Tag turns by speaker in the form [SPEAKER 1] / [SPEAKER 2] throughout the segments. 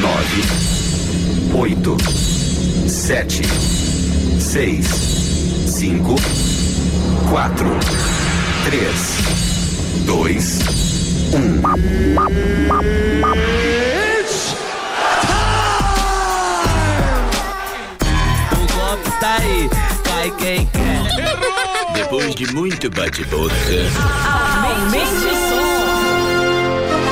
[SPEAKER 1] nove, oito, sete, seis, cinco, quatro, três, dois, um.
[SPEAKER 2] O golpe tá aí, cai quem quer.
[SPEAKER 3] Depois de muito bate-boca,
[SPEAKER 4] Aumente o som.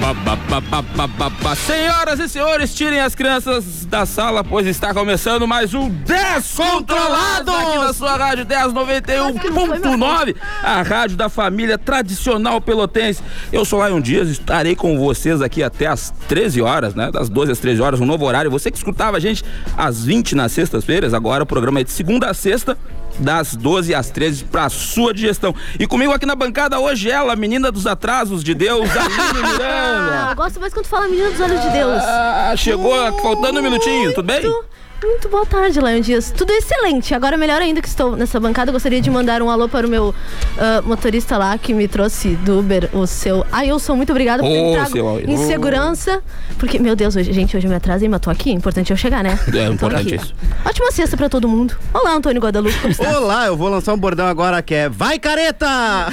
[SPEAKER 2] Ba, ba, ba, ba, ba, ba, ba. Senhoras e senhores, tirem as crianças da sala, pois está começando mais um Descontrolados aqui na sua rádio 1091.9, a rádio da família tradicional pelotense. Eu sou Lion Dias, estarei com vocês aqui até às 13 horas, né? Das 12 às 13 horas, um novo horário. Você que escutava a gente às 20 nas sextas-feiras, agora o programa é de segunda a sexta das 12 às 13 para sua digestão. E comigo aqui na bancada hoje ela, a menina dos atrasos de Deus, Aline Miranda.
[SPEAKER 5] Ah, Eu gosto mais quando fala menina dos olhos de Deus.
[SPEAKER 2] Ah, chegou faltando um minutinho, tudo bem?
[SPEAKER 5] Muito, muito boa tarde, Lion Dias. Tudo excelente. Agora, melhor ainda que estou nessa bancada, eu gostaria de mandar um alô para o meu ah, motorista lá que me trouxe do Uber, o seu Ailson. Muito obrigada por ter
[SPEAKER 2] Ô,
[SPEAKER 5] me
[SPEAKER 2] seu
[SPEAKER 5] trago
[SPEAKER 2] Ailson.
[SPEAKER 5] em segurança. Porque, meu Deus, hoje, gente, hoje eu me atrasei, mas tô aqui. É importante eu chegar, né?
[SPEAKER 2] É,
[SPEAKER 5] Tô
[SPEAKER 2] importante
[SPEAKER 5] aqui.
[SPEAKER 2] isso.
[SPEAKER 5] Ótima sexta para todo mundo. Olá, Antônio Guadalupe. Como está?
[SPEAKER 6] Olá, eu vou lançar um bordão agora que é Vai Careta!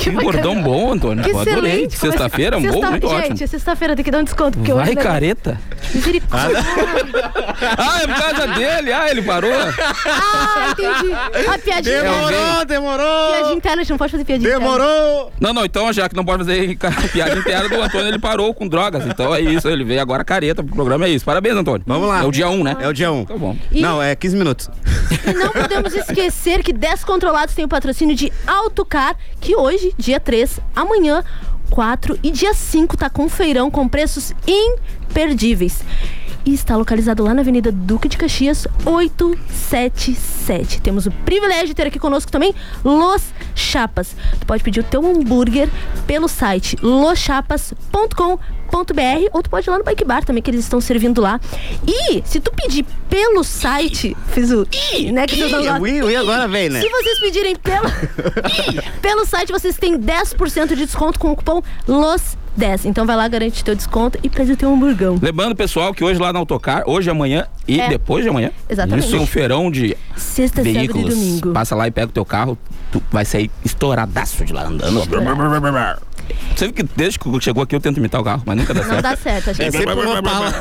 [SPEAKER 2] Que bordão bom, Antônio.
[SPEAKER 5] Que
[SPEAKER 2] Eu Adorei.
[SPEAKER 5] excelente.
[SPEAKER 2] Sexta-feira, um
[SPEAKER 5] Sexta-
[SPEAKER 2] bom, muito
[SPEAKER 5] Gente,
[SPEAKER 2] ótimo.
[SPEAKER 5] sexta-feira tem que dar um desconto. Porque hoje,
[SPEAKER 2] Vai,
[SPEAKER 5] né?
[SPEAKER 2] careta.
[SPEAKER 5] Misericórdia.
[SPEAKER 2] Ah, é por causa dele. Ah, ele parou.
[SPEAKER 5] Ah, entendi. A piadinha.
[SPEAKER 6] Demorou,
[SPEAKER 5] Piadinha
[SPEAKER 6] demorou!
[SPEAKER 5] interna, a gente tá não pode fazer piadinha interna.
[SPEAKER 6] Demorou!
[SPEAKER 2] Não, não, então, já que não pode fazer piada interna do Antônio, ele parou com drogas. Então é isso, ele veio agora careta pro programa, é isso. Parabéns, Antônio.
[SPEAKER 6] Vamos lá.
[SPEAKER 2] É o dia 1, um, né?
[SPEAKER 6] É o dia 1. Um.
[SPEAKER 2] Tá bom.
[SPEAKER 5] E- Tá
[SPEAKER 6] Não, é 15 minutos.
[SPEAKER 5] E não podemos esquecer que Descontrolados tem o patrocínio de Autocar, que hoje, dia 3, amanhã, 4 e dia 5 tá com feirão com preços imperdíveis. E está localizado lá na Avenida Duque de Caxias, 877. Temos o privilégio de ter aqui conosco também Los Chapas. Tu pode pedir o teu hambúrguer pelo site loschapas.com.br ou tu pode ir lá no Bike Bar também, que eles estão servindo lá. E se tu pedir pelo site, fiz o... né, que tu não
[SPEAKER 2] é
[SPEAKER 6] Ih,
[SPEAKER 5] gosta.
[SPEAKER 6] Ui, ui, agora vem, né?
[SPEAKER 5] Se vocês pedirem pelo, pelo site, vocês têm 10% de desconto com o cupom LOS10. Então vai lá, garante teu desconto e pede o teu hamburgão.
[SPEAKER 2] Lembrando, pessoal, que hoje lá na Autocar, hoje, amanhã e
[SPEAKER 5] É.
[SPEAKER 2] depois de amanhã.
[SPEAKER 5] Exatamente.
[SPEAKER 2] Isso é um feirão de
[SPEAKER 5] Sexta, sábado e
[SPEAKER 2] veículos.
[SPEAKER 5] domingo.
[SPEAKER 2] Passa lá e pega o teu carro, tu vai sair estouradaço de lá andando. Sempre que desde que chegou aqui eu tento imitar o carro, mas nunca dá
[SPEAKER 5] Não
[SPEAKER 2] certo.
[SPEAKER 5] dá certo, a
[SPEAKER 6] É
[SPEAKER 5] gente.
[SPEAKER 6] sempre uma bala.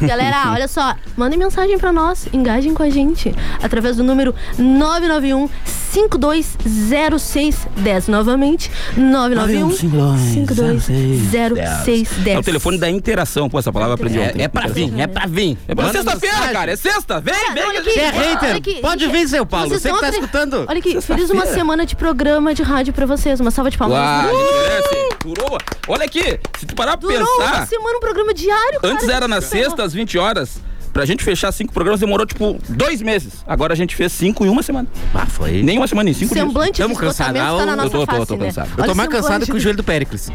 [SPEAKER 5] Galera, olha só, mandem mensagem pra nós, engajem com a gente através do número 991 520610. Novamente, 991 520610.
[SPEAKER 2] É o telefone da interação, pô, essa palavra eu aprendi ontem.
[SPEAKER 3] é pra vir, é
[SPEAKER 5] Ah,
[SPEAKER 3] pra vir.
[SPEAKER 2] É pra
[SPEAKER 6] Manda
[SPEAKER 2] sexta-feira,
[SPEAKER 6] mensagem.
[SPEAKER 2] cara, é sexta, vem, vem.
[SPEAKER 5] olha aqui.
[SPEAKER 6] Você é hater?
[SPEAKER 5] Olha aqui,
[SPEAKER 6] Pode
[SPEAKER 5] gente,
[SPEAKER 6] vir, seu Paulo,
[SPEAKER 5] vocês
[SPEAKER 6] você que
[SPEAKER 5] não
[SPEAKER 6] tá
[SPEAKER 5] acre-
[SPEAKER 6] escutando.
[SPEAKER 5] Olha aqui, feliz uma semana de programa de rádio pra vocês. Uma salva de palmas.
[SPEAKER 2] Uau,
[SPEAKER 5] Uh,
[SPEAKER 2] merece. Durou. Olha aqui, se tu parar pra
[SPEAKER 5] Durou uma
[SPEAKER 2] pensar,
[SPEAKER 5] semana um programa diário, cara.
[SPEAKER 2] Antes era na
[SPEAKER 5] Isso é
[SPEAKER 2] sexta, às 20 horas. Pra gente fechar cinco programas demorou tipo dois meses. Agora a gente fez cinco em uma semana.
[SPEAKER 6] Ah, foi.
[SPEAKER 2] Nem uma semana, em cinco dias.
[SPEAKER 5] Semblante de
[SPEAKER 6] Tamo
[SPEAKER 5] esgotamento
[SPEAKER 6] cansado.
[SPEAKER 5] tá na
[SPEAKER 6] Eu
[SPEAKER 5] nossa
[SPEAKER 2] tô- tô-
[SPEAKER 5] face,
[SPEAKER 2] tô
[SPEAKER 5] né?
[SPEAKER 2] cansado.
[SPEAKER 6] Eu
[SPEAKER 5] Olha
[SPEAKER 6] tô
[SPEAKER 5] o
[SPEAKER 6] mais cansado
[SPEAKER 5] semblante
[SPEAKER 6] que o
[SPEAKER 5] de-
[SPEAKER 6] joelho do Péricles.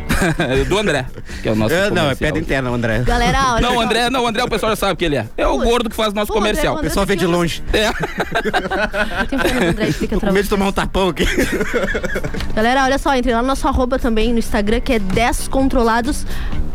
[SPEAKER 2] Do André, que é o nosso
[SPEAKER 6] É, não, é
[SPEAKER 2] comercial.
[SPEAKER 6] pedra interna, André.
[SPEAKER 5] Galera, olha.
[SPEAKER 2] Não, o André, não, o André, o pessoal já sabe que ele é. É o
[SPEAKER 5] Pô,
[SPEAKER 2] gordo que faz nosso
[SPEAKER 5] pô, André,
[SPEAKER 2] comercial.
[SPEAKER 6] O pessoal vê de longe.
[SPEAKER 2] É.
[SPEAKER 5] Tem pena do André de ter que
[SPEAKER 6] Tô com
[SPEAKER 5] entrar
[SPEAKER 6] medo de tomar um tapão aqui.
[SPEAKER 5] Galera, olha só, entre lá no nosso arroba também no Instagram, que é descontrolados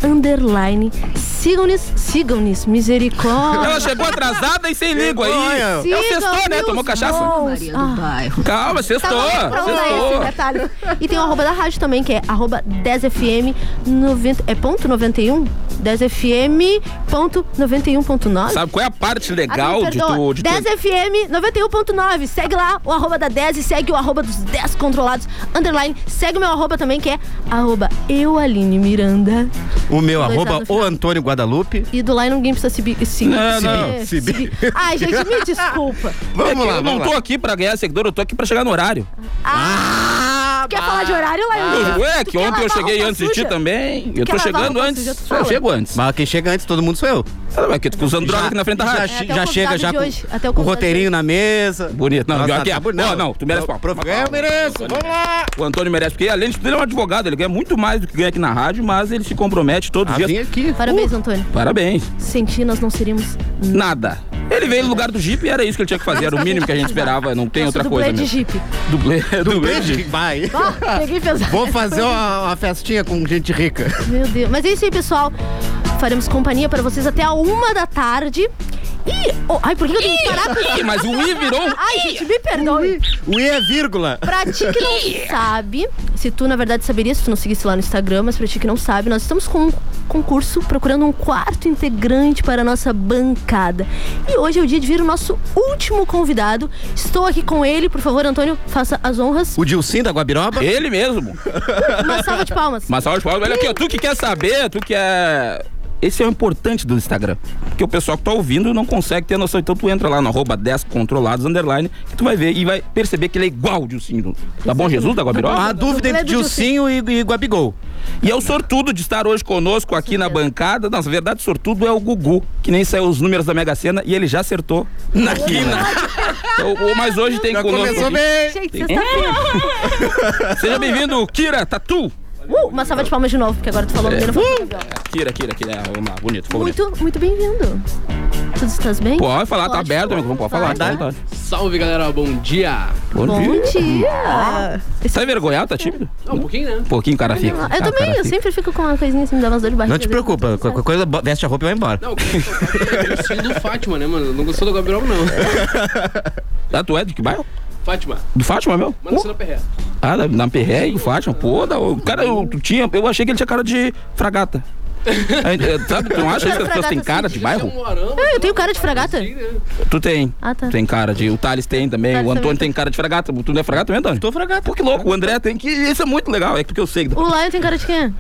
[SPEAKER 5] underline. Sigam-nos, sigam-nos,
[SPEAKER 2] Ela
[SPEAKER 5] misericórdia.
[SPEAKER 2] chegou atrasada e sem língua aí.
[SPEAKER 6] Olha.
[SPEAKER 2] É o sextou, né?
[SPEAKER 5] Sigam-nos,
[SPEAKER 2] Tomou cachaça.
[SPEAKER 5] bons. Ah.
[SPEAKER 2] Calma, sextou.
[SPEAKER 5] Tá bom, pronto, é esse
[SPEAKER 2] Sextou.
[SPEAKER 5] detalhe. E tem o arroba da rádio também, que é arroba 10fm 90, é ponto 91? 10fm ponto 91.9?
[SPEAKER 2] Sabe qual é a parte
[SPEAKER 5] Ah, me
[SPEAKER 2] legal de
[SPEAKER 5] perdoa.
[SPEAKER 2] tu... É De tu-
[SPEAKER 5] 10FM 91.9. Segue lá o arroba da 10 e segue o arroba dos 10 controlados. Underline. Segue o meu arroba também, que é arroba eu, Aline Miranda.
[SPEAKER 6] O meu
[SPEAKER 5] Dois
[SPEAKER 6] arroba,
[SPEAKER 5] anos no
[SPEAKER 6] o
[SPEAKER 5] final.
[SPEAKER 6] Antônio Guadalupe.
[SPEAKER 5] E do lá ninguém precisa se... bi- se
[SPEAKER 2] Não,
[SPEAKER 5] se-
[SPEAKER 2] não.
[SPEAKER 5] se-
[SPEAKER 6] Se bi-
[SPEAKER 5] se- Ai, gente, me desculpa.
[SPEAKER 2] É que
[SPEAKER 6] Vamos lá,
[SPEAKER 2] eu não
[SPEAKER 6] vamos
[SPEAKER 2] tô
[SPEAKER 6] lá.
[SPEAKER 2] aqui pra ganhar seguidor, eu tô aqui pra chegar no horário.
[SPEAKER 6] Ah,
[SPEAKER 5] Quer falar de horário, Laio?
[SPEAKER 2] Ué, que ontem eu cheguei antes de ti também. Eu tô
[SPEAKER 5] quer lavar
[SPEAKER 2] chegando
[SPEAKER 5] roupa
[SPEAKER 2] antes. Ah,
[SPEAKER 5] suja, tu
[SPEAKER 2] Eu
[SPEAKER 5] fala.
[SPEAKER 2] chego antes.
[SPEAKER 6] Mas quem chega antes, todo mundo sou eu.
[SPEAKER 2] Ah, mas que tu usando droga aqui na frente da rádio.
[SPEAKER 5] É, até o
[SPEAKER 6] Já, já chega
[SPEAKER 5] convidado
[SPEAKER 6] já
[SPEAKER 5] de
[SPEAKER 6] com
[SPEAKER 5] hoje, até o
[SPEAKER 6] o
[SPEAKER 5] convidado de
[SPEAKER 6] roteirinho na mesa. Ah, tá,
[SPEAKER 2] Bonito. Não, pior que é.
[SPEAKER 6] bonito.
[SPEAKER 2] Ó, não, tu merece palma.
[SPEAKER 6] Pro- Eu mereço. Vamos lá.
[SPEAKER 2] O Antônio merece, porque além de tudo, ele é um advogado, ele ganha muito mais do que ganha aqui na rádio, mas ele se compromete todo
[SPEAKER 6] Ah,
[SPEAKER 2] dia.
[SPEAKER 5] um
[SPEAKER 6] vim aqui.
[SPEAKER 5] Parabéns, Antônio.
[SPEAKER 2] Parabéns.
[SPEAKER 5] Sem ti, nós não seríamos
[SPEAKER 2] Nada. Ele Ele veio no lugar do Jeep e era isso que ele tinha que fazer. Era o mínimo que a gente esperava, não tem
[SPEAKER 5] Nosso
[SPEAKER 2] outra
[SPEAKER 5] dublê
[SPEAKER 2] coisa. né?
[SPEAKER 5] de
[SPEAKER 2] mesmo.
[SPEAKER 5] Jeep.
[SPEAKER 2] Dublê, dublê de
[SPEAKER 6] Beijo,
[SPEAKER 2] Jeep.
[SPEAKER 6] vai.
[SPEAKER 5] Ó, Ah, peguei pesado.
[SPEAKER 6] Vou fazer uma, uma festinha com gente rica.
[SPEAKER 5] Meu Deus. Mas é isso aí, pessoal. Faremos companhia para vocês até a uma da tarde. Ih, oh, ai, por que eu tenho que parar?
[SPEAKER 2] Ih, Mas o I virou um
[SPEAKER 5] Ai, gente, me perdoe.
[SPEAKER 6] O E é vírgula.
[SPEAKER 5] Pra ti que não sabe, se tu na verdade saberia, se tu não seguisse lá no Instagram, mas pra ti que não sabe, nós estamos com um concurso procurando um quarto integrante para a nossa bancada. E hoje é o dia de vir o nosso último convidado. Estou aqui com ele, por favor, Antônio, faça as honras.
[SPEAKER 6] O Dilcim da Guabiroba.
[SPEAKER 2] Ele mesmo.
[SPEAKER 5] Uma salva de palmas.
[SPEAKER 2] Uma salva de palmas. Olha aqui, ó, tu que quer saber, tu que é... Esse é o importante do Instagram. Porque o pessoal que tá ouvindo não consegue ter noção. Então tu entra lá no arroba 10 controlados, underline, que tu vai ver e vai perceber que ele é igual o Dilcinho. Tá bom, Jesus da
[SPEAKER 6] A
[SPEAKER 2] Guabiroba?
[SPEAKER 6] dúvida entre
[SPEAKER 5] Dublê do
[SPEAKER 6] Dilcinho e, e Guabigol.
[SPEAKER 2] E é o sortudo de estar hoje conosco aqui
[SPEAKER 5] é.
[SPEAKER 2] na bancada. Na verdade, o sortudo é o Gugu, que nem saiu os números da Mega Sena e ele já acertou na quina. Então, mas hoje tem
[SPEAKER 6] Já
[SPEAKER 2] conosco.
[SPEAKER 6] começou
[SPEAKER 2] aqui.
[SPEAKER 6] bem.
[SPEAKER 5] Gente, sexta-feira.
[SPEAKER 2] Seja bem-vindo, Kira Tatu.
[SPEAKER 5] Uh, uma salva de palmas de novo, porque agora tu falou
[SPEAKER 2] É.
[SPEAKER 5] primeiro.
[SPEAKER 2] Kira, Kira, Kira. É, Vamos lá, bonito, ficou bonito.
[SPEAKER 5] Muito, muito bem-vindo. Tu estás bem?
[SPEAKER 2] Pode falar, tá aberto, o microfone, pode falar.
[SPEAKER 5] Vai,
[SPEAKER 2] tá, tá.
[SPEAKER 7] Salve galera, bom dia!
[SPEAKER 5] Bom dia.
[SPEAKER 2] Tá envergonhado? Tá tímido?
[SPEAKER 7] Não, um pouquinho, né?
[SPEAKER 2] Um pouquinho o cara fica.
[SPEAKER 5] Eu também, eu sempre fico com uma coisinha assim, me dá umas dor de barriga.
[SPEAKER 6] Não te preocupa, qualquer coisa, bo- veste a roupa e vai embora.
[SPEAKER 5] é
[SPEAKER 7] Não, Tá um eu queria tocar o estilo do Fátima, né, mano? Não gostou do Gabriel, não.
[SPEAKER 2] Ah, tu é de que bairro?
[SPEAKER 7] Fátima,
[SPEAKER 2] Do Fátima, meu?
[SPEAKER 7] manda você na perré.
[SPEAKER 2] Ah, na, na Perré, do Fátima. Pô, da, o cara, eu, tu tinha, eu achei que ele tinha cara de fragata. É, é, sabe, tu não acha que as pessoas têm cara de
[SPEAKER 7] Você é um
[SPEAKER 2] bairro?
[SPEAKER 7] morão,
[SPEAKER 5] Ah, Eu tenho cara de fragata.
[SPEAKER 7] assim, né?
[SPEAKER 2] Tu tem.
[SPEAKER 5] Ah, tá.
[SPEAKER 2] Tu Tem cara de. O Thales tem também,
[SPEAKER 5] Thales
[SPEAKER 2] o Antônio
[SPEAKER 5] também.
[SPEAKER 2] tem cara de fragata. Tu não é fragata mesmo, Antônio?
[SPEAKER 6] Tô fragata.
[SPEAKER 2] Pô, que louco, o André tem que. Isso é muito legal, é porque eu sei.
[SPEAKER 5] O Laio tem cara de quem?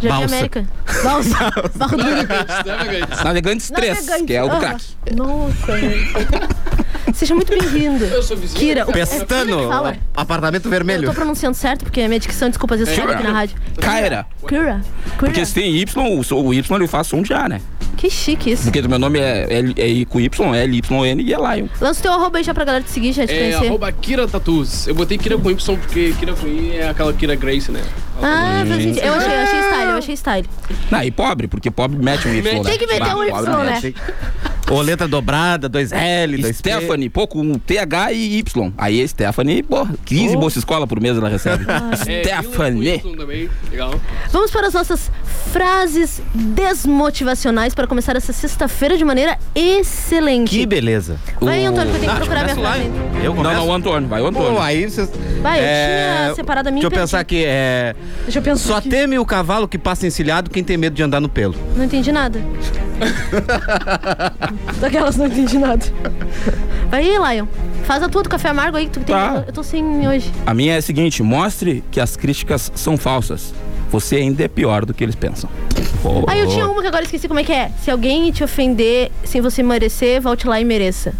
[SPEAKER 5] Jardim
[SPEAKER 6] Balsa.
[SPEAKER 5] América. Balsa.
[SPEAKER 7] Tá
[SPEAKER 5] Balsa.
[SPEAKER 7] Navegante.
[SPEAKER 2] Navegantes 3, que é o do
[SPEAKER 5] Aham.
[SPEAKER 2] craque.
[SPEAKER 5] Ah, Nossa. Seja muito bem-vindo.
[SPEAKER 7] Eu sou vizinho.
[SPEAKER 5] Kira, o
[SPEAKER 6] Pestano,
[SPEAKER 5] que fala?
[SPEAKER 6] apartamento
[SPEAKER 5] Eu
[SPEAKER 6] vermelho.
[SPEAKER 5] tô pronunciando certo, porque a minha dicção, desculpa, às vezes falha aqui na rádio. É.
[SPEAKER 2] Kaira.
[SPEAKER 5] Kira.
[SPEAKER 2] Porque se
[SPEAKER 5] Kira.
[SPEAKER 2] tem Y, o, som- o Y ele faz som de A, né?
[SPEAKER 5] Que chique isso.
[SPEAKER 2] Porque meu nome é, L- é, I com Y, é L-Y-N e é Lion.
[SPEAKER 5] Lança o teu arroba aí já pra galera te seguir, já te
[SPEAKER 7] É,
[SPEAKER 5] conhecer.
[SPEAKER 7] arroba Kira Tatus. Eu botei Kira com Y porque Kira com I é aquela Kira Grace, né?
[SPEAKER 5] Ah, faz sentido. Eu achei, eu achei style, eu achei style.
[SPEAKER 2] Não, e pobre, porque pobre mete um Y, né?
[SPEAKER 5] Tem que meter
[SPEAKER 2] Bah,
[SPEAKER 5] um
[SPEAKER 2] pobre
[SPEAKER 5] Y, né?
[SPEAKER 2] mete.
[SPEAKER 6] Ou letra dobrada, dois L, dois P.
[SPEAKER 2] Stephanie, pô, com TH e Y. Aí a Stephanie, pô, 15 bolsa escola por mês ela recebe.
[SPEAKER 5] Ah.
[SPEAKER 7] É, Kira com
[SPEAKER 2] Stephanie.
[SPEAKER 7] Y também, legal.
[SPEAKER 5] Vamos para as nossas frases desmotivacionais para começar essa sexta-feira de maneira excelente.
[SPEAKER 6] Que beleza.
[SPEAKER 5] Vai,
[SPEAKER 2] O-
[SPEAKER 5] Antônio, que eu tenho que
[SPEAKER 6] Ah,
[SPEAKER 5] procurar minha
[SPEAKER 6] começa lá,
[SPEAKER 5] frase.
[SPEAKER 6] hein? Eu
[SPEAKER 2] Não,
[SPEAKER 6] começo?
[SPEAKER 2] não, o Antônio, vai o Antônio.
[SPEAKER 6] Pô, aí vocês... É,
[SPEAKER 5] Vai, eu tinha separado a minha
[SPEAKER 6] Deixa eu
[SPEAKER 5] e perdi.
[SPEAKER 6] pensar aqui, é...
[SPEAKER 5] Deixa eu pensar.
[SPEAKER 6] Só
[SPEAKER 5] aqui.
[SPEAKER 6] teme o cavalo que passa encilhado quem tem medo de andar no pelo.
[SPEAKER 5] Não entendi nada. Daquelas não entendi nada. Vai aí, Lion. Faz a tua do café amargo aí que tu tem.
[SPEAKER 2] Tá.
[SPEAKER 5] Eu tô sem hoje.
[SPEAKER 2] A minha é a seguinte: mostre que as críticas são falsas. Você ainda é pior do que eles pensam. Pô,
[SPEAKER 5] Aí eu tinha uma que agora esqueci como é que é. Se alguém te ofender sem você merecer, volte lá e mereça.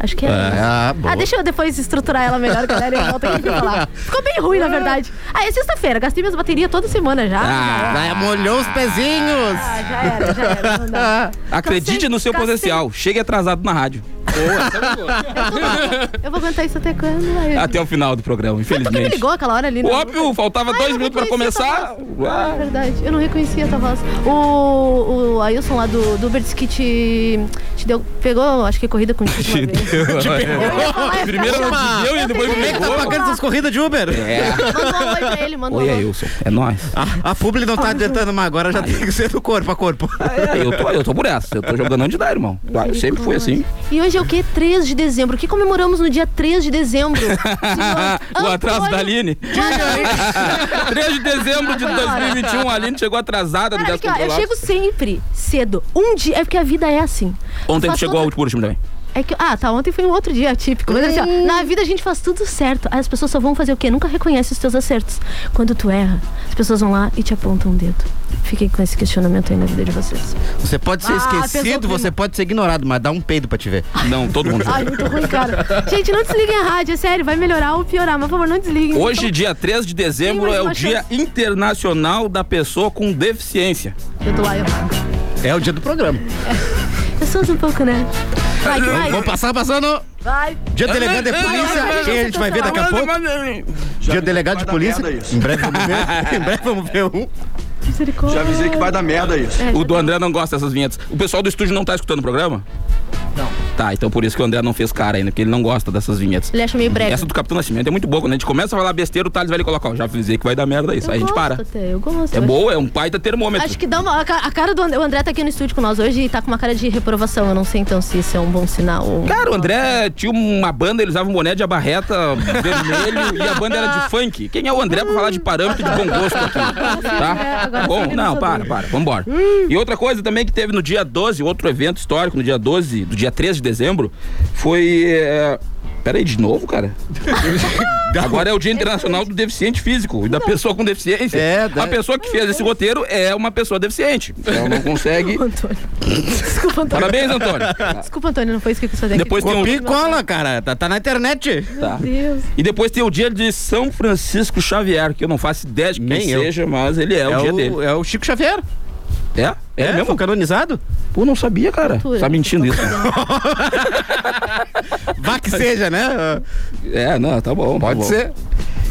[SPEAKER 5] Acho que é.
[SPEAKER 6] Ah, boa.
[SPEAKER 5] Ah, deixa eu depois estruturar ela é melhor, galera, e volta aqui pra falar. Ficou bem ruim, na verdade. Ah, é sexta-feira, gastei minhas baterias toda semana já.
[SPEAKER 2] Ah,
[SPEAKER 6] Ah, molhou os pezinhos.
[SPEAKER 5] Ah, já era, já era. Não dá.
[SPEAKER 2] acredite
[SPEAKER 5] Cansei,
[SPEAKER 2] no seu
[SPEAKER 5] cansei.
[SPEAKER 2] potencial. Chegue atrasado na rádio.
[SPEAKER 7] Boa, essa é boa.
[SPEAKER 5] Eu vou aguentar isso até quando? Ai,
[SPEAKER 2] Até o final do programa,
[SPEAKER 5] Por que me
[SPEAKER 2] infelizmente.
[SPEAKER 5] ligou aquela hora ali? né?
[SPEAKER 2] Óbvio, faltava
[SPEAKER 5] Ah, eu
[SPEAKER 2] dois
[SPEAKER 5] não
[SPEAKER 2] minutos pra
[SPEAKER 5] reconheci a
[SPEAKER 2] começar.
[SPEAKER 5] É Verdade, eu não reconhecia a tua voz. O, o Ailson lá do, do Uber disse que te, te deu. Pegou, acho que é corrida contigo. Uma vez.
[SPEAKER 2] Ué. Primeiro ela te deu e depois
[SPEAKER 5] Eu
[SPEAKER 2] me
[SPEAKER 5] tenho
[SPEAKER 6] Quem é que tá
[SPEAKER 5] Boa.
[SPEAKER 2] ligou.
[SPEAKER 6] pagando essas corridas de Uber?
[SPEAKER 2] É.
[SPEAKER 5] Manda um oi pra ele, manda um
[SPEAKER 2] Oi,
[SPEAKER 5] alô.
[SPEAKER 2] Ailson. É nóis.
[SPEAKER 6] A, a publi não tá adiantando, mas agora já tem que ser do corpo a corpo.
[SPEAKER 5] Ah,
[SPEAKER 2] É, eu, tô, eu tô por essa. Eu tô jogando onde dá, irmão. Ah, Eu sempre fui assim.
[SPEAKER 5] E hoje é o quê? 3 de dezembro. O que comemoramos no dia 3 de dezembro? ah, Senhor
[SPEAKER 2] o atraso
[SPEAKER 5] Antônio
[SPEAKER 2] da Aline.
[SPEAKER 5] Guadalupe.
[SPEAKER 2] 3 de dezembro de 2021, a Aline chegou atrasada no 10
[SPEAKER 5] Cara, aqui, ó, eu chego
[SPEAKER 2] controlados.
[SPEAKER 5] sempre cedo. Um dia. É porque a vida é assim.
[SPEAKER 2] Ontem tu
[SPEAKER 5] Faz
[SPEAKER 2] chegou
[SPEAKER 5] toda-
[SPEAKER 2] ao último time também.
[SPEAKER 5] É que, ah, tá. Ontem foi um outro dia típico. Mas assim, ó, na vida a gente faz tudo certo. Aí As pessoas só vão fazer o quê? Nunca reconhecem os teus acertos. Quando tu erra, as pessoas vão lá e te apontam um dedo. Fiquem com esse questionamento aí na vida de vocês.
[SPEAKER 6] Você pode ser
[SPEAKER 5] Ah, pesou o
[SPEAKER 6] esquecido,
[SPEAKER 5] clima.
[SPEAKER 6] você pode ser ignorado, mas dá um peido pra te ver.
[SPEAKER 2] Não, todo mundo
[SPEAKER 5] Ai,
[SPEAKER 2] jogou.
[SPEAKER 5] muito ruim, cara. Gente, não desliguem a rádio, é sério. Vai melhorar ou piorar, mas por favor, não desliguem.
[SPEAKER 6] então
[SPEAKER 2] Hoje, dia 3 de dezembro,
[SPEAKER 5] Tem mais
[SPEAKER 2] é o
[SPEAKER 5] uma
[SPEAKER 2] Dia Internacional da Pessoa com Deficiência.
[SPEAKER 5] Eu tô lá, eu...
[SPEAKER 6] É o dia do programa.
[SPEAKER 5] Pessoas um pouco, né? Vai, que vai.
[SPEAKER 6] Vamos passar passando.
[SPEAKER 5] Vai.
[SPEAKER 6] Dia do delegado de
[SPEAKER 2] Ai, ai, ai,
[SPEAKER 6] polícia,
[SPEAKER 5] ai,
[SPEAKER 6] quem a gente vai ver
[SPEAKER 5] Tá
[SPEAKER 6] daqui a pouco. Dia do delegado de
[SPEAKER 1] vai dar
[SPEAKER 6] polícia.
[SPEAKER 1] merda isso.
[SPEAKER 6] Em breve vamos ver. Em breve vamos ver um.
[SPEAKER 5] Misericórdia.
[SPEAKER 1] Já avisei que vai dar merda isso.
[SPEAKER 5] É,
[SPEAKER 2] O do André não gosta dessas vinhetas. O pessoal do estúdio não tá escutando o programa? Tá, então por isso que o André não fez cara ainda, porque ele não gosta dessas vinhetas.
[SPEAKER 5] Ele acha meio brega.
[SPEAKER 2] Essa do Capitão Nascimento é muito boa. Quando a gente começa a falar besteira, o Thales vai ali colocar. ó, Já dizer que vai dar merda isso.
[SPEAKER 5] Eu
[SPEAKER 2] Aí a gente
[SPEAKER 5] gosto
[SPEAKER 2] para.
[SPEAKER 5] até, eu gosto.
[SPEAKER 2] É
[SPEAKER 5] eu
[SPEAKER 2] boa, é um baita termômetro.
[SPEAKER 5] Acho que dá uma. A ca- a cara do André, o André tá aqui no estúdio com nós hoje e tá com uma cara de reprovação. Eu não sei então se isso é um bom sinal ou.
[SPEAKER 2] Cara, o André tinha uma banda, ele usava um boné de abarreta vermelho e a banda era de funk. Quem é o André pra falar de parâmetro de bom gosto aqui? Tá?
[SPEAKER 5] Agora
[SPEAKER 2] Bom,
[SPEAKER 5] fiquei
[SPEAKER 2] não,
[SPEAKER 5] nessa
[SPEAKER 2] para, para, vambora. E outra coisa também que teve no dia 12, outro evento histórico, no dia 12, do dia 13 de dezembro, foi. É... Peraí, de novo, cara? Agora é o Dia Internacional do Deficiente Físico e da pessoa com deficiência.
[SPEAKER 6] É, da-
[SPEAKER 2] A pessoa que fez esse roteiro é uma pessoa deficiente. Ela Então não consegue.
[SPEAKER 5] Antônio. Desculpa, Antônio.
[SPEAKER 2] Parabéns, Antônio.
[SPEAKER 5] Desculpa, Antônio, não foi isso que eu quis fazer.
[SPEAKER 2] Depois tem um.
[SPEAKER 6] Copia e cola, cara. Tá, tá na internet.
[SPEAKER 2] Tá.
[SPEAKER 5] Meu Deus.
[SPEAKER 2] E depois tem o dia de São Francisco Xavier, que eu não faço ideia de quem
[SPEAKER 6] Nem eu.
[SPEAKER 2] seja, mas ele é,
[SPEAKER 6] É,
[SPEAKER 2] o dia
[SPEAKER 6] o,
[SPEAKER 2] dele.
[SPEAKER 6] é o Chico Xavier.
[SPEAKER 2] É? É, mesmo?
[SPEAKER 6] foi canonizado?
[SPEAKER 2] Pô, não sabia, cara.
[SPEAKER 5] Cultura.
[SPEAKER 2] Tá mentindo isso.
[SPEAKER 6] Vá que seja, né?
[SPEAKER 2] é, não, tá bom. tá
[SPEAKER 6] Pode
[SPEAKER 2] bom.
[SPEAKER 6] ser.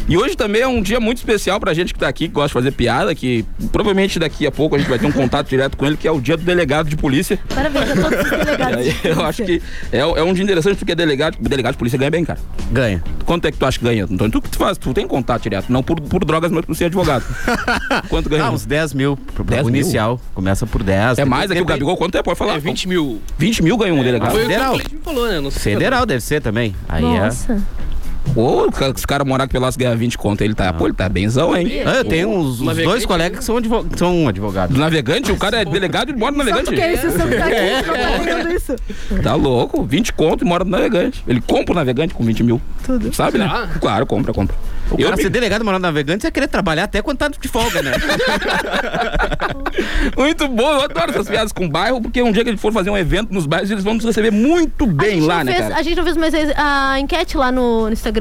[SPEAKER 2] E hoje também é um dia muito especial pra gente que tá aqui, que gosta de fazer piada, que provavelmente daqui a pouco a gente vai ter um contato direto com ele, que é o dia do delegado de polícia.
[SPEAKER 5] Parabéns a todos os
[SPEAKER 2] E
[SPEAKER 5] delegados.
[SPEAKER 2] aí, eu acho que é, é um dia interessante porque delegado, delegado de polícia ganha bem, cara.
[SPEAKER 6] Ganha.
[SPEAKER 2] Quanto é que tu acha que ganha? Antônio? tu que tu faz, tu tem contato direto, não por, por drogas, mas por ser advogado. Quanto ganha?
[SPEAKER 6] Ah, uns 10 mil pro,
[SPEAKER 2] 10
[SPEAKER 6] pro
[SPEAKER 2] mil?
[SPEAKER 6] inicial. Começa por 10.
[SPEAKER 2] é mais aqui o
[SPEAKER 6] Depende-
[SPEAKER 2] Gabigol, quanto é? Pode falar.
[SPEAKER 7] É 20 mil.
[SPEAKER 2] 20 mil ganhou um delegado.
[SPEAKER 7] Foi o que
[SPEAKER 6] federal.
[SPEAKER 7] o Felipe me falou, né? Não sei se é
[SPEAKER 6] Federal deve ser também. Aí é.
[SPEAKER 5] Nossa.
[SPEAKER 2] Ô, cara, os caras morar que Pelas ganha 20 conto, ele tá. Pô, ele tá benzão, hein?
[SPEAKER 6] é. Ah, eu tenho uns, uns
[SPEAKER 7] Navegante,
[SPEAKER 6] dois colegas que são, advo- que são advogados.
[SPEAKER 2] Do navegante, o cara é delegado e mora no
[SPEAKER 5] Só
[SPEAKER 2] navegante.
[SPEAKER 5] porque esse seu tá
[SPEAKER 2] É.
[SPEAKER 5] aqui, só tá fazendo isso.
[SPEAKER 2] Tá louco, 20 conto e mora no navegante. Ele compra o navegante com 20 mil. Tudo. Sabe, né?
[SPEAKER 7] Será?
[SPEAKER 2] Claro, compra, compra.
[SPEAKER 6] O
[SPEAKER 2] Eu
[SPEAKER 6] cara
[SPEAKER 2] me-
[SPEAKER 6] ser delegado morando navegante, você querer trabalhar até quando tá de folga, né?
[SPEAKER 2] Muito bom, eu adoro essas piadas com bairro, porque um dia que ele for fazer um evento nos bairros, eles vão nos receber muito
[SPEAKER 5] A
[SPEAKER 2] bem
[SPEAKER 5] gente
[SPEAKER 2] lá,
[SPEAKER 5] não
[SPEAKER 2] né,
[SPEAKER 5] fez-
[SPEAKER 2] cara?
[SPEAKER 5] A gente não fez mais a enquete lá no, no Instagram.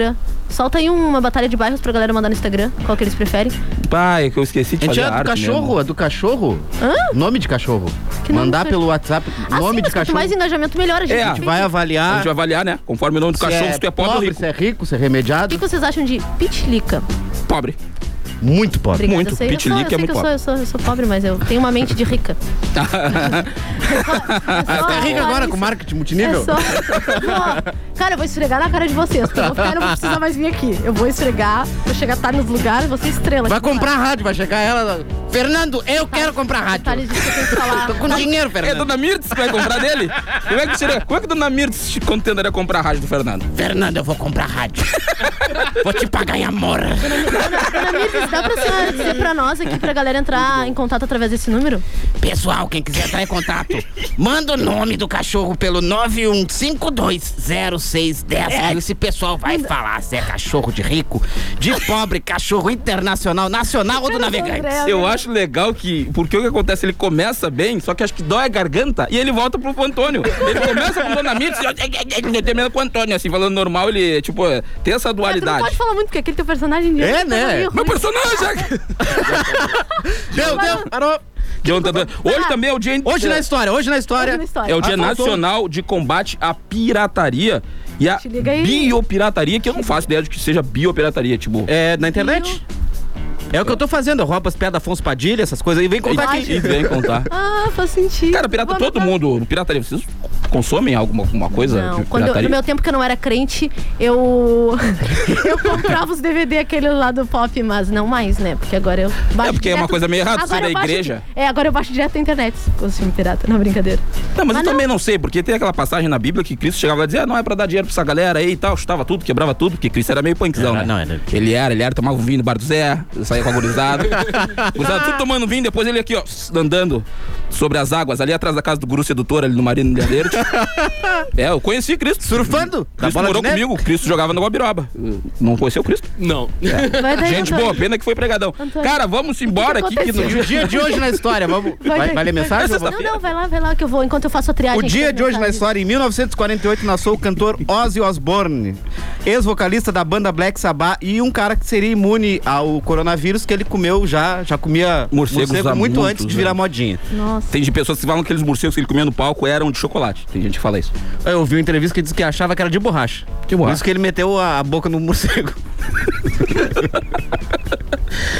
[SPEAKER 5] Solta aí uma batalha de bairros pra galera mandar no Instagram, qual que eles preferem.
[SPEAKER 2] Pai, que eu esqueci
[SPEAKER 6] A
[SPEAKER 2] de
[SPEAKER 6] gente
[SPEAKER 2] fazer
[SPEAKER 6] é
[SPEAKER 2] a
[SPEAKER 6] do
[SPEAKER 2] arte
[SPEAKER 6] cachorro,
[SPEAKER 2] mesmo.
[SPEAKER 6] é do cachorro.
[SPEAKER 5] Hã?
[SPEAKER 6] Nome de cachorro.
[SPEAKER 5] Que nome
[SPEAKER 6] Mandar
[SPEAKER 5] de
[SPEAKER 6] pelo WhatsApp, nome
[SPEAKER 5] Ah, sim,
[SPEAKER 6] de
[SPEAKER 5] mas quanto
[SPEAKER 6] cachorro.
[SPEAKER 5] mais engajamento, melhor. A gente
[SPEAKER 2] É,
[SPEAKER 6] A gente
[SPEAKER 5] fez
[SPEAKER 6] vai
[SPEAKER 5] isso.
[SPEAKER 2] A gente
[SPEAKER 6] avaliar.
[SPEAKER 2] vai avalihar, né? Conforme o nome do cachorro, se, tu é pobre ou rico.
[SPEAKER 6] se é rico, se é
[SPEAKER 5] O
[SPEAKER 6] remediado.
[SPEAKER 5] que que vocês acham de pitlica?
[SPEAKER 2] Pobre.
[SPEAKER 6] Muito pobre.
[SPEAKER 5] Obrigada,
[SPEAKER 2] Muito.
[SPEAKER 5] Eu sei, eu sou, eu
[SPEAKER 2] Pitlica
[SPEAKER 5] sei
[SPEAKER 2] é
[SPEAKER 5] que
[SPEAKER 2] muito
[SPEAKER 5] eu sou, eu sou, eu sou pobre, mas eu tenho uma mente de rica.
[SPEAKER 6] Tá
[SPEAKER 5] Tá
[SPEAKER 6] rica agora com marketing
[SPEAKER 5] É
[SPEAKER 6] multinível?
[SPEAKER 5] só... Ó, Cara, eu vou esfregar na cara de vocês. porque Eu vou ficar, eu não vou precisar mais vir aqui. Eu vou esfregar, vou chegar tarde nos lugares, vou ser estrela. Tipo,
[SPEAKER 6] Vai
[SPEAKER 5] aqui no
[SPEAKER 6] comprar rádio, vai chegar ela. Fernando, eu quero comprar
[SPEAKER 5] ar.
[SPEAKER 6] rádio.
[SPEAKER 5] Detalhes disso que eu tenho que falar.
[SPEAKER 6] Tô com dinheiro,
[SPEAKER 2] É
[SPEAKER 6] Fernando.
[SPEAKER 2] Dona Mirtz que vai comprar dele? Como é que, seria, como é que Dona Mirtz contenderia comprar a rádio do Fernando?
[SPEAKER 6] Fernando, eu vou comprar rádio. vou te pagar em amor.
[SPEAKER 5] Dona Mirtes, dá pra senhora dizer pra nós aqui, pra galera entrar em contato através desse número?
[SPEAKER 6] Pessoal, quem quiser entrar em contato, manda o nome do cachorro pelo 91520610. que Esse pessoal vai falar se é cachorro de rico, de pobre, cachorro internacional, nacional ou do navegante.
[SPEAKER 5] É
[SPEAKER 2] Eu acho legal que. Porque o que acontece? Ele começa bem, só que acho que dói a garganta e ele volta pro Antônio. Ele começa com Dona assim, Mirtz e termina com o Antônio, assim, falando normal, ele, tipo, é, tem essa
[SPEAKER 5] É, tu não pode
[SPEAKER 2] dualidade.
[SPEAKER 5] falar muito, porque aquele teu personagem...
[SPEAKER 6] É,
[SPEAKER 5] ele tá
[SPEAKER 6] né?
[SPEAKER 5] meio
[SPEAKER 2] Meu
[SPEAKER 5] ruim.
[SPEAKER 2] personagem!
[SPEAKER 5] Tipo,
[SPEAKER 6] Deu, deu, parou.
[SPEAKER 2] Deu um tatu- Hoje também é o dia.
[SPEAKER 6] Hoje na história, hoje na história.
[SPEAKER 5] Hoje na história.
[SPEAKER 2] É o Dia
[SPEAKER 6] Ah, faltou.
[SPEAKER 2] Nacional de Combate à Pirataria e à
[SPEAKER 5] Te liga aí.
[SPEAKER 2] biopirataria, que eu não faço ideia de que seja biopirataria, tipo.
[SPEAKER 6] É, na internet? É o que eu tô fazendo, eu roubo as pedras Afonso Padilha, essas coisas, e vem contar
[SPEAKER 2] E, e
[SPEAKER 6] aqui.
[SPEAKER 2] vem contar.
[SPEAKER 5] Ah, faz sentido.
[SPEAKER 2] Cara, pirata,
[SPEAKER 5] Vou
[SPEAKER 2] todo
[SPEAKER 5] anotar.
[SPEAKER 2] mundo. Pirataria, vocês consomem alguma, alguma coisa?
[SPEAKER 5] Não,
[SPEAKER 2] de
[SPEAKER 5] quando eu-
[SPEAKER 2] pirataria?
[SPEAKER 5] no meu tempo que eu não era crente, eu eu comprava os DVD aquele lá do pop, mas não mais, né? Porque agora eu baixo
[SPEAKER 2] É, porque é uma coisa meio errada,
[SPEAKER 5] Agora
[SPEAKER 2] você é
[SPEAKER 5] eu
[SPEAKER 2] da
[SPEAKER 5] baixo-
[SPEAKER 2] igreja.
[SPEAKER 5] É, agora eu baixo direto da internet os filmes pirata, não brincadeira.
[SPEAKER 2] Não, mas,
[SPEAKER 5] Mas
[SPEAKER 2] eu também não sei, porque tem aquela passagem na Bíblia que Cristo chegava lá e dizia, ah, não é pra dar dinheiro pra essa galera aí e tal, chutava tudo, quebrava tudo, porque Cristo era meio punkzão,
[SPEAKER 6] Era,
[SPEAKER 2] né?
[SPEAKER 6] não, era-
[SPEAKER 2] Ele era, ele era, tomava um vinho no bar do Zé, saía com a gurizada. gurizada tudo tomando vinho, depois ele aqui, ó, andando sobre as águas, ali atrás da casa do guru sedutor, ali no Marino Ilha Verde. é, eu conheci Cristo.
[SPEAKER 6] Surfando? Da bola Tá
[SPEAKER 2] Cristo
[SPEAKER 6] de
[SPEAKER 2] morou
[SPEAKER 6] neve?
[SPEAKER 2] comigo, Cristo jogava no Guabiroba. Não conheceu Cristo?
[SPEAKER 7] Não.
[SPEAKER 2] É,
[SPEAKER 5] Vai daí,
[SPEAKER 2] Gente
[SPEAKER 5] Antônio.
[SPEAKER 2] boa, pena que foi pregadão.
[SPEAKER 5] Antônio.
[SPEAKER 2] Cara, vamos embora
[SPEAKER 5] O
[SPEAKER 2] aqui.
[SPEAKER 5] que
[SPEAKER 2] Que
[SPEAKER 5] aconteceu?
[SPEAKER 2] no-
[SPEAKER 6] Dia de hoje na história, vamos. Vai,
[SPEAKER 5] daí,
[SPEAKER 6] vai ler
[SPEAKER 5] daí.
[SPEAKER 6] mensagem? ou vamos?
[SPEAKER 5] Não, não, vai lá, vai lá que eu vou, enquanto eu faço a triagem.
[SPEAKER 6] O
[SPEAKER 5] aqui
[SPEAKER 6] dia
[SPEAKER 5] das
[SPEAKER 6] de hoje na
[SPEAKER 5] mensagens.
[SPEAKER 6] história, em 1948, nasceu o cantor Ozzy Osbourne, ex-vocalista da banda Black Sabbath e um cara que seria imune ao coronavírus, que ele comeu já, já comia
[SPEAKER 2] Morcegos há
[SPEAKER 6] muito
[SPEAKER 2] muitos
[SPEAKER 6] antes de virar
[SPEAKER 2] anos.
[SPEAKER 6] modinha.
[SPEAKER 5] Nossa.
[SPEAKER 2] Tem de pessoas que falam que aqueles morcegos que ele comia no palco eram de chocolate. Tem gente que fala isso.
[SPEAKER 6] Eu ouvi uma entrevista que disse que achava que era de borracha.
[SPEAKER 2] De borracha.
[SPEAKER 6] Por isso que ele meteu a, a boca no morcego.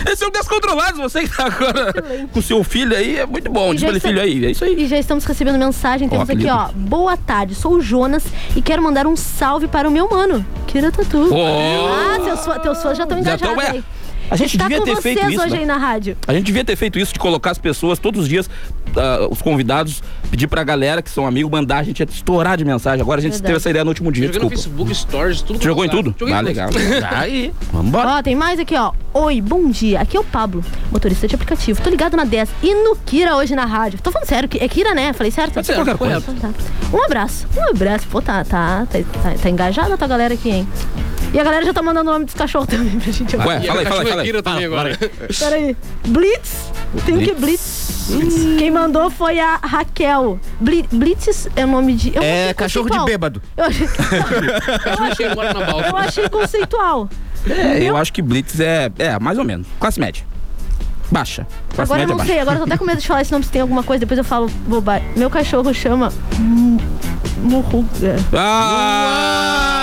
[SPEAKER 2] Eles são descontrolados, você que tá agora com seu filho aí, é muito bom.
[SPEAKER 5] E
[SPEAKER 2] Diz
[SPEAKER 5] já
[SPEAKER 2] pra ele,
[SPEAKER 5] está-
[SPEAKER 2] filho aí, é isso aí.
[SPEAKER 5] E já estamos recebendo mensagem. Temos aqui, ó. Boa tarde, sou o Jonas e quero mandar um salve para o meu mano, Kira Tatu.
[SPEAKER 2] Oh.
[SPEAKER 5] Ah, teus, fã- teus fãs já estão
[SPEAKER 2] Já tão,
[SPEAKER 5] engajados
[SPEAKER 2] é.
[SPEAKER 5] aí.
[SPEAKER 2] A gente
[SPEAKER 5] Está
[SPEAKER 2] devia
[SPEAKER 5] com
[SPEAKER 2] ter
[SPEAKER 5] vocês
[SPEAKER 2] feito isso,
[SPEAKER 5] hoje
[SPEAKER 2] né?
[SPEAKER 5] aí na rádio.
[SPEAKER 2] A gente devia ter feito isso de colocar as pessoas todos os dias, ah, os convidados, pedir pra galera que são amigos, mandar, a gente ia estourar de mensagem. Agora a gente
[SPEAKER 5] Verdade.
[SPEAKER 2] teve essa ideia no último dia,
[SPEAKER 7] Joguei no
[SPEAKER 2] desculpa.
[SPEAKER 7] Facebook, Stories, tudo.
[SPEAKER 2] Tu Jogou em tudo?
[SPEAKER 7] Joguei
[SPEAKER 2] ah,
[SPEAKER 7] em tudo.
[SPEAKER 2] legal. Aí.
[SPEAKER 5] Ó, tem mais aqui, ó. Oi, bom dia. Aqui é o Pablo, motorista de aplicativo. Tô ligado na 10 e no Kira hoje na rádio. Tô falando sério, é Kira, né? Falei certo?
[SPEAKER 2] Pode ser, qualquer coisa.
[SPEAKER 5] Então tá. Um abraço, um abraço. Pô, tá, tá, tá, tá, tá engajada a tua galera aqui, hein? E a galera já tá mandando o nome dos cachorros também pra gente ouvir.
[SPEAKER 2] Ué,
[SPEAKER 7] E
[SPEAKER 2] fala aí,
[SPEAKER 7] a
[SPEAKER 2] fala aí,
[SPEAKER 7] cachorra é
[SPEAKER 2] fala aí.
[SPEAKER 7] Kira também agora.
[SPEAKER 5] Peraí. Blitz. Tem que Blitz. Hum. Quem mandou foi a Raquel. Bli- Blitz é o nome de. eu
[SPEAKER 6] É
[SPEAKER 5] achei
[SPEAKER 6] cachorro de
[SPEAKER 5] conceitual.
[SPEAKER 6] bêbado.
[SPEAKER 5] Eu achei,
[SPEAKER 7] Cachorro chega agora na
[SPEAKER 5] eu
[SPEAKER 7] balsa.
[SPEAKER 5] achei conceitual.
[SPEAKER 2] É, eu acho que Blitz é, é, mais ou menos. Classe média. Baixa. Classe
[SPEAKER 5] Agora eu
[SPEAKER 2] média
[SPEAKER 5] não
[SPEAKER 2] baixa.
[SPEAKER 5] sei, agora eu tô até com medo de falar esse nome se tem alguma coisa, depois eu falo bobagem. Meu cachorro chama. Mu- Murruga.
[SPEAKER 2] Ah!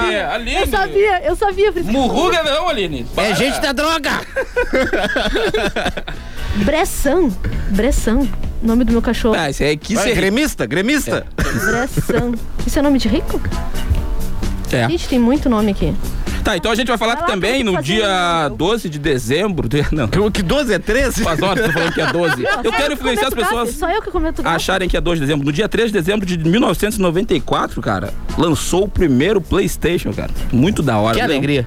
[SPEAKER 2] Aline,
[SPEAKER 5] Eu
[SPEAKER 2] Aline.
[SPEAKER 5] sabia, eu sabia, por isso que-
[SPEAKER 2] Murruga não, Aline.
[SPEAKER 3] É gente da droga!
[SPEAKER 5] Bressan. Bressan. Nome do meu cachorro.
[SPEAKER 2] Ah, esse é que
[SPEAKER 6] Vai,
[SPEAKER 2] ser.
[SPEAKER 6] gremista, gremista.
[SPEAKER 5] Bressan. Isso é nome de rico?
[SPEAKER 2] É.
[SPEAKER 5] Gente, tem muito nome aqui.
[SPEAKER 2] Tá, então a gente vai falar que
[SPEAKER 5] Vai lá,
[SPEAKER 2] também
[SPEAKER 5] tem que
[SPEAKER 2] no
[SPEAKER 5] fazer
[SPEAKER 2] dia
[SPEAKER 5] um-
[SPEAKER 2] 12 de dezembro. de- Não,
[SPEAKER 6] O que 12 é 13?
[SPEAKER 2] faz horas que eu tô falando que é 12. Eu quero influenciar as
[SPEAKER 5] Comento gafe,
[SPEAKER 2] pessoas
[SPEAKER 5] Só eu que comento
[SPEAKER 2] a
[SPEAKER 5] gafe.
[SPEAKER 2] acharem que é 2 de dezembro. No dia 3 de dezembro de 1994, cara, lançou o primeiro PlayStation, cara. Muito da hora.
[SPEAKER 3] Que
[SPEAKER 2] né?
[SPEAKER 3] alegria.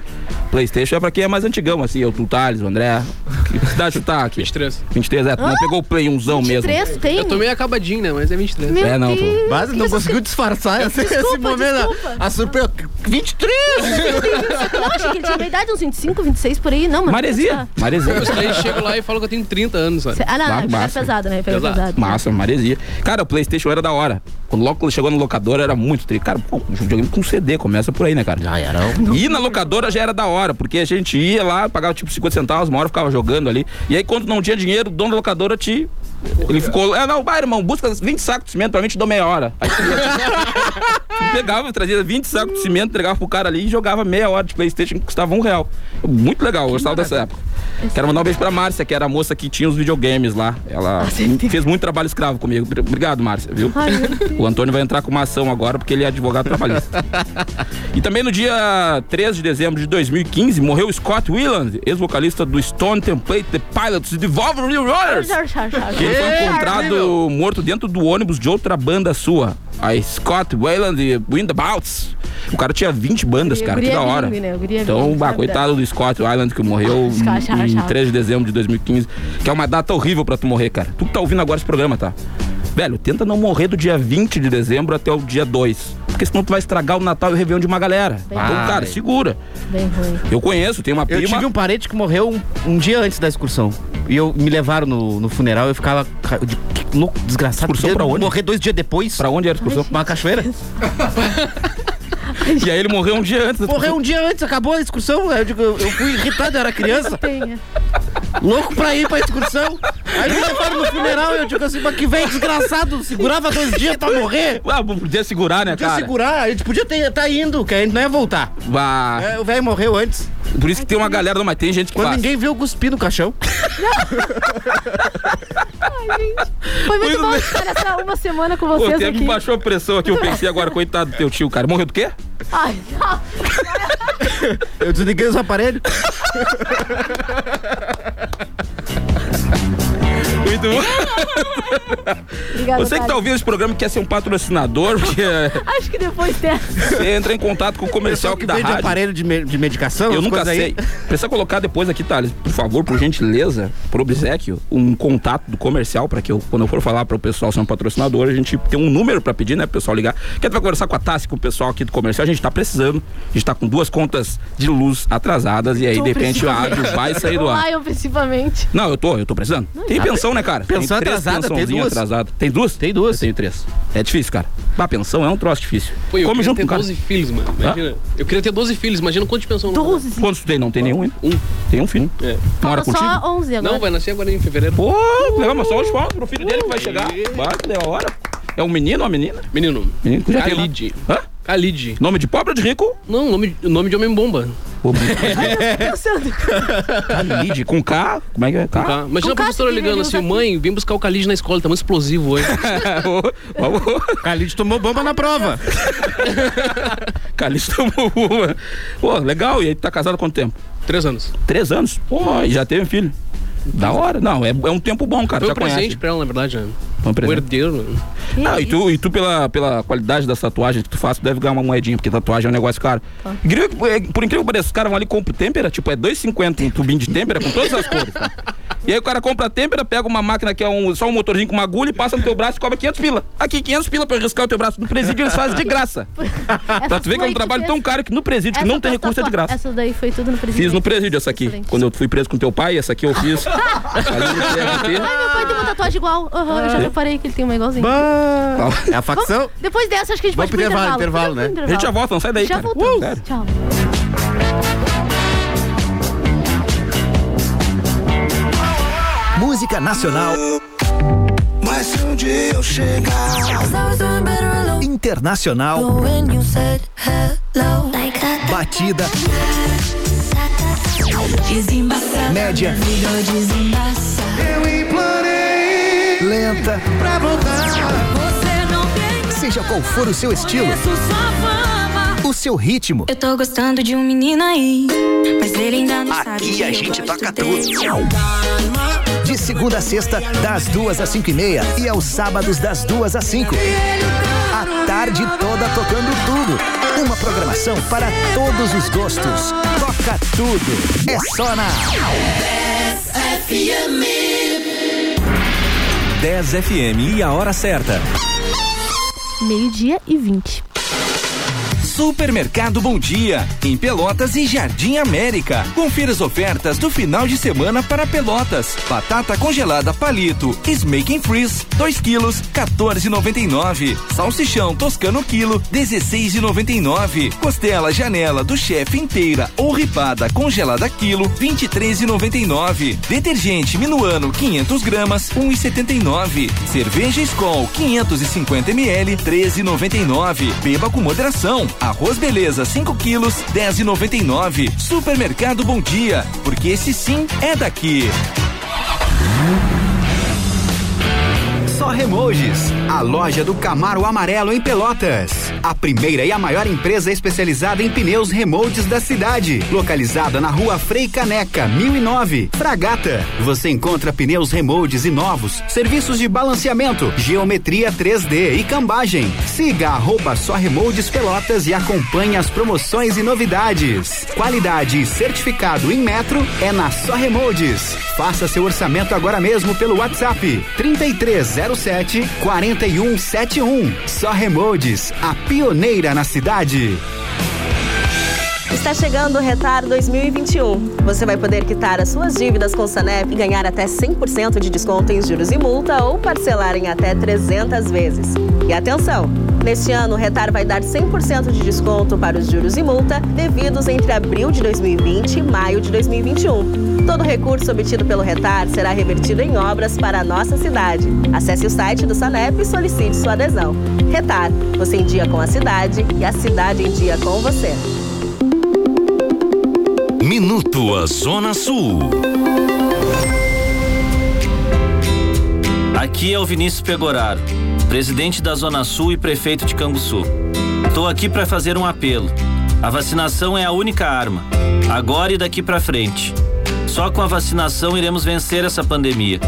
[SPEAKER 2] PlayStation é pra quem é mais antigão, assim, eu, tu, Thales, o André. Que cidade tu tá aqui?
[SPEAKER 7] 23.
[SPEAKER 2] 23, é, tu não pegou o Play 1zão mesmo.
[SPEAKER 5] 23 tem?
[SPEAKER 7] Eu tô meio acabadinho, né? Mas é 23.
[SPEAKER 5] Meu
[SPEAKER 2] É, não, tô-
[SPEAKER 5] Deus,
[SPEAKER 6] Mas
[SPEAKER 5] que
[SPEAKER 6] não
[SPEAKER 5] isso
[SPEAKER 6] conseguiu disfarçar esse, esse
[SPEAKER 5] Desculpa,
[SPEAKER 6] momento. né?
[SPEAKER 5] desculpa.
[SPEAKER 6] A surpresa. 23!
[SPEAKER 5] tem? Eu achei que ele tinha minha idade, uns 25, 26 por aí. Não, mas. tá.
[SPEAKER 2] Maresia. Maresia.
[SPEAKER 7] Os três chegam lá e falam que eu tenho 30 anos, sabe?
[SPEAKER 5] Ah,
[SPEAKER 2] Claro,
[SPEAKER 5] não, não, é
[SPEAKER 2] massa.
[SPEAKER 5] pesado, né? Pegou
[SPEAKER 7] Pesado.
[SPEAKER 5] pesado.
[SPEAKER 2] Massa, maresia. Cara, o Playstation era da hora. Quando logo quando chegou na locadora era muito tri. Cara, pô, um videogame com CD, começa por aí, né, cara?
[SPEAKER 3] Ah, era
[SPEAKER 2] E na locadora já era da hora, porque a gente ia lá, pagava tipo 50 centavos, uma hora ficava jogando ali. E aí, quando não tinha dinheiro, o dono da locadora te. Ele ficou. É, não, vai, irmão, busca 20 sacos de cimento pra mim, te dou meia hora. Aí tu ia- pegava, trazia 20 sacos de cimento, entregava pro cara ali e jogava meia hora de Playstation que custava um real. Muito legal, eu gostava dessa época. Quero mandar um beijo pra Márcia, que era a moça que tinha os videogames lá. Ela fez muito trabalho escravo comigo. Obrigado, Márcia, viu?
[SPEAKER 5] Ah, Ai, meu Deus.
[SPEAKER 2] O Antônio vai entrar com uma ação agora porque ele é advogado trabalhista. e também no dia 13 de dezembro de 2015 morreu Scott Whelan, ex-vocalista do Stone Template The Pilots e The Wolverine Rollers. que ele foi encontrado morto dentro do ônibus de outra banda sua, a Scott Whelan e Windabouts. O cara tinha 20 bandas, cara, que
[SPEAKER 5] Guria
[SPEAKER 2] da hora.
[SPEAKER 5] bilingue, né? Guria
[SPEAKER 2] Então,
[SPEAKER 5] bilingue,
[SPEAKER 2] bah,
[SPEAKER 5] sabe?
[SPEAKER 2] coitado do Scott Whelan que morreu
[SPEAKER 5] Scott,
[SPEAKER 2] em
[SPEAKER 5] Scott.
[SPEAKER 2] 3 de dezembro de 2015, que é uma data horrível pra tu morrer, cara. Tu que tá ouvindo agora esse programa, tá? Velho, tenta não morrer do dia 20 de dezembro até o dia 2. Porque senão tu vai estragar o Natal e o Réveillon de uma galera. então, cara,
[SPEAKER 3] velho.
[SPEAKER 2] segura.
[SPEAKER 5] Bem ruim.
[SPEAKER 2] Eu conheço, tem uma
[SPEAKER 6] Eu
[SPEAKER 2] prima.
[SPEAKER 6] tive um parente que morreu um, um dia antes da excursão. E eu me levaram no, no funeral eu ficava. ca- de- que louco, desgraçado.
[SPEAKER 2] Excursão
[SPEAKER 6] podia
[SPEAKER 2] pra onde?
[SPEAKER 6] Morrer dois dias depois.
[SPEAKER 2] Pra onde era a excursão?
[SPEAKER 6] Uma cachoeira?
[SPEAKER 2] E aí ele morreu um dia antes. da
[SPEAKER 6] Morreu um dia antes, acabou a excursão. Eu, digo, eu- eu fui irritado, eu era criança.
[SPEAKER 5] Tem, é.
[SPEAKER 6] louco pra ir pra excursão. Aí me levaram no funeral eu digo assim, mas que velho desgraçado, segurava dois dias pra morrer.
[SPEAKER 2] Ah, podia segurar, né,
[SPEAKER 6] Podia
[SPEAKER 2] cara?
[SPEAKER 6] segurar, a gente podia estar indo, que a gente não ia voltar.
[SPEAKER 2] Bah,
[SPEAKER 6] É, o velho morreu antes.
[SPEAKER 2] Por isso que tem uma galera, não, mas tem gente que
[SPEAKER 6] Quando
[SPEAKER 2] faz.
[SPEAKER 6] ninguém viu, eu cuspi no caixão.
[SPEAKER 5] Foi muito
[SPEAKER 2] Foi
[SPEAKER 5] bom
[SPEAKER 2] no-
[SPEAKER 5] estar essa uma semana com
[SPEAKER 2] Pô,
[SPEAKER 5] vocês
[SPEAKER 2] até me
[SPEAKER 5] aqui.
[SPEAKER 2] baixou a pressão aqui, eu pensei agora, coitado do teu tio, cara. Morreu do quê?
[SPEAKER 5] Ai, não.
[SPEAKER 6] Eu desliguei os aparelhos.
[SPEAKER 2] Muito bom.
[SPEAKER 5] Obrigada,
[SPEAKER 2] Você que tá
[SPEAKER 5] Thales.
[SPEAKER 2] ouvindo esse programa e quer ser um patrocinador, porque é,
[SPEAKER 5] Acho que depois dessa.
[SPEAKER 2] você entra em contato com o comercial
[SPEAKER 6] Pessoal
[SPEAKER 2] aqui
[SPEAKER 6] que
[SPEAKER 2] da
[SPEAKER 6] vende
[SPEAKER 2] rádio.
[SPEAKER 6] aparelho de, me- de medicação,
[SPEAKER 2] Eu
[SPEAKER 6] as
[SPEAKER 2] nunca
[SPEAKER 6] coisas
[SPEAKER 2] sei.
[SPEAKER 6] aí.
[SPEAKER 2] Precisa colocar depois aqui, Thales, por favor, por gentileza, por obsequio, um contato do comercial para que eu, quando eu for falar para o pessoal ser um patrocinador, a gente tem um número para pedir, né, pro pessoal ligar. Que tu vai conversar com a Tassi, com o pessoal aqui do comercial, a gente tá precisando. A gente tá com duas contas de luz atrasadas e aí,
[SPEAKER 5] Tu
[SPEAKER 2] de repente, a
[SPEAKER 5] precisa.
[SPEAKER 2] rádio vai sair do
[SPEAKER 5] O
[SPEAKER 2] ar.
[SPEAKER 5] Lion, principalmente.
[SPEAKER 2] Não, eu tô, eu tô precisando. tem pensão, né, cara?
[SPEAKER 6] pensão
[SPEAKER 2] tem três
[SPEAKER 6] atrasada, tem
[SPEAKER 2] pensãozinhas
[SPEAKER 6] duas.
[SPEAKER 2] atrasadas. Tem duas?
[SPEAKER 6] Tem duas.
[SPEAKER 2] Eu tenho três. É difícil, cara. Bah, pensão é um troço difícil.
[SPEAKER 7] Pô, eu
[SPEAKER 2] Come
[SPEAKER 7] queria
[SPEAKER 2] junto com
[SPEAKER 7] ter
[SPEAKER 2] o cara.
[SPEAKER 7] 12 filhos, mano. Imagina. Eu queria ter 12 filhos, imagina quantos pensam.
[SPEAKER 5] 12.
[SPEAKER 2] Quantos tu tem? Não tem nenhum ainda.
[SPEAKER 7] Um.
[SPEAKER 2] Tem um filho.
[SPEAKER 7] É.
[SPEAKER 2] Mora
[SPEAKER 5] Falta
[SPEAKER 2] contigo?
[SPEAKER 5] só 11 agora.
[SPEAKER 7] Não, vai nascer agora em fevereiro.
[SPEAKER 2] Pô,
[SPEAKER 6] um.
[SPEAKER 2] legal, mas só os fotos pro filho dele que vai chegar. Vai, que da hora. É um menino ou uma menina?
[SPEAKER 7] Menino.
[SPEAKER 2] Menino que já tem lá.
[SPEAKER 7] Khalid.
[SPEAKER 2] Hã?
[SPEAKER 7] Khalid.
[SPEAKER 2] Nome de pobre ou de rico?
[SPEAKER 7] Não, nome, nome de homem bomba.
[SPEAKER 2] é. Khalid, com K. Como é que é?
[SPEAKER 7] Com
[SPEAKER 6] Ah,
[SPEAKER 7] K. tá? Imagina
[SPEAKER 6] um
[SPEAKER 5] Com K,
[SPEAKER 7] a professora
[SPEAKER 5] sim,
[SPEAKER 7] ligando
[SPEAKER 5] ele
[SPEAKER 7] assim,
[SPEAKER 5] usa
[SPEAKER 7] mãe, vem buscar o Khalid na escola, tá muito explosivo hoje.
[SPEAKER 6] Khalid tomou bomba na prova.
[SPEAKER 2] Calixto tomou uma. Pô, legal. E aí, tu tá casado há quanto tempo?
[SPEAKER 7] Três anos.
[SPEAKER 2] Três anos. Pô, e já teve um filho. Da hora. Não, é, é um tempo bom, cara.
[SPEAKER 7] Foi
[SPEAKER 2] já
[SPEAKER 7] um presente
[SPEAKER 2] conhece.
[SPEAKER 7] pra ela, na verdade, né?
[SPEAKER 2] Foi um
[SPEAKER 7] O
[SPEAKER 2] presente.
[SPEAKER 7] herdeiro. né?
[SPEAKER 2] Não,
[SPEAKER 5] É
[SPEAKER 2] e tu, e tu pela, pela qualidade das tatuagens que tu faz, tu deve ganhar uma moedinha, porque tatuagem é um negócio caro. Incrível que- é, Por incrível que pareça, os caras vão ali e compram têmpera, tipo, é 2,50 um tubinho de têmpera com todas as cores. tá? E aí o cara compra a têmpera, pega uma máquina que é um, só um motorzinho com uma agulha e passa no teu braço e cobra 500 pila. Aqui, 500 pila pra eu riscar o teu braço. No presídio eles fazem de graça. Pra tu ver que é um trabalho tão caro que no presídio, que não tem recurso, é de graça.
[SPEAKER 5] Essa daí foi tudo no presídio.
[SPEAKER 2] Fiz no presídio essa aqui.
[SPEAKER 5] Excelente.
[SPEAKER 2] Quando eu fui preso com teu pai, essa aqui eu fiz. Ali no TRT.
[SPEAKER 5] Ai, meu pai tem uma tatuagem igual. Aham, eu já
[SPEAKER 2] É?
[SPEAKER 5] reparei que ele tem uma igualzinha.
[SPEAKER 6] É a facção?
[SPEAKER 5] Vamos- depois dessa, acho que a gente
[SPEAKER 8] Vamos
[SPEAKER 5] pode
[SPEAKER 8] pro intervalo, intervalo,
[SPEAKER 5] Vamos pro
[SPEAKER 2] A gente já volta, não sai daí,
[SPEAKER 5] Já
[SPEAKER 2] cara.
[SPEAKER 5] voltamos.
[SPEAKER 2] Sério.
[SPEAKER 5] Tchau.
[SPEAKER 8] Música nacional,
[SPEAKER 9] Mas se um dia eu chegar,
[SPEAKER 8] internacional, batida,
[SPEAKER 4] Desembaçada.
[SPEAKER 8] média,
[SPEAKER 10] é
[SPEAKER 4] Virou desembaça.
[SPEAKER 9] eu implorei
[SPEAKER 8] lenta,
[SPEAKER 9] pra voltar.
[SPEAKER 4] Você não tem
[SPEAKER 8] seja qual for o seu estilo,
[SPEAKER 4] preço, sua fama.
[SPEAKER 8] o seu ritmo.
[SPEAKER 10] Eu tô gostando de um menino aí, mas ele ainda não sabe.
[SPEAKER 8] Aqui
[SPEAKER 10] que
[SPEAKER 8] a
[SPEAKER 10] eu
[SPEAKER 8] gente
[SPEAKER 10] gosto
[SPEAKER 8] toca
[SPEAKER 10] dele.
[SPEAKER 8] tudo. De segunda a sexta, das duas às cinco e meia. E aos sábados, das duas às cinco. A tarde toda tocando tudo. Uma programação para todos os gostos. Toca tudo. É só na.
[SPEAKER 1] 10 FM e a hora certa.
[SPEAKER 5] Meio-dia e 20.
[SPEAKER 1] Supermercado Bom Dia, em Pelotas e Jardim América. Confira as ofertas do final de semana para Pelotas. Batata congelada palito, Smaking Freeze, 2 quilos, 14,99. Salsichão toscano quilo, 16,99. Costela janela do chefe inteira ou ribada congelada quilo, 23,99. Detergente Minuano 500 gramas, 1,79. Cerveja Skol 550 ml, 13,99. Beba com moderação. Arroz Beleza 5 quilos, 10,99. Supermercado Bom Dia, porque esse sim é daqui.
[SPEAKER 9] Só Remojis, a loja do Camaro Amarelo em Pelotas. É. A primeira e a maior empresa especializada em pneus remoldes da cidade. Localizada na rua Frei Caneca, 1009, Fragata. Você encontra pneus remoldes e novos, serviços de balanceamento, geometria 3D e cambagem. Siga arroba Só Remoldes Pelotas e acompanhe as promoções e novidades. Qualidade e certificado em metro é na Só Remoldes. Faça seu orçamento agora mesmo pelo WhatsApp 3307 4171. Só Remoldes, a pioneira na cidade.
[SPEAKER 11] Está chegando o Retar 2021. Você vai poder quitar as suas dívidas com o Sanep e ganhar até 100% de desconto em juros e multa ou parcelar em até 300 vezes. E atenção! Neste ano, o Retar vai dar 100% de desconto para os juros e multa devidos entre abril de 2020 e maio de 2021. Todo recurso obtido pelo Retar será revertido em obras para a nossa cidade. Acesse o site do Sanep e solicite sua adesão. Retar, você em dia com a cidade e a cidade em dia com você.
[SPEAKER 3] Minuto a Zona Sul.
[SPEAKER 12] Aqui é o Vinícius Pegoraro, presidente da Zona Sul e prefeito de Canguçu. Estou aqui para fazer um apelo. A vacinação é a única arma, agora e daqui para frente. Só com a vacinação iremos vencer essa pandemia.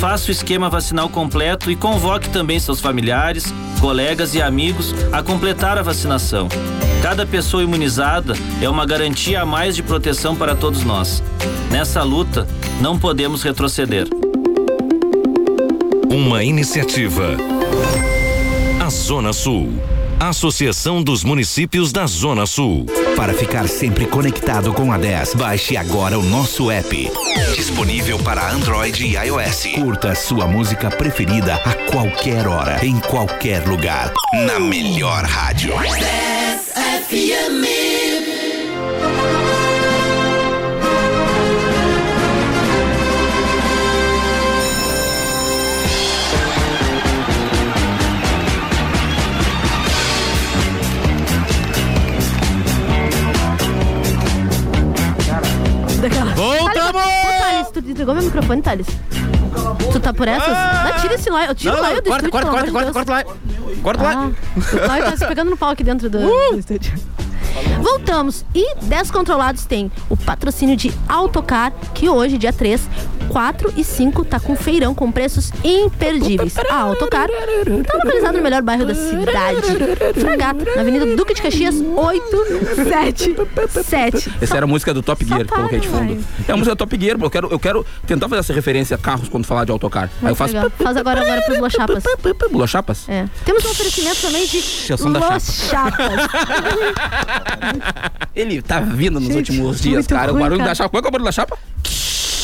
[SPEAKER 12] Faça o esquema vacinal completo e convoque também seus familiares, colegas e amigos a completar a vacinação. Cada pessoa imunizada é uma garantia a mais de proteção para todos nós. Nessa luta, não podemos retroceder.
[SPEAKER 3] Uma iniciativa. A Zona Sul. Associação dos Municípios da Zona Sul.
[SPEAKER 1] Para ficar sempre conectado com a 10, baixe agora o nosso app.
[SPEAKER 3] Disponível para Android e iOS.
[SPEAKER 1] Curta sua música preferida a qualquer hora, em qualquer lugar.
[SPEAKER 3] Na melhor rádio.
[SPEAKER 5] tu desligou meu microfone, Thales. Tu tá por essas? Ah, tira esse lá, eu tiro
[SPEAKER 6] Não,
[SPEAKER 5] lá
[SPEAKER 6] não,
[SPEAKER 5] eu do
[SPEAKER 6] corta,
[SPEAKER 5] estúdio,
[SPEAKER 6] corta,
[SPEAKER 5] pelo
[SPEAKER 6] corta,
[SPEAKER 5] amor de Ah.
[SPEAKER 6] corta, corta lá. Corta lá.
[SPEAKER 5] Deus. O Cláudio tá se pegando no pau aqui dentro do,
[SPEAKER 2] Uh!
[SPEAKER 5] do estúdio. Voltamos. E Descontrolados tem o patrocínio de Autocar, que hoje, dia 3, 4 e 5, tá com feirão com preços imperdíveis. A Autocar tá localizado no melhor bairro da cidade. Fragata, na Avenida Duque de Caxias, 877.
[SPEAKER 2] Essa era a música do Top Gear, que eu coloquei de fundo. É a música do Top Gear, pô. Eu quero, eu quero tentar fazer essa referência a carros quando falar de autocar. Aí eu faço.
[SPEAKER 5] Legal. Faz agora, agora pros Lochapas.
[SPEAKER 2] Pula chapas?
[SPEAKER 5] É. Temos um oferecimento também de
[SPEAKER 2] o som da chapa.
[SPEAKER 5] Lochapas.
[SPEAKER 2] Ele tá vindo nos
[SPEAKER 5] Gente,
[SPEAKER 2] últimos dias,
[SPEAKER 5] muito
[SPEAKER 2] cara. o
[SPEAKER 5] ruim,
[SPEAKER 2] barulho
[SPEAKER 5] cara.
[SPEAKER 2] da chapa. Qual é, que é o barulho da chapa?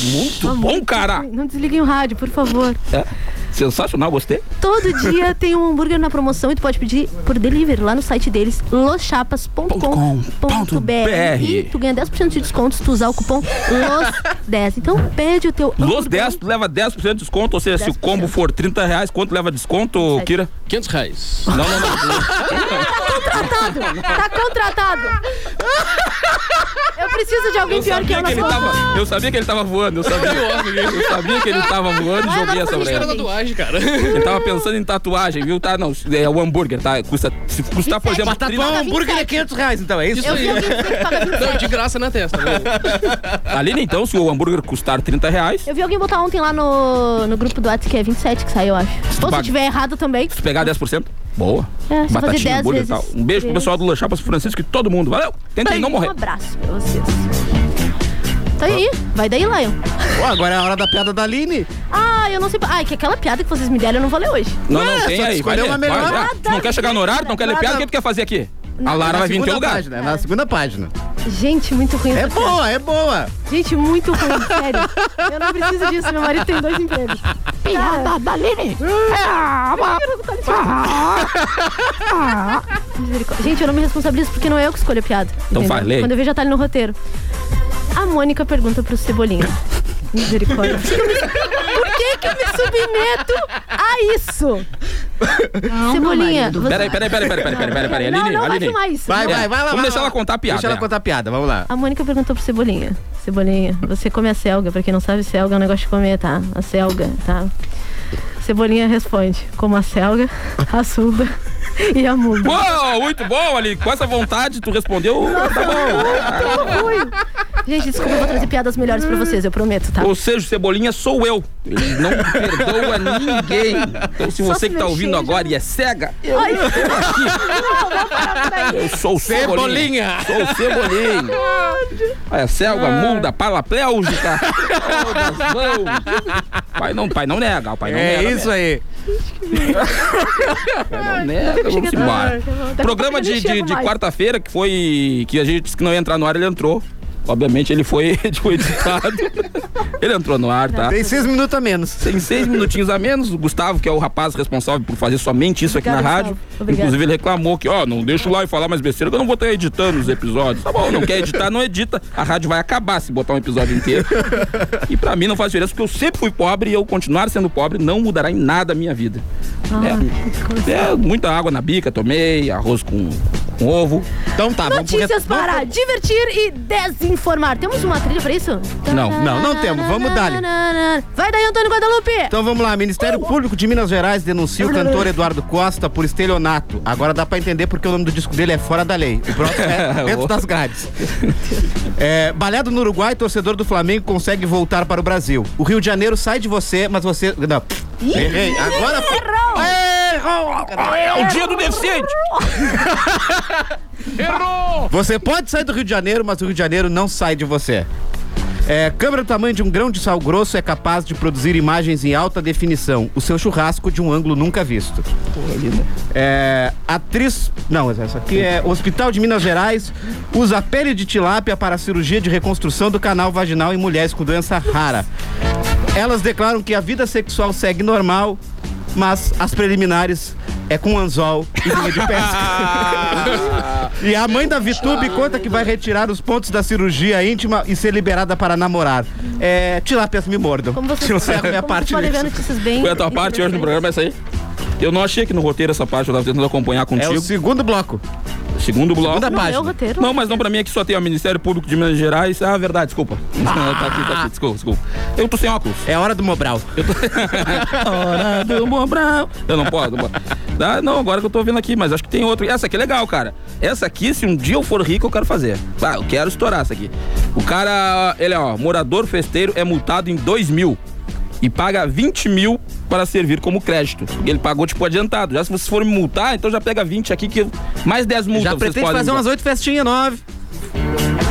[SPEAKER 2] Muito
[SPEAKER 5] Ah,
[SPEAKER 2] bom, cara.
[SPEAKER 5] Não desliguem o rádio, por favor.
[SPEAKER 2] É. Sensacional, gostei.
[SPEAKER 5] Todo dia tem um hambúrguer na promoção e tu pode pedir por delivery lá no site deles, loschapas.com.br. E tu ganha 10% de desconto se tu usar o cupom LOS10. Então pede o teu
[SPEAKER 2] Los 10, tu leva 10% de desconto. Ou seja, se o combo for 30 reais, quanto leva desconto, Kira? 500 reais. Não, não, não.
[SPEAKER 5] contratado. Tá contratado. Eu preciso de alguém
[SPEAKER 2] Eu
[SPEAKER 5] pior que
[SPEAKER 2] sabia
[SPEAKER 5] eu na
[SPEAKER 2] que ele
[SPEAKER 5] sua-
[SPEAKER 2] tava, eu sabia que ele tava voando, eu sabia. Eu sabia que ele tava voando e
[SPEAKER 5] Vai lá
[SPEAKER 2] joguei
[SPEAKER 5] pra
[SPEAKER 2] essa
[SPEAKER 5] frente,
[SPEAKER 2] pra ele.
[SPEAKER 5] cara, tatuagem,
[SPEAKER 7] cara.
[SPEAKER 2] Ele tava pensando em tatuagem, viu? Tá, não, é o hambúrguer, tá? Custa, se custar, por exemplo,
[SPEAKER 6] Mas tatuar um hambúrguer é 500 reais, então, é isso?
[SPEAKER 7] Isso aí. Não, de graça na testa. né?
[SPEAKER 2] Aline, então, se o hambúrguer custar 30 reais,
[SPEAKER 5] Eu vi alguém botar ontem lá no, no grupo do WhatsApp que é 27 que saiu, eu acho. Ou se
[SPEAKER 2] Bag-
[SPEAKER 5] tiver errado também.
[SPEAKER 2] se pegar 10%, boa.
[SPEAKER 5] É, só fazer 10
[SPEAKER 2] hambúrguer e
[SPEAKER 5] vezes.
[SPEAKER 2] tal. Um beijo pro pessoal do Lanchapas Francisco e todo mundo. Valeu! Tentem não morrer.
[SPEAKER 5] Um abraço pra vocês. Tá aí, vai daí, Lion.
[SPEAKER 6] Pô, agora é a hora da piada da Aline.
[SPEAKER 5] Ah, eu não sei. Ah, é que aquela piada que vocês me deram eu não vou ler hoje.
[SPEAKER 2] Não, não,
[SPEAKER 6] Ué,
[SPEAKER 2] tem
[SPEAKER 6] só
[SPEAKER 2] aí. Vai
[SPEAKER 6] escolheu
[SPEAKER 2] ler,
[SPEAKER 6] uma
[SPEAKER 2] vai,
[SPEAKER 6] melhor.
[SPEAKER 2] já.
[SPEAKER 6] Nada
[SPEAKER 2] Não quer chegar no horário, não quer ler
[SPEAKER 5] nada.
[SPEAKER 2] piada, o que tu quer fazer aqui? A Lara
[SPEAKER 6] Na
[SPEAKER 2] vai vir no
[SPEAKER 6] segunda
[SPEAKER 2] teu lugar.
[SPEAKER 6] Página, é, na segunda página.
[SPEAKER 5] Gente, muito ruim.
[SPEAKER 6] É boa, é boa.
[SPEAKER 5] Gente, muito ruim, sério. Eu não preciso disso, meu marido tem dois empregos. Piada da Lene.
[SPEAKER 2] É, ah,
[SPEAKER 5] tá Ah. Gente, eu não me responsabilizo porque não é eu que escolho a piada.
[SPEAKER 2] Então
[SPEAKER 5] entendeu?
[SPEAKER 2] vai, lê.
[SPEAKER 5] Quando eu vejo a Thalia no roteiro. A Mônica pergunta pro Cebolinha. Misericórdia. Por que que eu me submeto a isso? Cebolinha. você-
[SPEAKER 2] Peraí, peraí, peraí, peraí, peraí, peraí, peraí, peraí.
[SPEAKER 5] Não,
[SPEAKER 2] Aline,
[SPEAKER 5] não, vai
[SPEAKER 2] Aline.
[SPEAKER 5] filmar isso.
[SPEAKER 6] Vai, vai, vai lá.
[SPEAKER 2] É. Vamos
[SPEAKER 6] vai
[SPEAKER 2] deixar
[SPEAKER 6] lá.
[SPEAKER 2] ela contar a piada.
[SPEAKER 6] Deixa ela
[SPEAKER 2] é.
[SPEAKER 6] contar a piada, vamos lá.
[SPEAKER 5] A Mônica perguntou pro Cebolinha. Cebolinha, você come a selga? Pra quem não sabe, selga é um negócio de comer, tá? A selga, tá? Cebolinha responde, como a selga, a suba e a muga.
[SPEAKER 2] Uou, muito bom, Aline. Com essa vontade, tu respondeu. Tá bom.
[SPEAKER 5] Gente, desculpa, eu vou trazer piadas melhores pra vocês, eu prometo, tá?
[SPEAKER 2] Ou seja, o Cebolinha sou eu. Ele não perdoa ninguém. Então, se
[SPEAKER 5] Só
[SPEAKER 2] você
[SPEAKER 5] se
[SPEAKER 2] que tá
[SPEAKER 5] mexer,
[SPEAKER 2] ouvindo
[SPEAKER 5] já-
[SPEAKER 2] agora e é cega, eu
[SPEAKER 5] Ai,
[SPEAKER 2] estou aqui. Eu sou o Cebolinha.
[SPEAKER 6] Cebolinha.
[SPEAKER 2] Sou o Cebolinha. Olha, selva, muda, palaplélgica. Todas vão. Pai não, pai não nega, o pai não
[SPEAKER 6] É
[SPEAKER 2] nega.
[SPEAKER 6] isso aí.
[SPEAKER 2] Não nega, vamos embora. Programa de, de- de quarta-feira que foi. que a gente disse que não ia entrar no ar, ele entrou. Obviamente ele foi foi editado. ele entrou no ar, tá?
[SPEAKER 6] Tem seis minutos a menos.
[SPEAKER 2] Tem seis minutinhos a menos. O Gustavo, que é o rapaz responsável por fazer somente isso aqui na
[SPEAKER 5] Obrigada,
[SPEAKER 2] rádio.
[SPEAKER 5] Gustavo. Obrigada.
[SPEAKER 2] Inclusive, ele reclamou que, ó, não deixa o lá e falar mais besteira, que eu não vou estar editando os episódios. Tá bom, não quer editar, não edita. A rádio vai acabar se botar um episódio inteiro. e pra mim não faz diferença, porque eu sempre fui pobre e eu continuar sendo pobre não mudará em nada a minha vida.
[SPEAKER 5] Ah,
[SPEAKER 2] É, é, muita água na bica, tomei, arroz com, com ovo. Então tá, vamos pro re-
[SPEAKER 5] Notícias
[SPEAKER 2] vamos pro-
[SPEAKER 5] para divertir e desinformar. Temos uma trilha pra isso?
[SPEAKER 6] Não, não, não temos. Vamos dar.
[SPEAKER 5] Vai daí, Antônio Guadalupe!
[SPEAKER 6] Então vamos lá, Ministério Público de Minas Gerais denuncia o cantor Eduardo Costa por estelionato. Agora dá pra entender porque o nome do disco dele é Fora da Lei. O próximo é Dentro das Grades. É, baleado no Uruguai, torcedor do Flamengo consegue voltar para o Brasil. O Rio de Janeiro sai de você, mas você... Não, errei. Agora...
[SPEAKER 2] Errou! É o dia do deficiente! Errou!
[SPEAKER 6] Você pode sair do Rio de Janeiro, mas o Rio de Janeiro não sai de você. É, câmera do tamanho de um grão de sal grosso é capaz de produzir imagens em alta definição. O seu churrasco de um ângulo nunca visto. É, atriz. Não, essa aqui é Hospital de Minas Gerais. Usa pele de tilápia para cirurgia de reconstrução do canal vaginal em mulheres com doença rara. Elas declaram que a vida sexual segue normal, mas as preliminares é com anzol e linha de pesca. e a mãe da Vitube conta que vai retirar os pontos da cirurgia íntima e ser liberada para namorar. É, tilápias me mordam.
[SPEAKER 5] Como vocês,
[SPEAKER 6] Eu
[SPEAKER 2] é
[SPEAKER 6] encerro minha
[SPEAKER 5] como tá
[SPEAKER 6] parte
[SPEAKER 5] podem ver
[SPEAKER 6] nisso.
[SPEAKER 5] notícias bem É
[SPEAKER 2] Foi a tua parte hoje no programa, é essa aí? Eu não achei que no roteiro essa parte, eu tava tentando acompanhar
[SPEAKER 6] É
[SPEAKER 2] contigo.
[SPEAKER 6] o segundo bloco.
[SPEAKER 2] Segundo bloco.
[SPEAKER 5] Segunda No página. meu roteiro.
[SPEAKER 2] Não, mas não pra mim é que só tem o Ministério Público de Minas Gerais. Ah, verdade, desculpa. tá aqui, tá aqui, desculpa, desculpa. Eu tô sem óculos.
[SPEAKER 6] É hora do Mobral.
[SPEAKER 2] Eu tô... hora do Mobral. Eu não posso, não posso. Ah, não, agora que eu tô vendo aqui, mas acho que tem outro. Essa aqui é legal, cara. Essa aqui, se um dia eu for rico, eu quero fazer. Ah, eu quero estourar essa aqui. O cara, ele é, ó, morador festeiro é multado em 2 mil e paga 20 mil para servir como crédito. E ele pagou, tipo, adiantado. Já se vocês forem me multar, então já pega 20 aqui, que eu- mais 10 multas
[SPEAKER 6] Já
[SPEAKER 2] vocês
[SPEAKER 6] pretende
[SPEAKER 2] podem
[SPEAKER 6] fazer
[SPEAKER 2] usar.
[SPEAKER 6] umas oito festinhas, nove.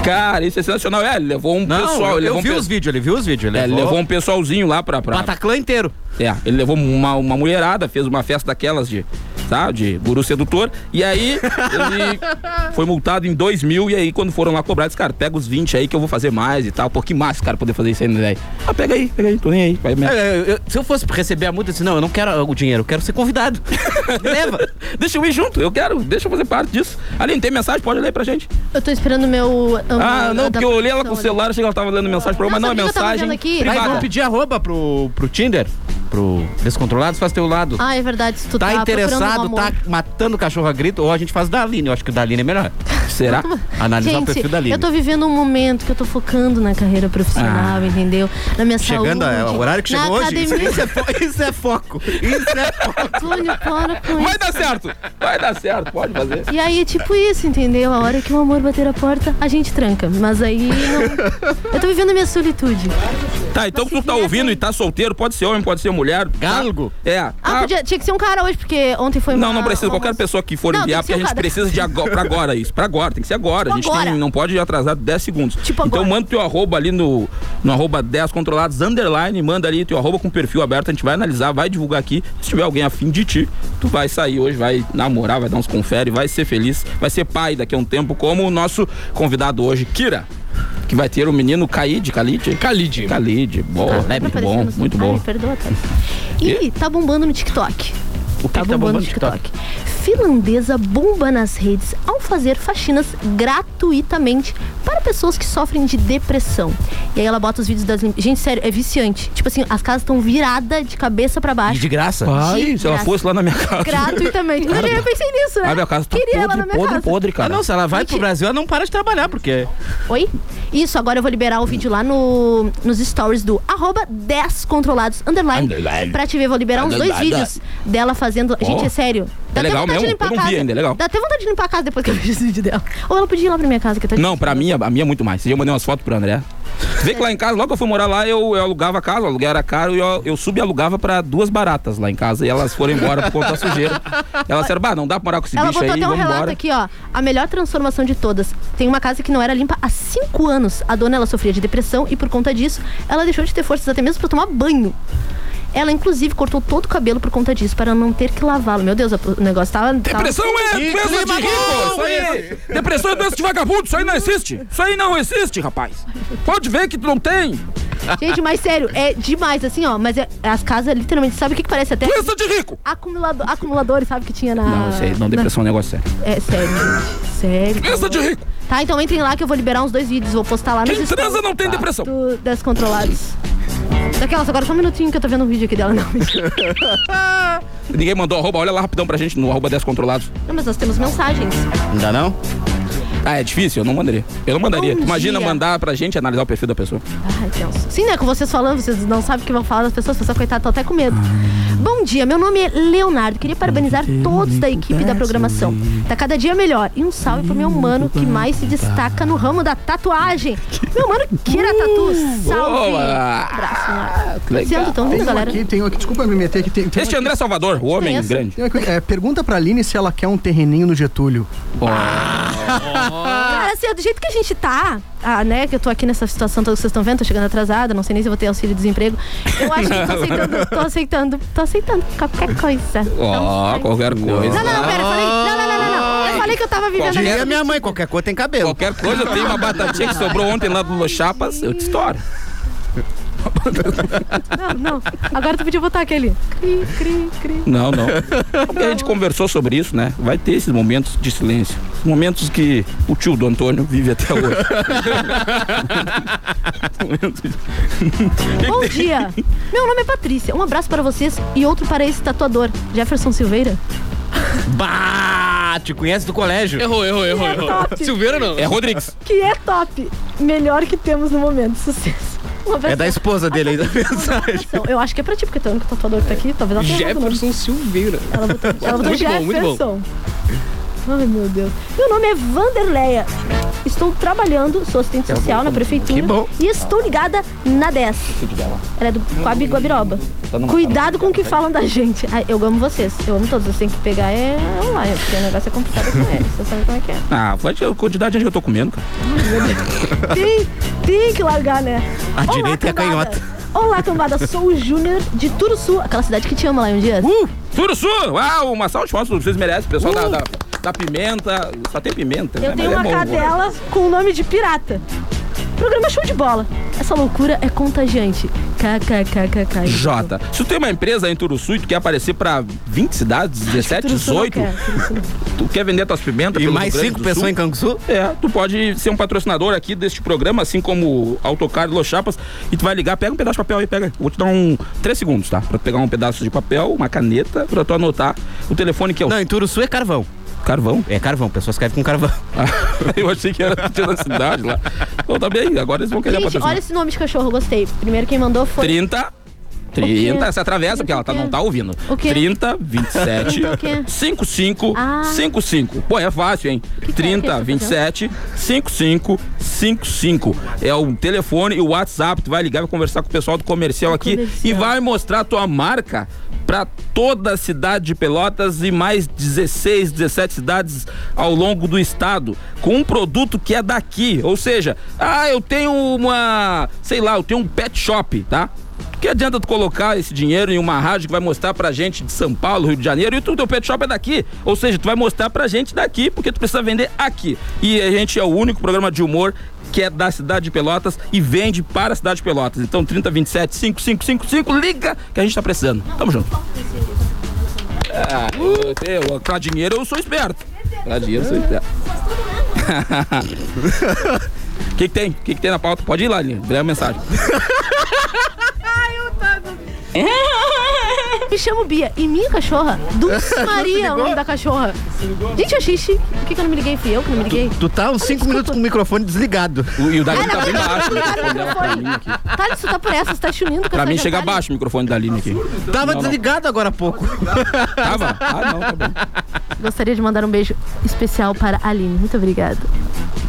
[SPEAKER 2] Cara, isso é sensacional. É, ele levou um
[SPEAKER 6] Não,
[SPEAKER 2] pessoal.
[SPEAKER 6] eu-
[SPEAKER 2] ele
[SPEAKER 6] eu
[SPEAKER 2] levou um
[SPEAKER 6] vi
[SPEAKER 2] pe-
[SPEAKER 6] os vídeos, ele viu os vídeos.
[SPEAKER 2] É, ele levou um pessoalzinho lá pra. pra...
[SPEAKER 6] Bataclan inteiro.
[SPEAKER 2] É, ele levou uma, uma mulherada, fez uma festa daquelas de. Tá? De guru sedutor. E aí, ele foi multado em 2 mil. E aí, quando foram lá cobrar, disse, cara, pega os 20 aí que eu vou fazer mais e tal. Pô, que massa, cara, poder fazer isso aí, né? Ah, pega aí, pega aí, tô nem aí. Vai, mesmo.
[SPEAKER 6] É, eu- eu- se eu fosse receber a multa, eu disse, não, eu não quero o dinheiro, eu quero ser convidado. Me Leva.
[SPEAKER 2] deixa eu ir junto, eu quero, deixa eu fazer parte disso. Aline, tem mensagem? Pode ler pra gente.
[SPEAKER 5] Eu tô esperando o meu.
[SPEAKER 2] Ah, não, porque eu olhei ela com o celular, achei que ela tava lendo mensagem pra eu, mas não, é
[SPEAKER 5] sabia que eu tava
[SPEAKER 2] mensagem.
[SPEAKER 5] vendo aqui.
[SPEAKER 2] privada.
[SPEAKER 6] Aí vão pedir arroba pro, pro Tinder, pro Descontrolados, faz teu lado.
[SPEAKER 5] Ah, é verdade, se tu
[SPEAKER 6] tá,
[SPEAKER 5] tá,
[SPEAKER 6] interessado,
[SPEAKER 5] procurando um
[SPEAKER 6] tá
[SPEAKER 5] amor.
[SPEAKER 6] matando cachorro a grito, ou a gente faz da Aline, eu acho que da Aline é melhor.
[SPEAKER 2] Será?
[SPEAKER 6] Analisar
[SPEAKER 5] Gente,
[SPEAKER 6] o perfil da Aline.
[SPEAKER 5] eu tô vivendo um momento que eu tô focando na carreira profissional, entendeu? Na minha
[SPEAKER 6] Ah. Chegando
[SPEAKER 5] saúde.
[SPEAKER 6] ao horário que
[SPEAKER 5] na
[SPEAKER 6] chegou hoje,
[SPEAKER 5] academia.
[SPEAKER 6] isso é fo- isso é foco. Isso é foco.
[SPEAKER 5] Antônio, para com
[SPEAKER 2] Vai
[SPEAKER 5] isso.
[SPEAKER 2] dar Tá certo, vai dar certo, pode fazer.
[SPEAKER 5] E aí, tipo isso, entendeu? A hora que o amor bater a porta, a gente tranca. Mas aí, não... eu tô vivendo a minha solitude.
[SPEAKER 2] Tá, então tu tá ouvindo e tá solteiro, pode ser homem, pode ser mulher. Galgo? É.
[SPEAKER 5] Ah,
[SPEAKER 2] tá-
[SPEAKER 5] podia- tinha que ser um cara hoje, porque ontem foi
[SPEAKER 2] Não,
[SPEAKER 5] uma-
[SPEAKER 2] não precisa.
[SPEAKER 5] uma-
[SPEAKER 2] Qualquer pessoa que for
[SPEAKER 5] Ah, Não,
[SPEAKER 2] enviar,
[SPEAKER 5] tem que
[SPEAKER 2] porque
[SPEAKER 5] ser
[SPEAKER 2] a
[SPEAKER 5] um
[SPEAKER 2] gente
[SPEAKER 5] cara.
[SPEAKER 2] precisa de agora, pra agora isso. Pra agora, tem que ser agora. A gente tem-
[SPEAKER 5] Agora. Tipo
[SPEAKER 2] não pode ir atrasado 10 segundos. então manda teu arroba ali no, no arroba 10 controlados, underline, manda ali teu arroba com perfil aberto, a gente vai analisar, vai divulgar aqui. Se tiver alguém afim de ti, tu vai sair hoje, vai namorar, vai dar uns confere, vai ser feliz, vai ser pai daqui a um tempo, como o nosso convidado hoje, Kira. Que vai ter o menino Kaid, Khalid? Khalid. Khalid, boa.
[SPEAKER 5] Tá
[SPEAKER 2] né, muito
[SPEAKER 5] aparecendo
[SPEAKER 2] bom,
[SPEAKER 5] assim.
[SPEAKER 2] muito
[SPEAKER 5] Ai,
[SPEAKER 2] bom.
[SPEAKER 5] perdoa, tá? Ih, tá bombando no TikTok.
[SPEAKER 2] O que que tá bombando no TikTok?
[SPEAKER 5] Finlandesa bomba nas redes ao fazer faxinas gratuitamente para pessoas que sofrem de depressão. E aí ela bota os vídeos das. lim- Gente, sério, é viciante. Tipo assim, as casas estão viradas de cabeça para baixo.
[SPEAKER 6] E de graça?
[SPEAKER 5] De
[SPEAKER 2] Ai, se ela
[SPEAKER 5] graça.
[SPEAKER 2] fosse lá na minha casa.
[SPEAKER 5] Gratuitamente. Eu já pensei nisso, né?
[SPEAKER 2] A minha casa tá
[SPEAKER 5] Queria ela
[SPEAKER 2] podre,
[SPEAKER 5] na minha
[SPEAKER 2] podre,
[SPEAKER 5] casa.
[SPEAKER 2] podre, cara.
[SPEAKER 6] Ah, não, se ela vai pro Brasil, ela não para de trabalhar, porque.
[SPEAKER 5] Oi? Isso, agora eu vou liberar o vídeo lá no, nos stories do arroba 10 controlados underline,
[SPEAKER 2] Underline.
[SPEAKER 5] pra te ver. Vou liberar uns dois
[SPEAKER 2] Underline.
[SPEAKER 5] vídeos dela fazendo.
[SPEAKER 2] Ó.
[SPEAKER 5] Gente, é sério.
[SPEAKER 2] É legal
[SPEAKER 5] até vontade
[SPEAKER 2] mesmo?
[SPEAKER 5] de limpar
[SPEAKER 2] Eu
[SPEAKER 5] a
[SPEAKER 2] não vi
[SPEAKER 5] casa.
[SPEAKER 2] ainda, é legal.
[SPEAKER 5] Dá até vontade de limpar a casa depois que eu vejo esse vídeo dela. Ou ela podia ir lá pra minha casa, que tá
[SPEAKER 2] Não, pra mim, a, a minha é muito mais. Esse dia Eu mandei umas fotos pro André. Tu Vê que lá em casa, logo que eu fui morar lá, eu, eu alugava a casa, o aluguel era caro, e eu, eu subalugava pra duas baratas lá em casa. E elas foram embora por conta da sujeira. Elas disseram, bah, não dá pra morar com esse
[SPEAKER 5] Ela
[SPEAKER 2] bicho
[SPEAKER 5] botou
[SPEAKER 2] aí,
[SPEAKER 5] até um
[SPEAKER 2] vamos
[SPEAKER 5] relato
[SPEAKER 2] embora.
[SPEAKER 5] aqui, ó. A melhor transformação de todas. Tem uma casa que não era limpa há cinco anos. A dona ela sofria de depressão e por conta disso, ela deixou de ter forças até mesmo pra tomar banho. Ela, inclusive, cortou todo o cabelo por conta disso, para não ter que lavá-lo. Meu Deus, o negócio tava.
[SPEAKER 2] Depressão é doença de
[SPEAKER 5] clima
[SPEAKER 2] rico!
[SPEAKER 5] bom,
[SPEAKER 2] Isso aí, depressão é doença de vagabundo, isso aí não existe! Isso aí não existe, rapaz! Pode ver que tu não tem!
[SPEAKER 5] Gente, mas sério, é demais, assim, ó. Mas é- as casas, literalmente, sabe o que, que parece até?
[SPEAKER 2] Doença de rico!
[SPEAKER 5] Acumulador, acumuladores, sabe que tinha na.
[SPEAKER 2] Não, isso aí, não, depressão é um negócio sério.
[SPEAKER 5] É sério, gente. Sério.
[SPEAKER 2] Pensa de rico.
[SPEAKER 5] Tá, então entrem lá que eu vou liberar uns dois vídeos. Vou postar lá no
[SPEAKER 2] Quem transa não
[SPEAKER 5] Tá.
[SPEAKER 2] tem depressão.
[SPEAKER 5] Do Descontrolados. Daquelas, agora só um minutinho que eu tô vendo um vídeo aqui dela, não.
[SPEAKER 2] Ninguém mandou arroba, olha lá rapidão pra gente no arroba 10 controlados.
[SPEAKER 5] não mas nós temos mensagens.
[SPEAKER 2] Ainda não? Ah, é difícil? Eu não mandaria. Eu não mandaria.
[SPEAKER 5] Bom
[SPEAKER 2] Imagina
[SPEAKER 5] dia.
[SPEAKER 2] mandar pra gente analisar o perfil da pessoa.
[SPEAKER 5] Ai, Deus. Sim, né? Com vocês falando, vocês não sabem o que vão falar das pessoas, pessoal, coitado, tô até com medo. Bom dia, meu nome é Leonardo. Queria parabenizar todos da equipe da programação. Tá cada dia melhor. E um salve pro meu mano que mais se destaca no ramo da tatuagem. Meu mano, Kira Tatu. Salve.
[SPEAKER 2] Uh, boa. Ah,
[SPEAKER 5] Abraço, Leonardo.
[SPEAKER 2] que legal.
[SPEAKER 5] Sendo tão
[SPEAKER 13] Tem um
[SPEAKER 5] galera.
[SPEAKER 13] aqui, tem um aqui. Desculpa me meter aqui. Tem, tem um
[SPEAKER 2] Este é
[SPEAKER 13] aqui.
[SPEAKER 2] André Salvador, o homem
[SPEAKER 13] Conheço.
[SPEAKER 2] grande.
[SPEAKER 13] Tem um aqui, é, pergunta pra Aline se ela quer um terreninho no Getúlio.
[SPEAKER 5] Cara, assim, ó, do jeito que a gente tá, ah, né? Que eu tô aqui nessa situação toda que vocês estão vendo, tô chegando atrasada, não sei nem se eu vou ter auxílio-desemprego. Eu acho que eu tô aceitando, tô aceitando, tô aceitando qualquer coisa. Então,
[SPEAKER 2] Ó, qualquer coisa.
[SPEAKER 5] Não, não, não, pera, eu falei. Não, não, não, não, não. Eu falei que eu tava vivendo a
[SPEAKER 6] Diria
[SPEAKER 5] minha.
[SPEAKER 6] minha mãe, qualquer coisa tem cabelo.
[SPEAKER 2] Qualquer coisa, tem uma batatinha que sobrou ontem lá do Los Chapas, eu te estouro.
[SPEAKER 5] Não, não. Agora tu podia botar aquele. Cri, cri, cri.
[SPEAKER 2] Não, não. Porque a gente conversou sobre isso, né? Vai ter esses momentos de silêncio. Momentos que o tio do Antônio vive até hoje.
[SPEAKER 5] Bom dia. Meu nome é Patrícia. Um abraço para vocês e outro para esse tatuador, Jefferson Silveira.
[SPEAKER 2] bah!
[SPEAKER 6] Ah, te conhece do colégio.
[SPEAKER 7] Errou, errou, errou.
[SPEAKER 6] É
[SPEAKER 7] errou.
[SPEAKER 6] top.
[SPEAKER 7] Silveira não?
[SPEAKER 6] É Rodrigues.
[SPEAKER 5] Que é top. Melhor que temos no momento. Sucesso. Um Uma
[SPEAKER 6] É da
[SPEAKER 5] versão-
[SPEAKER 6] esposa dele aí da mensagem.
[SPEAKER 5] Então, Eu acho que é pra ti, porque tu é o único tatuador que tá aqui. Talvez ela tenha errado o nome.
[SPEAKER 7] Jefferson Silveira.
[SPEAKER 5] Ela botou, ela botou
[SPEAKER 7] Muito bom,
[SPEAKER 5] Jefferson.
[SPEAKER 7] muito bom.
[SPEAKER 5] Ai, meu Deus. Meu nome é Vanderleia. Estou trabalhando, sou assistente
[SPEAKER 14] Tá bom,
[SPEAKER 5] social na
[SPEAKER 14] tá bom.
[SPEAKER 5] prefeitura.
[SPEAKER 14] Que bom.
[SPEAKER 5] E estou ligada na 10. Ela é do Coab Guabiroba.
[SPEAKER 14] Tá numa-
[SPEAKER 5] Cuidado com o que falam da gente. Ai, eu amo vocês. Eu amo todos. Vocês têm que pegar é online, porque o negócio é complicado com eles. Vocês sabem como é que é.
[SPEAKER 2] Ah, vai de quantidade de gente que eu tô comendo, cara.
[SPEAKER 5] Tem, tem que largar, né?
[SPEAKER 2] A direita é a
[SPEAKER 5] cambada. Olá, cambada. Sou o Júnior de Turuçu, aquela cidade que te ama lá um dia.
[SPEAKER 2] Uh! Turuçu! Uau, Ah, uma salva de palmas, vocês merecem. O pessoal da, da, da pimenta, só tem pimenta. né?
[SPEAKER 5] Uh! Eu tenho
[SPEAKER 2] Mas é
[SPEAKER 5] uma
[SPEAKER 2] bom,
[SPEAKER 5] cadela com o nome de pirata. Programa show de bola. Essa loucura é contagiante. KKKKK.
[SPEAKER 2] Jota, se tu tem uma empresa em Turuçu e tu quer aparecer pra 20 cidades, 17,
[SPEAKER 5] Turuçu não
[SPEAKER 2] 18,
[SPEAKER 5] quer, Turuçu não.
[SPEAKER 2] tu quer vender tuas pimentas
[SPEAKER 6] E
[SPEAKER 2] pelo
[SPEAKER 6] mais
[SPEAKER 2] Rio Grande
[SPEAKER 6] cinco
[SPEAKER 2] do
[SPEAKER 6] pessoas
[SPEAKER 2] Sul?
[SPEAKER 6] em Canguçu?
[SPEAKER 2] É, tu pode ser um patrocinador aqui deste programa, assim como Autocar e Los Chapas, e tu vai ligar, pega um pedaço de papel aí, pega. Vou te dar um 3 segundos, tá? Pra tu pegar um pedaço de papel, uma caneta, pra tu anotar o telefone que é o... Não,
[SPEAKER 6] em Turuçu é carvão.
[SPEAKER 2] Carvão?
[SPEAKER 6] É carvão, pessoas escrevem com carvão.
[SPEAKER 2] Eu achei que era da cidade lá. Então tá bem, agora eles vão querer
[SPEAKER 5] Gente,
[SPEAKER 2] patrocinar.
[SPEAKER 5] olha esse nome de cachorro, gostei. Primeiro quem mandou foi.
[SPEAKER 2] 30. 30, você atravessa, porque ela tá, não tá ouvindo.
[SPEAKER 5] O quê?
[SPEAKER 2] 30, 27,
[SPEAKER 5] Então o quê?
[SPEAKER 2] 55,
[SPEAKER 5] Ah.
[SPEAKER 2] 55. Pô, é fácil, hein?
[SPEAKER 5] é
[SPEAKER 2] 30, 27, 55, 55. É o telefone e o WhatsApp. Tu vai ligar, vai conversar com o pessoal do comercial aqui e vai mostrar a tua marca pra toda a cidade de Pelotas e mais 16, 17 cidades ao longo do estado com um produto que é daqui. Ou seja, ah, eu tenho uma, sei lá, eu tenho um pet shop, tá? Que adianta tu colocar esse dinheiro em uma rádio que vai mostrar pra gente de São Paulo, Rio de Janeiro, e tu, teu pet shop é daqui. Ou seja, tu vai mostrar pra gente daqui, porque tu precisa vender aqui. E a gente é o único programa de humor que é da cidade de Pelotas e vende para a cidade de Pelotas. Então, 3027 5555, liga que a gente tá precisando. Tamo junto. Ah, eu, eu, pra dinheiro eu sou esperto. Pra dinheiro eu sou esperto. O que, que tem? O que, que tem na pauta? Pode ir lá, Lili. Lê a mensagem.
[SPEAKER 5] Me chamo Bia e minha cachorra, Dulce Maria, é o nome da cachorra. Gente, eu achei chique. Por que, que eu não me liguei? Fui eu que não me liguei?
[SPEAKER 6] Tu tá uns 5 minutos com o microfone desligado.
[SPEAKER 2] E o da
[SPEAKER 5] Cara,
[SPEAKER 2] tá bem
[SPEAKER 5] mas eu
[SPEAKER 2] baixo.
[SPEAKER 5] tô ligado no
[SPEAKER 2] o microfone dela pra mim aqui.
[SPEAKER 5] Tá, isso tá por essa, você tá chunindo.
[SPEAKER 2] Pra mim chega abaixo o microfone da Aline aqui.
[SPEAKER 6] Tava
[SPEAKER 2] Não, não.
[SPEAKER 6] desligado agora há pouco.
[SPEAKER 2] Tava? Ah, não, tá bom.
[SPEAKER 5] Gostaria de mandar um beijo especial para a Aline. Muito obrigada.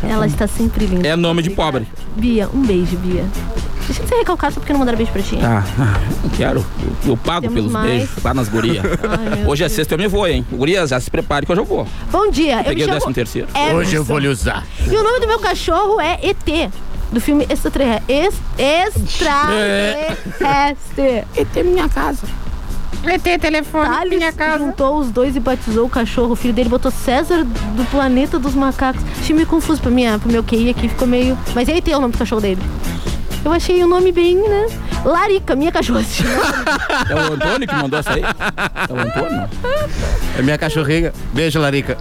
[SPEAKER 2] Tá
[SPEAKER 5] Ela está sempre linda.
[SPEAKER 2] É nome de pobre.
[SPEAKER 5] Bia, um beijo, Bia. Deixa de ser recalcado só porque não mandaram beijo pra ti. hein?
[SPEAKER 2] Tá, ah, quero. Eu- Eu pago
[SPEAKER 5] Temos
[SPEAKER 2] pelos
[SPEAKER 5] mais. Ah,
[SPEAKER 2] beijos lá nas gurias. Hoje é sexta, eu me vou, hein? Gurias, já se prepare que hoje eu vou.
[SPEAKER 5] Bom dia, eu,
[SPEAKER 2] Peguei
[SPEAKER 5] me
[SPEAKER 2] o décimo
[SPEAKER 5] chamo...
[SPEAKER 2] terceiro.
[SPEAKER 5] Emerson. Hoje eu vou lhe
[SPEAKER 2] usar.
[SPEAKER 5] E o nome do meu cachorro é ET, do filme Extraterrestre. Ex Extraterrestre. ET é minha casa. ET telefone minha casa. juntou os dois e batizou o cachorro. O filho dele botou César do Planeta dos Macacos. Achei meio confuso pra minha, pro meu QI aqui, ficou meio... Mas é ET o nome do cachorro dele. Eu achei o nome bem, né? Larica, minha cachorra. se chama.
[SPEAKER 2] É o Antônio que mandou essa aí? É o Antônio?
[SPEAKER 6] É minha cachorrinha. Beijo, Larica.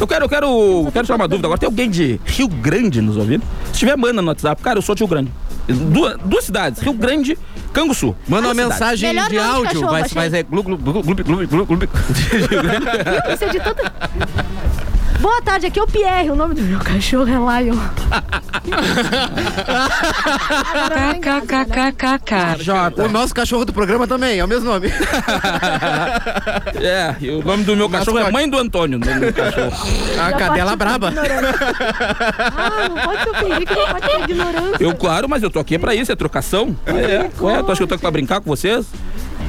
[SPEAKER 2] Eu quero, eu quero, quero tirar uma dúvida agora. Tem alguém de Rio Grande nos ouvindo? Se tiver, manda no WhatsApp. Cara, eu sou de Rio Grande. Duas, duas cidades, Rio Grande, Canguçu.
[SPEAKER 6] Manda uma mensagem de áudio. Vai, vai, é glu, glu, glu, glu, glu, glu, glu.
[SPEAKER 5] Isso é de tanta... Boa tarde, aqui é o Pierre. O nome do meu cachorro é Lion.
[SPEAKER 2] tá.
[SPEAKER 6] O nosso cachorro do programa também, é o mesmo nome.
[SPEAKER 2] É, e o nome do meu cachorro é Mãe do Antônio. o nome do cachorro.
[SPEAKER 6] A cadela braba.
[SPEAKER 5] Ah, não pode se ofender que não pode ter ignorância.
[SPEAKER 2] Eu, claro, mas eu tô aqui pra isso, é trocação. É, ué, tu acha que eu tô aqui pra brincar com vocês?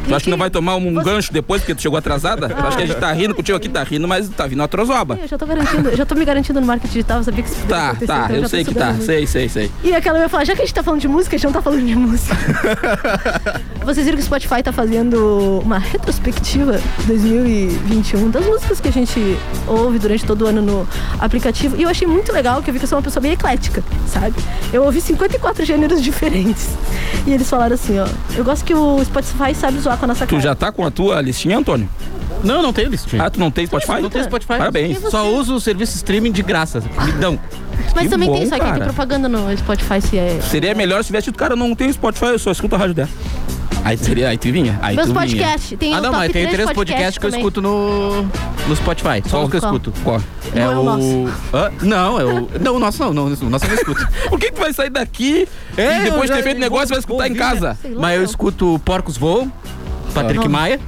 [SPEAKER 2] Tu acha que não vai tomar um gancho depois porque tu chegou atrasada? Tu acha que a gente tá rindo contigo aqui, tá rindo, mas tá vindo uma trozoba.
[SPEAKER 5] Eu já tô garantindo, eu já tô me garantindo no marketing digital, eu sabia que isso poderia
[SPEAKER 2] Tá,
[SPEAKER 5] acontecer,
[SPEAKER 2] tá,
[SPEAKER 5] então já
[SPEAKER 2] eu
[SPEAKER 5] tô
[SPEAKER 2] sei que
[SPEAKER 5] estudando
[SPEAKER 2] tá,
[SPEAKER 5] muito.
[SPEAKER 2] sei, sei, sei.
[SPEAKER 5] E aquela vai falar, já que a gente tá falando de música, a gente não tá falando de música. Vocês viram que o Spotify tá fazendo uma retrospectiva 2021 das músicas que a gente ouve durante todo o ano no aplicativo. E eu achei muito legal que eu vi que eu sou uma pessoa bem eclética, sabe? Eu ouvi 54 gêneros diferentes. E eles falaram assim, ó, eu gosto que o Spotify sabe zoar com a nossa
[SPEAKER 2] Tu
[SPEAKER 5] cara.
[SPEAKER 2] já tá com a tua listinha, Antônio?
[SPEAKER 6] Não, não tenho listinha.
[SPEAKER 2] Ah, tu não tem Spotify?
[SPEAKER 6] Não tem Spotify.
[SPEAKER 2] Parabéns.
[SPEAKER 6] Só uso o serviço streaming de graça. Me dão.
[SPEAKER 5] Mas
[SPEAKER 2] Que
[SPEAKER 5] também
[SPEAKER 2] bom,
[SPEAKER 5] tem, só que
[SPEAKER 2] cara.
[SPEAKER 5] tem propaganda no Spotify se é.
[SPEAKER 2] Seria melhor se tivesse dito, cara, eu não tenho Spotify, eu só escuto a rádio dela. Aí tu seria, aí tu vinha. Aí
[SPEAKER 5] Meus
[SPEAKER 2] tu vinha.
[SPEAKER 5] podcasts, tem
[SPEAKER 6] ah,
[SPEAKER 5] o
[SPEAKER 6] não,
[SPEAKER 5] top
[SPEAKER 6] mas tem
[SPEAKER 5] três
[SPEAKER 6] três podcasts
[SPEAKER 5] podcast
[SPEAKER 6] que eu
[SPEAKER 5] também.
[SPEAKER 6] escuto no, no Spotify. Só
[SPEAKER 2] Qual?
[SPEAKER 6] os que eu
[SPEAKER 2] Qual?
[SPEAKER 6] escuto. Qual? É
[SPEAKER 2] Não é o nosso.
[SPEAKER 6] Hã? Não, é o. Não, o nosso não, não, o nosso eu não escuto.
[SPEAKER 2] Por que que tu vai sair daqui
[SPEAKER 6] É,
[SPEAKER 2] e depois de ter feito negócio vai escutar em casa?
[SPEAKER 6] tá Mas eu escuto Porcos Voam, Patrick
[SPEAKER 2] Ah.
[SPEAKER 6] Maia.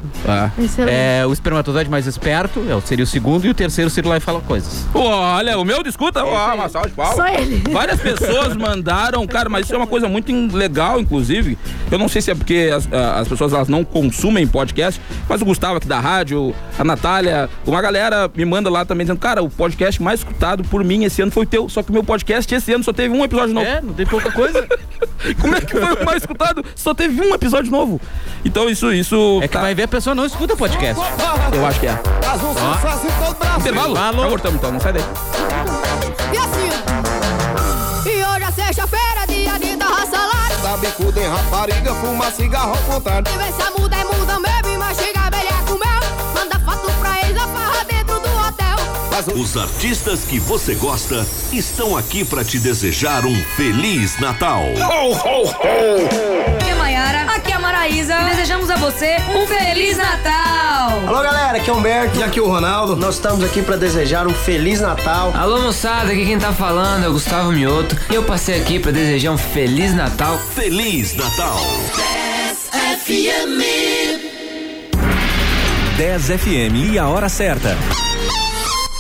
[SPEAKER 2] Excelente.
[SPEAKER 6] É, o espermatozoide mais esperto, é, o- seria o segundo, e o terceiro seria lá e fala coisas.
[SPEAKER 2] Olha, o meu discuta, ó, uma salva de palmas.
[SPEAKER 6] Só ele.
[SPEAKER 2] Várias pessoas mandaram, cara, mas isso é uma coisa muito in- legal, inclusive. Eu não sei se é porque as, a- as pessoas elas não consumem podcast, mas o Gustavo aqui da rádio, a Natália, uma galera me manda lá também dizendo, cara, o podcast mais escutado por mim esse ano foi o teu, só que o meu podcast esse ano só teve um episódio novo.
[SPEAKER 6] É, não tem pouca coisa.
[SPEAKER 2] Como é que foi o mais escutado? Só teve um episódio novo. Então isso, isso. É que vai
[SPEAKER 6] ver a pessoa não escuta podcast.
[SPEAKER 2] Eu acho que é.
[SPEAKER 14] Azul
[SPEAKER 2] Ó.
[SPEAKER 14] sucesso em todo o Brasil.
[SPEAKER 2] Intervalo?
[SPEAKER 6] Tá
[SPEAKER 2] Já voltamos então, não sai daí.
[SPEAKER 14] E assim, e hoje é sexta-feira, dia de dar salário. Dá bicuda em rapariga, fuma cigarro ao contrário. E vê se a muda é muda mesmo, mas chega a velha é com mel. Manda foto pra eles, a farra dentro do hotel.
[SPEAKER 3] Os artistas que você gosta estão aqui para te desejar um feliz Natal.
[SPEAKER 15] Aqui é Maiara, aqui é a Maraísa e desejamos a você um Feliz Natal!
[SPEAKER 16] Alô galera, aqui é o Humberto e aqui é o Ronaldo. Nós estamos aqui para desejar um Feliz Natal.
[SPEAKER 17] Alô moçada, aqui quem tá falando é o Gustavo Mioto e eu passei aqui pra desejar um Feliz Natal.
[SPEAKER 3] Feliz Natal.
[SPEAKER 2] 10 FM e a hora certa.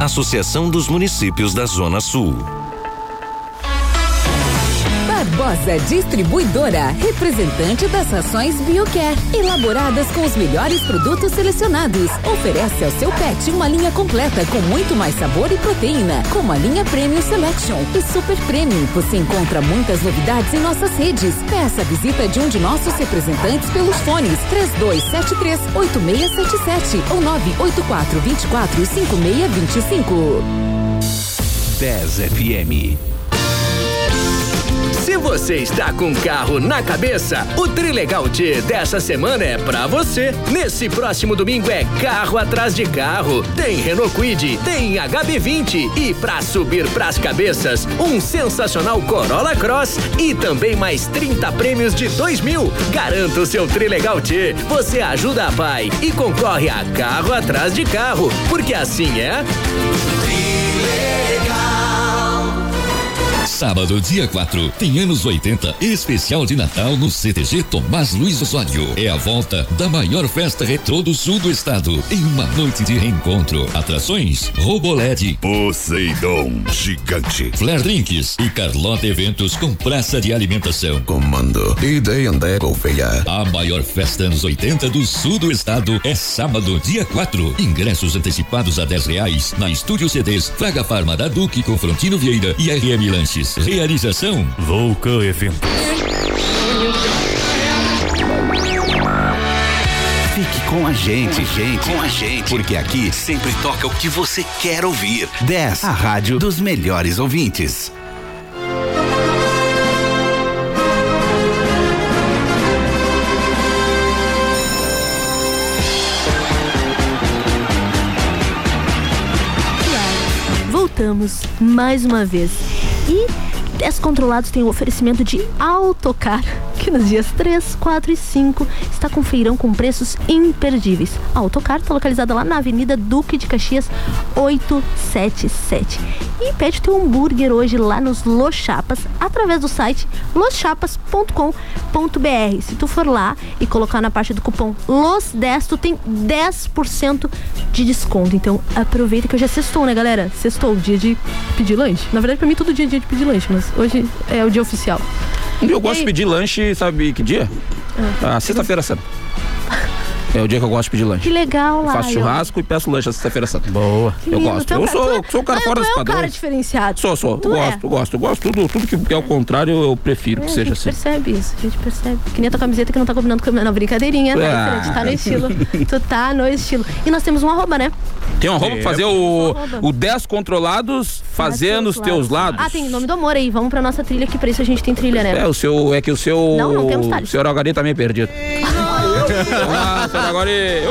[SPEAKER 3] Associação dos Municípios da Zona Sul.
[SPEAKER 18] Barbosa Distribuidora, representante das rações BioCare, elaboradas com os melhores produtos selecionados. Oferece ao seu pet uma linha completa com muito mais sabor e proteína, como a linha Premium Selection e Super Premium. Você encontra muitas novidades em nossas redes. Peça a visita de um de nossos representantes pelos fones 3273 8677 ou 984 24 5625.
[SPEAKER 19] 10 FM. Se você está com o carro na cabeça, o Trilegal T dessa semana é pra você. Nesse próximo domingo é carro atrás de carro. Tem Renault Quid, tem HB20 e pra subir pras cabeças, um sensacional Corolla Cross e também mais 30 prêmios de 2 mil. Garanta o seu Trilegal T. Você ajuda a pai e concorre a carro atrás de carro, porque assim é.
[SPEAKER 20] Sábado, dia 4, tem anos 80, especial de Natal no CTG Tomás Luiz Osório. É a volta da maior festa retrô do sul do estado, em uma noite de reencontro. Atrações, Roboled, Poseidon, Gigante, Flare Drinks e Carlota Eventos com praça de alimentação. Comando, ideia André Gouveia.
[SPEAKER 9] Ah,
[SPEAKER 20] A maior festa anos 80 do sul do estado é sábado, dia 4. Ingressos antecipados a 10 reais na Estúdio CDs, Fraga Farma da Duque, Confrontino Vieira e RM Lanches. Realização Vulcão Eventos.
[SPEAKER 9] Fique com a gente, gente. Com a gente. Porque aqui sempre toca o que você quer ouvir. 10. A rádio dos melhores ouvintes.
[SPEAKER 5] Voltamos mais uma vez. E Descontrolados tem o oferecimento de Autocar, que nos dias 3, 4 e 5 está com feirão com preços imperdíveis. A Autocar está localizada lá na Avenida Duque de Caxias 877. E pede o teu hambúrguer hoje lá nos Los Chapas através do site loschapas.com.br. Se tu for lá e colocar na parte do cupom LOS10, tu tem 10% de desconto. Então aproveita que hoje é sextou, né, galera? Sextou, dia de pedir lanche. Na verdade, pra mim todo dia é dia de pedir lanche, mas hoje é o dia oficial.
[SPEAKER 2] Um dia eu gosto de pedir lanche, sabe que dia? Ah, sexta-feira santa. É o dia que eu gosto de pedir lanche.
[SPEAKER 5] Que legal,
[SPEAKER 2] Eu
[SPEAKER 5] lá.
[SPEAKER 2] Faço churrasco e peço lanche na sexta-feira santa. Boa. Eu gosto. Eu sou, sou o cara fora dos
[SPEAKER 5] é um cara
[SPEAKER 2] padrões.
[SPEAKER 5] diferenciado.
[SPEAKER 2] Sou, sou.
[SPEAKER 5] Tu
[SPEAKER 2] Eu
[SPEAKER 5] é.
[SPEAKER 2] gosto, eu gosto. Eu gosto. Tudo, tudo que é o contrário, eu prefiro
[SPEAKER 5] É,
[SPEAKER 2] que
[SPEAKER 5] a
[SPEAKER 2] seja assim.
[SPEAKER 5] gente percebe isso, a gente percebe. Que nem a tua camiseta que não tá combinando com a minha não, brincadeirinha. né?
[SPEAKER 2] Ah.
[SPEAKER 5] Tu tá no estilo. Tu tá no estilo. E nós temos um arroba, né?
[SPEAKER 2] Tem um roupa pra fazer o,
[SPEAKER 5] Arroba.
[SPEAKER 2] o 10 controlados fazendo os teus lados.
[SPEAKER 5] Ah, tem nome do amor aí. Vamos pra nossa trilha, que pra isso a gente tem trilha, né?
[SPEAKER 2] É, o seu. É que o seu.
[SPEAKER 5] Não, não um temos
[SPEAKER 2] O
[SPEAKER 5] talhos.
[SPEAKER 2] seu Aragari tá meio perdido. Ah, seu Aragari.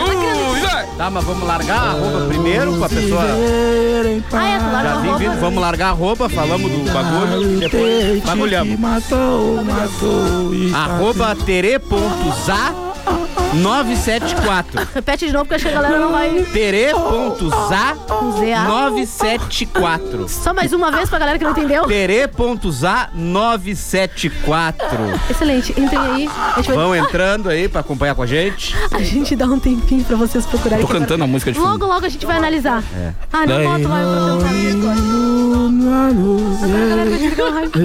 [SPEAKER 6] Tá, mas vamos largar a roupa primeiro pra pessoa.
[SPEAKER 5] Ah, é,
[SPEAKER 6] Já
[SPEAKER 5] larga a
[SPEAKER 6] vi
[SPEAKER 5] roupa.
[SPEAKER 6] vídeo, vamos largar a roupa, falamos do bagulho, depois bagulhamos. Arroba tere.za 974.
[SPEAKER 5] Repete de novo, porque acho que a galera não vai.
[SPEAKER 6] Tere.za
[SPEAKER 5] ZA.
[SPEAKER 6] 974.
[SPEAKER 5] Só mais uma vez pra galera que não entendeu.
[SPEAKER 6] Tere.za 974.
[SPEAKER 5] Excelente, entrem aí. A gente vai...
[SPEAKER 6] Vão entrando aí pra acompanhar com a gente.
[SPEAKER 5] A gente dá um tempinho pra vocês procurarem.
[SPEAKER 6] Tô
[SPEAKER 5] aqui agora.
[SPEAKER 6] cantando a música de fundo.
[SPEAKER 5] Logo, logo a gente vai analisar.
[SPEAKER 6] É.
[SPEAKER 5] Ah, não
[SPEAKER 6] Daí-
[SPEAKER 5] bota lá, eu vou cantar a minha história.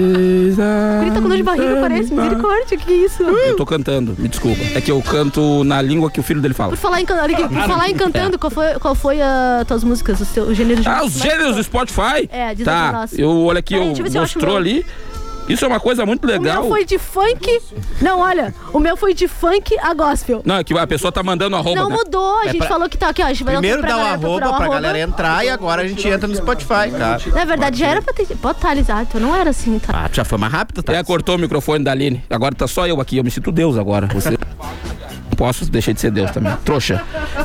[SPEAKER 5] Ele tá com dor de barriga, parece. Misericórdia, que é isso?
[SPEAKER 2] Eu tô cantando, me desculpa. É que eu canto na língua que o filho dele fala.
[SPEAKER 5] Por falar em, can- olha aqui, por falar em cantando, qual foi, qual foi as tuas músicas, o, seu, o gênero de
[SPEAKER 2] Ah, os
[SPEAKER 5] música?
[SPEAKER 2] gêneros do Spotify?
[SPEAKER 5] É, diz aí pra
[SPEAKER 2] Tá,
[SPEAKER 5] nós.
[SPEAKER 2] eu olha aqui,
[SPEAKER 5] Peraí,
[SPEAKER 2] eu
[SPEAKER 5] deixa eu ver se eu acho
[SPEAKER 2] mostrou
[SPEAKER 5] o meu.
[SPEAKER 2] ali. Isso é uma coisa muito
[SPEAKER 5] O meu
[SPEAKER 2] legal.
[SPEAKER 5] foi de funk. Não, olha, o meu foi de funk a gospel.
[SPEAKER 2] Não, é que a pessoa tá mandando arroba.
[SPEAKER 5] não
[SPEAKER 2] né?
[SPEAKER 5] mudou, a
[SPEAKER 2] É
[SPEAKER 5] gente
[SPEAKER 2] pra-
[SPEAKER 5] falou que tá aqui, ó. A gente vai
[SPEAKER 6] Primeiro
[SPEAKER 5] dar um
[SPEAKER 6] dá o
[SPEAKER 5] tempo pra galera
[SPEAKER 6] arroba pra
[SPEAKER 5] procurar o
[SPEAKER 6] galera entrar e agora a gente entra no Spotify, tá? cara.
[SPEAKER 5] Na verdade, já era pra ter botalizado, então não era assim, tá?
[SPEAKER 6] Já foi mais rápido, tá?
[SPEAKER 2] É, cortou o microfone da Aline. Agora tá só eu aqui. Eu me sinto Deus agora. Você. Não Posso, deixei de ser Deus também. Trouxa.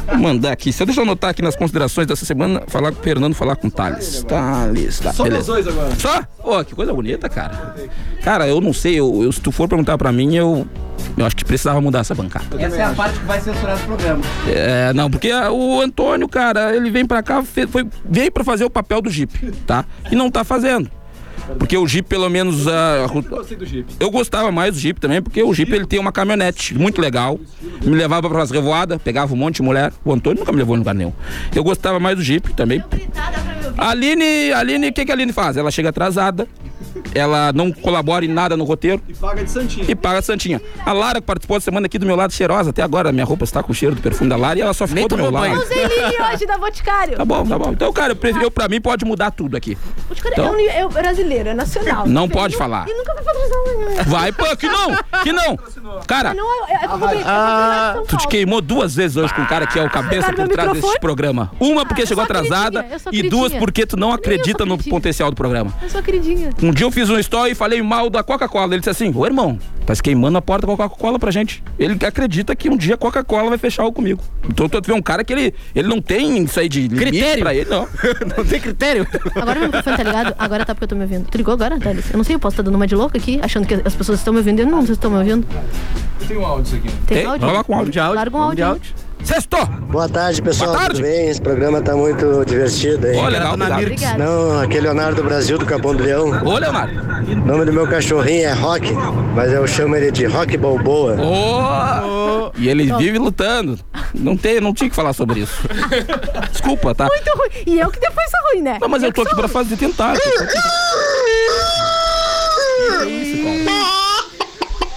[SPEAKER 2] Vou mandar aqui. Só deixa eu anotar aqui nas considerações dessa semana. Falar com o Fernando, falar com o Thales. Thales, tá.
[SPEAKER 16] Só
[SPEAKER 2] beleza.
[SPEAKER 16] nós dois agora.
[SPEAKER 2] Só? Ó, que coisa bonita, cara. Cara, eu não sei. Eu, eu- se tu for perguntar pra mim, eu. Eu acho que precisava mudar essa bancada.
[SPEAKER 6] Essa é a parte que vai censurar o programa.
[SPEAKER 2] É, não, porque ah, o Antônio, cara, ele vem pra cá, fe- foi, veio pra fazer o papel do Jeep, tá? E não tá fazendo. Porque o Jeep, pelo menos. ah,
[SPEAKER 7] Eu gostei do Jeep.
[SPEAKER 2] eu gostava mais do Jeep também, porque o Jeep ele tem uma caminhonete muito legal. Me levava para as revoadas, pegava um monte de mulher. O Antônio nunca me levou em lugar nenhum. Eu gostava mais do Jeep também. A Aline, a Aline, o que, que a Aline faz? Ela chega atrasada, ela não colabora em nada no roteiro. E paga de Santinha. E paga de Santinha. A Lara que participou essa semana aqui do meu lado, cheirosa até agora. Minha roupa está com o cheiro do perfume da Lara e ela só ficou do meu lado.
[SPEAKER 5] Eu usei Lili hoje da Boticário.
[SPEAKER 2] Tá bom, tá bom. Então, cara, eu, prefiro- eu, pra mim pode mudar tudo aqui.
[SPEAKER 5] Boticário
[SPEAKER 2] Então-
[SPEAKER 5] é, uni- é brasileiro, é nacional.
[SPEAKER 2] Não pode falar.
[SPEAKER 5] E nunca vai patrocinar.
[SPEAKER 2] Vai, pô, que não, que não. Cara,
[SPEAKER 5] Mas não é, é, é culpa dele, é culpa
[SPEAKER 2] Ah,
[SPEAKER 5] dele, é
[SPEAKER 2] tu te queimou duas vezes hoje com o cara que é o cabeça
[SPEAKER 5] Roubaram
[SPEAKER 2] por
[SPEAKER 5] meu
[SPEAKER 2] trás desse
[SPEAKER 5] microfone?
[SPEAKER 2] programa. Uma porque chegou atrasada
[SPEAKER 5] queridinha, eu sou
[SPEAKER 2] e duas
[SPEAKER 5] queridinha.
[SPEAKER 2] porque tu não acredita no potencial do programa.
[SPEAKER 5] Eu sou É queridinha.
[SPEAKER 2] Um dia eu fiz um story e falei mal da Coca-Cola. Ele disse assim: Ô irmão, tá se queimando a porta com a Coca-Cola pra gente. Ele acredita que um dia a Coca-Cola vai fechar algo comigo. Então tu vê um cara que ele, ele não tem isso aí de limite
[SPEAKER 6] Critério.
[SPEAKER 2] pra ele, não.
[SPEAKER 6] não tem critério.
[SPEAKER 5] Agora meu microfone tá ligado? Agora tá porque eu tô me ouvindo. Tu ligou agora, Thales? Eu não sei, eu posso estar dando uma de louca aqui, achando que as pessoas estão me ouvindo. Eu não sei se estão me ouvindo.
[SPEAKER 7] Tem um áudio isso aqui.
[SPEAKER 5] Tem áudio?
[SPEAKER 7] Vai lá com
[SPEAKER 2] áudio.
[SPEAKER 5] Larga um áudio.
[SPEAKER 2] Sextou!
[SPEAKER 21] Boa tarde, pessoal. Tudo bem? Esse programa tá muito divertido, hein?
[SPEAKER 2] Ô, legal, Obrigado. obrigado.
[SPEAKER 21] Não, aquele Leonardo Brasil do Capão do Leão.
[SPEAKER 2] Ô, Leonardo.
[SPEAKER 21] O nome do meu cachorrinho é Rock, mas eu chamo ele de Rock Balboa.
[SPEAKER 2] Ô! E ele vive lutando. Não, tem, não tinha que falar sobre isso. Desculpa, tá?
[SPEAKER 5] Muito ruim. E eu que depois sou ruim, né?
[SPEAKER 2] Não, mas eu tô aqui
[SPEAKER 5] que sou
[SPEAKER 2] pra
[SPEAKER 5] ruim.
[SPEAKER 2] fazer tentar.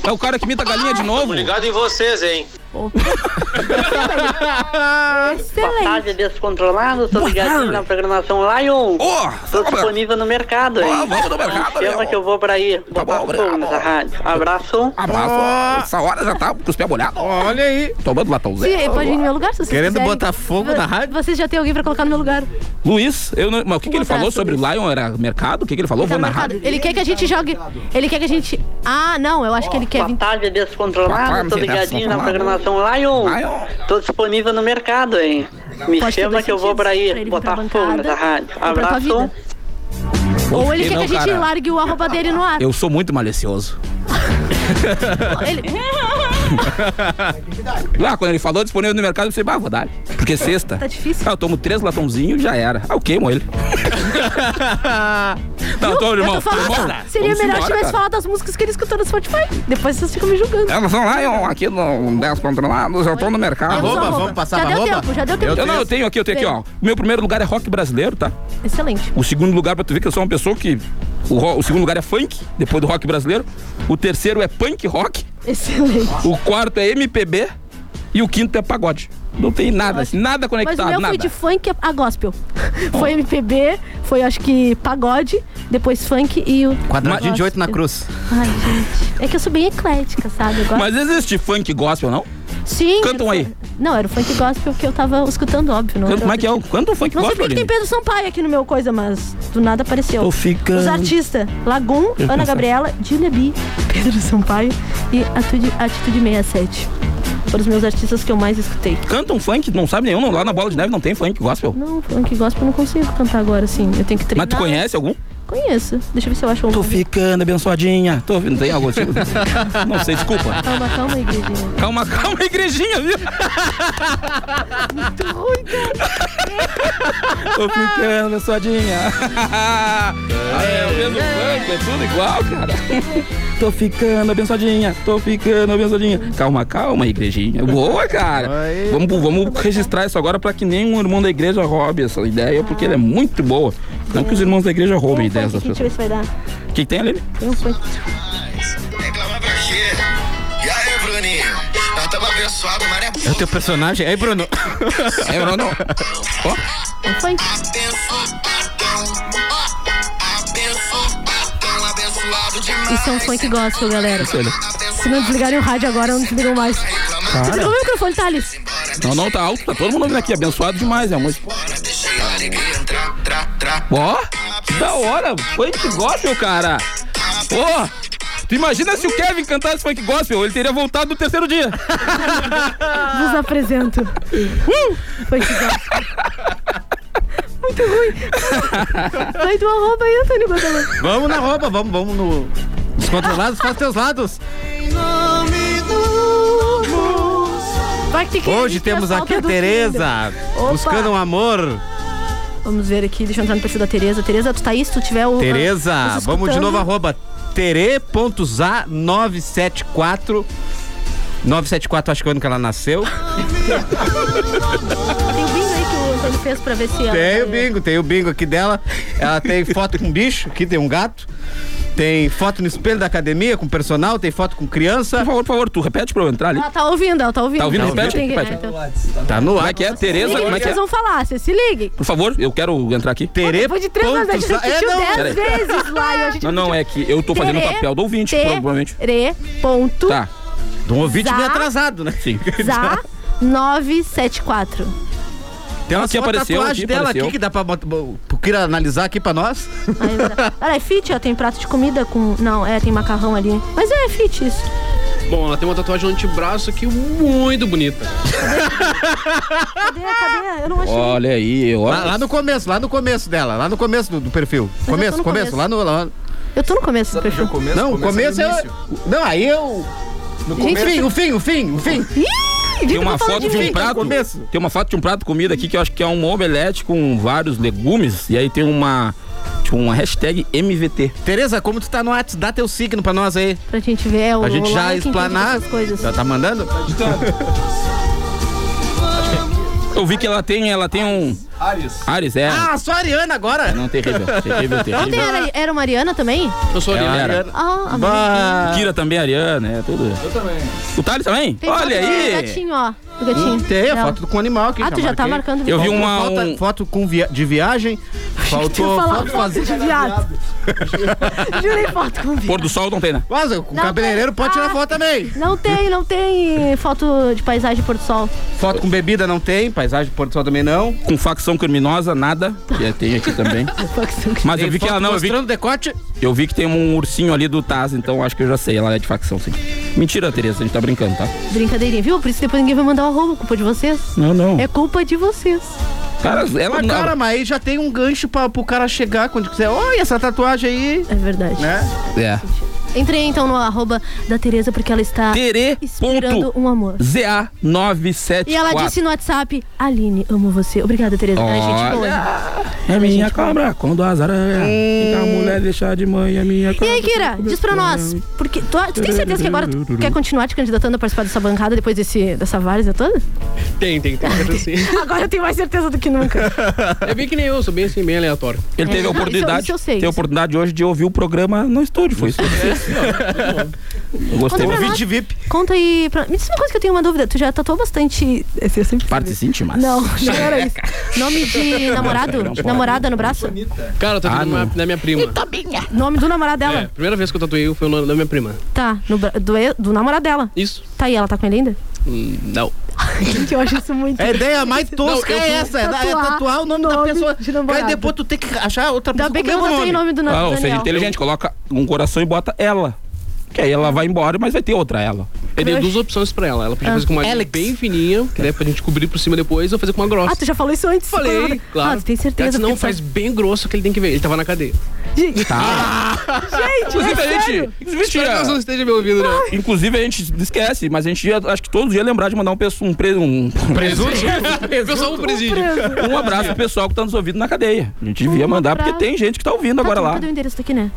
[SPEAKER 2] É o cara que imita a galinha de novo.
[SPEAKER 12] Obrigado em vocês, hein?
[SPEAKER 5] Ah,
[SPEAKER 22] Boa tarde, descontrolado. Tô ligadinho na programação Lion. Tô disponível no mercado, hein? vamos no mercado, Chama que eu vou pra aí. Tá bom, obrigado. Nessa rádio. Abraço.
[SPEAKER 2] Abraço. Essa hora já tá com os pés molhados.
[SPEAKER 6] Olha aí.
[SPEAKER 2] Tomando latãozinho.
[SPEAKER 5] Sim, pode ir no meu lugar se vocês
[SPEAKER 2] Querendo
[SPEAKER 5] quiserem.
[SPEAKER 2] botar fogo na rádio?
[SPEAKER 5] Vocês já tem alguém pra colocar no meu lugar.
[SPEAKER 2] Luiz, eu não- mas o que, que ele falou sobre Lion? Era mercado? O que, que ele falou?
[SPEAKER 5] Tá
[SPEAKER 2] Vou
[SPEAKER 5] no
[SPEAKER 2] na
[SPEAKER 5] mercado.
[SPEAKER 2] rádio.
[SPEAKER 5] Ele quer que a gente jogue. Ele quer que a gente. Ah, não, eu acho que ele quer vir.
[SPEAKER 22] Tarde descontrolado. Tô ligadinho na programação Lion. Tô disponível no mercado, hein? Me
[SPEAKER 5] Pode
[SPEAKER 22] chama
[SPEAKER 5] fazer
[SPEAKER 22] que eu vou
[SPEAKER 5] sentido
[SPEAKER 22] pra
[SPEAKER 5] pra
[SPEAKER 22] aí.
[SPEAKER 5] ele vir
[SPEAKER 22] Botar
[SPEAKER 5] pra
[SPEAKER 22] fogo
[SPEAKER 5] bancada,
[SPEAKER 22] nessa rádio.
[SPEAKER 5] comprar tua
[SPEAKER 22] Abraço.
[SPEAKER 5] vida. Ou ele quer que a gente
[SPEAKER 2] cara.
[SPEAKER 5] largue o arroba dele no ar.
[SPEAKER 2] Eu sou muito malicioso.
[SPEAKER 5] Ele...
[SPEAKER 2] Lá, Ah, quando ele falou disponível no mercado, eu pensei, bah, vou dar. Porque é sexta.
[SPEAKER 5] Tá difícil.
[SPEAKER 2] Ah, eu tomo três latãozinhos e já era. Ah, eu queimo ele. não, tô,
[SPEAKER 5] Eu
[SPEAKER 2] irmão.
[SPEAKER 5] tô falando, assim,
[SPEAKER 2] irmão,
[SPEAKER 5] seria
[SPEAKER 2] vamos
[SPEAKER 5] melhor
[SPEAKER 2] embora,
[SPEAKER 5] se tivesse
[SPEAKER 2] cara.
[SPEAKER 5] falado das músicas que ele escutou no Spotify. Depois vocês ficam me julgando.
[SPEAKER 2] Elas são lá, eu, aqui no 10 controlados, eu tô no mercado.
[SPEAKER 5] Temos Arroba, arroba. vamos passar Já pra deu arroba? tempo, já deu tempo.
[SPEAKER 2] Eu, não, eu tenho aqui, eu tenho aqui, ó. O meu primeiro lugar é rock brasileiro, tá?
[SPEAKER 5] Excelente.
[SPEAKER 2] O segundo lugar, pra tu ver que eu sou uma pessoa que. O, ro- o segundo lugar é funk, depois do rock brasileiro. O terceiro é punk rock.
[SPEAKER 5] Excelente.
[SPEAKER 2] O quarto é MPB. e o quinto é pagode. Não tem nada, assim, nada
[SPEAKER 5] Mas
[SPEAKER 2] conectado,
[SPEAKER 5] o meu
[SPEAKER 2] nada.
[SPEAKER 5] foi de funk a gospel. Foi MPB, foi acho que pagode, depois funk e o.
[SPEAKER 6] Quadradinho de oito na cruz.
[SPEAKER 5] Ai, gente. É que eu sou bem eclética, sabe? Eu gosto-
[SPEAKER 2] Mas existe funk gospel, não?
[SPEAKER 5] Sim.
[SPEAKER 2] Cantam aí.
[SPEAKER 5] Não, era o funk gospel que eu tava escutando, óbvio. Não
[SPEAKER 2] Canta,
[SPEAKER 5] era
[SPEAKER 2] como é que é? o- Canta o funk
[SPEAKER 5] Não sei
[SPEAKER 2] gospel,
[SPEAKER 5] por que que tem
[SPEAKER 2] Aline.
[SPEAKER 5] Pedro Sampaio aqui no meu coisa, mas do nada apareceu.
[SPEAKER 2] Tô ficando-
[SPEAKER 5] Os artistas: Lagum,
[SPEAKER 2] Eu
[SPEAKER 5] Ana
[SPEAKER 2] pensava.
[SPEAKER 5] Gabriela, Julia B, Pedro Sampaio e Atitude, Atitude 67. Foram os meus artistas que eu mais escutei.
[SPEAKER 2] Canta um funk, não sabe nenhum, não. Lá na Bola de Neve não tem funk gospel.
[SPEAKER 5] Não, funk gospel eu não consigo cantar agora, assim. Eu tenho que treinar.
[SPEAKER 2] Mas tu conhece algum?
[SPEAKER 5] Conheço. Deixa eu ver se eu acho um.
[SPEAKER 2] Tô ficando abençoadinha. Tô... Não tem algo tipo? não sei, desculpa.
[SPEAKER 5] Calma, Ah, calma aí, um Guilherme.
[SPEAKER 2] Calma, calma, igrejinha, viu?
[SPEAKER 5] Muito ruim,
[SPEAKER 2] cara. Tô ficando abençoadinha. Ah, é, o mesmo funk, é tudo igual, cara. Tô ficando abençoadinha, tô ficando abençoadinha. Calma, calma, igrejinha. Boa, cara. Vamos, vamos registrar isso agora pra que nenhum irmão da igreja roube essa ideia, porque ela é muito boa. Não que os irmãos da igreja roubem ideias das
[SPEAKER 5] Aqui, deixa eu ver
[SPEAKER 2] pessoas.
[SPEAKER 5] se vai dar.
[SPEAKER 2] O que, que tem ali?
[SPEAKER 5] Tem um funk.
[SPEAKER 4] E aí, Bruninho? Nós estamos abençoados, mas é
[SPEAKER 6] É o teu personagem? Aí, Bruno.
[SPEAKER 2] É, Bruno.
[SPEAKER 5] Um funk. Isso é um funk gospel, galera.
[SPEAKER 6] é
[SPEAKER 5] Se não desligarem o rádio agora, não desligam mais.
[SPEAKER 2] Cara.
[SPEAKER 5] Tu desligou o microfone, Thales?
[SPEAKER 2] Não, não, tá alto, tá todo mundo ouvindo aqui. Abençoado demais, é a música. Ó, que da hora, funk gospel, cara. Ó, tu imagina se o Kevin cantasse funk gospel, ele teria voltado no terceiro dia.
[SPEAKER 5] Vos apresento. Uh! Funk gospel. Muito ruim. Vai do arroba aí, Antônio Guadalão.
[SPEAKER 6] Vamos na roupa, vamos, vamos no. Descontrolados, faz teus lados.
[SPEAKER 5] Vai que tem que
[SPEAKER 6] Hoje
[SPEAKER 5] pedir
[SPEAKER 6] temos
[SPEAKER 5] pessoal
[SPEAKER 6] aqui
[SPEAKER 5] que
[SPEAKER 6] a
[SPEAKER 5] é do Tinder.
[SPEAKER 6] Tereza,
[SPEAKER 5] Opa.
[SPEAKER 6] buscando um amor.
[SPEAKER 5] Vamos ver aqui, deixa eu entrar no perfil da Tereza. Tereza, tu tá aí? Se tu tiver o.
[SPEAKER 6] Tereza,
[SPEAKER 5] nos
[SPEAKER 6] vamos de
[SPEAKER 5] escutando.
[SPEAKER 6] novo, arroba tere.za974 974, acho que é o ano que ela nasceu.
[SPEAKER 5] Ah. Tem bingo Tá aí que o Antônio fez pra ver se ela.
[SPEAKER 6] Tem
[SPEAKER 5] é-
[SPEAKER 6] o bingo, tem o bingo aqui dela. Ela tem foto com bicho, aqui tem um gato. Tem foto no espelho da academia com personal, tem foto com criança. Por
[SPEAKER 2] favor, por favor, tu repete pra eu entrar
[SPEAKER 5] Ela tá ouvindo, ela tá ouvindo.
[SPEAKER 2] Tá ouvindo?
[SPEAKER 5] Então,
[SPEAKER 2] Repete,
[SPEAKER 5] tem que-
[SPEAKER 2] repete.
[SPEAKER 5] é, então-
[SPEAKER 6] Tá no ar.
[SPEAKER 2] Como é que é,
[SPEAKER 5] Se
[SPEAKER 2] Tereza?
[SPEAKER 5] liguem
[SPEAKER 2] Como é
[SPEAKER 5] que
[SPEAKER 2] que é?
[SPEAKER 5] vocês vão falar, vocês se liguem.
[SPEAKER 2] Por favor, eu quero entrar aqui.
[SPEAKER 6] Tere. É,
[SPEAKER 5] Depois de três anos, a gente
[SPEAKER 2] É,
[SPEAKER 5] repetiu dez vezes lá e a gente
[SPEAKER 2] Não, não, é que eu tô fazendo o
[SPEAKER 5] Tere,
[SPEAKER 2] papel do ouvinte,
[SPEAKER 5] Tere,
[SPEAKER 2] provavelmente.
[SPEAKER 5] Ponto
[SPEAKER 2] Tá.
[SPEAKER 6] Do ouvinte
[SPEAKER 5] Zá.
[SPEAKER 6] um meio atrasado, né? Sim.
[SPEAKER 5] Zá 974.
[SPEAKER 6] Tem uma
[SPEAKER 2] Aqui
[SPEAKER 6] só
[SPEAKER 2] apareceu,
[SPEAKER 6] tatuagem
[SPEAKER 2] aqui
[SPEAKER 6] dela
[SPEAKER 2] apareceu.
[SPEAKER 6] aqui que dá pra botar, queira analisar aqui pra nós.
[SPEAKER 5] Olha, é fit, ó, tem prato de comida com. Não, é, tem macarrão ali. Mas é, fit isso.
[SPEAKER 7] Bom, ela tem uma tatuagem no antebraço aqui muito bonita.
[SPEAKER 5] Cadê? Cadê? Eu não achei.
[SPEAKER 2] Olha aí,
[SPEAKER 6] Lá, lá no começo, lá no começo dela, lá no começo do, do perfil.
[SPEAKER 5] eu
[SPEAKER 6] começo,
[SPEAKER 5] tô no
[SPEAKER 6] começo,
[SPEAKER 5] começo.
[SPEAKER 6] lá no. Lá...
[SPEAKER 5] Eu tô no começo do perfil.
[SPEAKER 6] não, o começo é. Não, aí eu. No é-
[SPEAKER 5] Gente,
[SPEAKER 6] fim,
[SPEAKER 5] eu-
[SPEAKER 6] o fim, o fim, o fim.
[SPEAKER 2] Tem
[SPEAKER 6] tá
[SPEAKER 2] uma foto de um prato. Tem uma foto de um prato de comida aqui que eu acho que é um omelete com vários legumes. E aí tem uma. Tipo, uma hashtag MVT.
[SPEAKER 6] Tereza, como tu tá no WhatsApp, dá teu signo pra nós aí.
[SPEAKER 5] Pra gente ver é, o
[SPEAKER 6] Pra gente
[SPEAKER 5] o
[SPEAKER 6] já
[SPEAKER 5] like, né, entende
[SPEAKER 6] explanar.
[SPEAKER 5] essas coisas.
[SPEAKER 6] Já tá mandando?
[SPEAKER 2] Eu vi que ela tem, ela tem um. Ares. Ares, é.
[SPEAKER 6] Ah, só a Ariana agora.
[SPEAKER 2] Não, terrível. Terrível,
[SPEAKER 5] Ontem
[SPEAKER 2] terrível.
[SPEAKER 5] era, era uma Ariana também?
[SPEAKER 7] Eu
[SPEAKER 2] sou Ariana. Ela era.
[SPEAKER 5] Ah, a
[SPEAKER 2] O Kira também, é Ariana, é tudo. Eu também. O Thales também?
[SPEAKER 5] Tem foto
[SPEAKER 2] Olha aí.
[SPEAKER 5] do gatinho, ó. Do gatinho.
[SPEAKER 6] Hum, Tem,
[SPEAKER 5] Dela.
[SPEAKER 6] foto com animal aqui.
[SPEAKER 5] Ah, tu já tá
[SPEAKER 6] marquei.
[SPEAKER 5] marcando
[SPEAKER 2] Eu vi uma-
[SPEAKER 6] Falta
[SPEAKER 2] um-
[SPEAKER 6] foto com via- de viagem.
[SPEAKER 5] Tu ia
[SPEAKER 6] Faltou
[SPEAKER 5] falar
[SPEAKER 6] foto
[SPEAKER 5] foto de viado. Jurei foto com viado.
[SPEAKER 2] Pôr do sol não tem, né?
[SPEAKER 6] Mas o
[SPEAKER 5] Não, tá.
[SPEAKER 6] cabeleireiro pode tirar foto também.
[SPEAKER 5] Não tem, não tem foto de paisagem pôr do sol.
[SPEAKER 6] Foto com bebida não tem, paisagem do Porto Sol também não.
[SPEAKER 2] Com facção criminosa, nada. E tem aqui também. Mas eu vi que ela não, eu vi,
[SPEAKER 6] Mostrando decote.
[SPEAKER 2] eu vi que tem um ursinho ali do Taz, então acho que eu já sei, ela é de facção, sim. Mentira, Tereza, a gente tá brincando, tá?
[SPEAKER 5] Brincadeirinha, viu? Por isso depois ninguém vai mandar o arroba, culpa de vocês.
[SPEAKER 2] Não, não.
[SPEAKER 5] É culpa de vocês.
[SPEAKER 2] Cara, ela
[SPEAKER 6] mas, cara, mas aí já tem um gancho pra, pro cara chegar quando quiser. Olha essa tatuagem aí.
[SPEAKER 5] É verdade.
[SPEAKER 6] Né?
[SPEAKER 2] É.
[SPEAKER 5] Entrei então no arroba da Tereza porque ela está
[SPEAKER 2] Tere.
[SPEAKER 5] esperando um amor.
[SPEAKER 2] ZA974.
[SPEAKER 5] E ela
[SPEAKER 2] É
[SPEAKER 5] disse no WhatsApp, Aline, amo você. Obrigada, Tereza. É gente boa. né?
[SPEAKER 2] É minha cobra, quando as aranha fica a mulher deixar de mãe, é minha
[SPEAKER 5] Hum. E
[SPEAKER 2] cobra.
[SPEAKER 5] aí, Kira, diz pra nós, porque tu, tu tem certeza que agora tu quer continuar te candidatando a participar dessa bancada depois desse, dessa várzea toda?
[SPEAKER 7] Tem, tem, tem. coisa assim.
[SPEAKER 5] Agora eu tenho mais certeza do que nunca.
[SPEAKER 7] É bem que nem eu, sou bem assim, bem aleatório.
[SPEAKER 2] Ele
[SPEAKER 5] É,
[SPEAKER 2] teve a
[SPEAKER 5] não, isso eu-
[SPEAKER 2] oportunidade,
[SPEAKER 5] isso eu sei,
[SPEAKER 2] teve
[SPEAKER 5] isso.
[SPEAKER 2] a oportunidade hoje de ouvir o programa Ah, no estúdio, foi isso. É, Eu gostei.
[SPEAKER 5] pra
[SPEAKER 2] Ouvinte
[SPEAKER 5] nós.
[SPEAKER 2] VIP.
[SPEAKER 5] Conta aí. pra- Me diz uma coisa que eu tenho uma dúvida. Tu já tatuou bastante. Esse eu sempre quis
[SPEAKER 2] Partes
[SPEAKER 5] saber.
[SPEAKER 2] íntimas?
[SPEAKER 5] Não, não era isso. Nome de namorado?
[SPEAKER 7] Não, não, não.
[SPEAKER 5] Namorada no braço?
[SPEAKER 7] Cara, eu tatuei na, minha- na minha prima.
[SPEAKER 5] tá Nome do namorado
[SPEAKER 7] É,
[SPEAKER 5] dela?
[SPEAKER 7] primeira vez que eu tatuei foi o nome da minha prima.
[SPEAKER 5] Tá, no bra- do, e- do namorado dela.
[SPEAKER 7] Isso.
[SPEAKER 5] Tá aí, ela tá com ele ainda?
[SPEAKER 7] Hum, Não.
[SPEAKER 5] Gente, eu acho isso muito.
[SPEAKER 6] A É ideia mais tosca é essa, é da- é tatuar o nome da pessoa. Aí depois tu tem que achar outra pessoa.
[SPEAKER 5] Ainda bem que eu
[SPEAKER 6] com o mesmo
[SPEAKER 5] botei o nome do
[SPEAKER 2] Ah,
[SPEAKER 5] namorado.
[SPEAKER 2] ou seja, inteligente, coloca um coração e bota ela. Que aí ela vai embora, mas vai ter outra ela.
[SPEAKER 7] Eu dei duas opções pra ela. Ela podia
[SPEAKER 5] Ah.
[SPEAKER 7] fazer com uma linha
[SPEAKER 5] Alex.
[SPEAKER 7] bem fininha, que daí pra gente cobrir por cima depois, ou fazer com uma grossa.
[SPEAKER 5] Ah, tu já falou isso antes?
[SPEAKER 7] Falei, claro.
[SPEAKER 5] Ah, tu tem
[SPEAKER 7] Ela disse,
[SPEAKER 5] certeza.
[SPEAKER 7] não,
[SPEAKER 5] porque tá
[SPEAKER 7] faz
[SPEAKER 5] tu
[SPEAKER 7] bem grosso que ele tem que ver. Ele tava na cadeia.
[SPEAKER 5] Gente,
[SPEAKER 7] Gente,
[SPEAKER 2] Inclusive, a gente.
[SPEAKER 7] Espero que ela não esteja me ouvindo, né?
[SPEAKER 2] Inclusive, a gente esquece, mas a gente ia- acho que todos iam lembrar de mandar um, preso, um, pre, um
[SPEAKER 7] Presunto? Pessoal no presídio.
[SPEAKER 2] Um abraço pro pessoal que tá nos ouvindo na cadeia. A gente devia mandar, porque
[SPEAKER 5] Um abraço.
[SPEAKER 2] tem gente que tá ouvindo
[SPEAKER 5] Tá,
[SPEAKER 2] agora
[SPEAKER 5] tu
[SPEAKER 2] lá.
[SPEAKER 5] nunca deu o endereço daqui, né?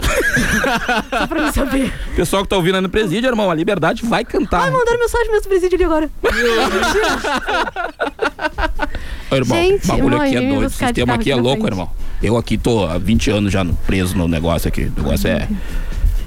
[SPEAKER 5] Só pra mim saber.
[SPEAKER 2] O pessoal que tá ouvindo lá no presídio, irmão, a liberdade vai cantar.
[SPEAKER 5] Ai, mandaram mensagem mesmo do presídio ali agora.
[SPEAKER 2] Ô, irmão,
[SPEAKER 5] Gente,
[SPEAKER 2] o bagulho
[SPEAKER 5] irmão,
[SPEAKER 2] aqui é
[SPEAKER 5] vem me
[SPEAKER 2] doido. O
[SPEAKER 5] buscar de
[SPEAKER 2] sistema
[SPEAKER 5] carro
[SPEAKER 2] aqui é
[SPEAKER 5] aqui na
[SPEAKER 2] louco,
[SPEAKER 5] frente.
[SPEAKER 2] irmão. Eu aqui tô há 20 anos já no- preso no negócio aqui. O negócio é.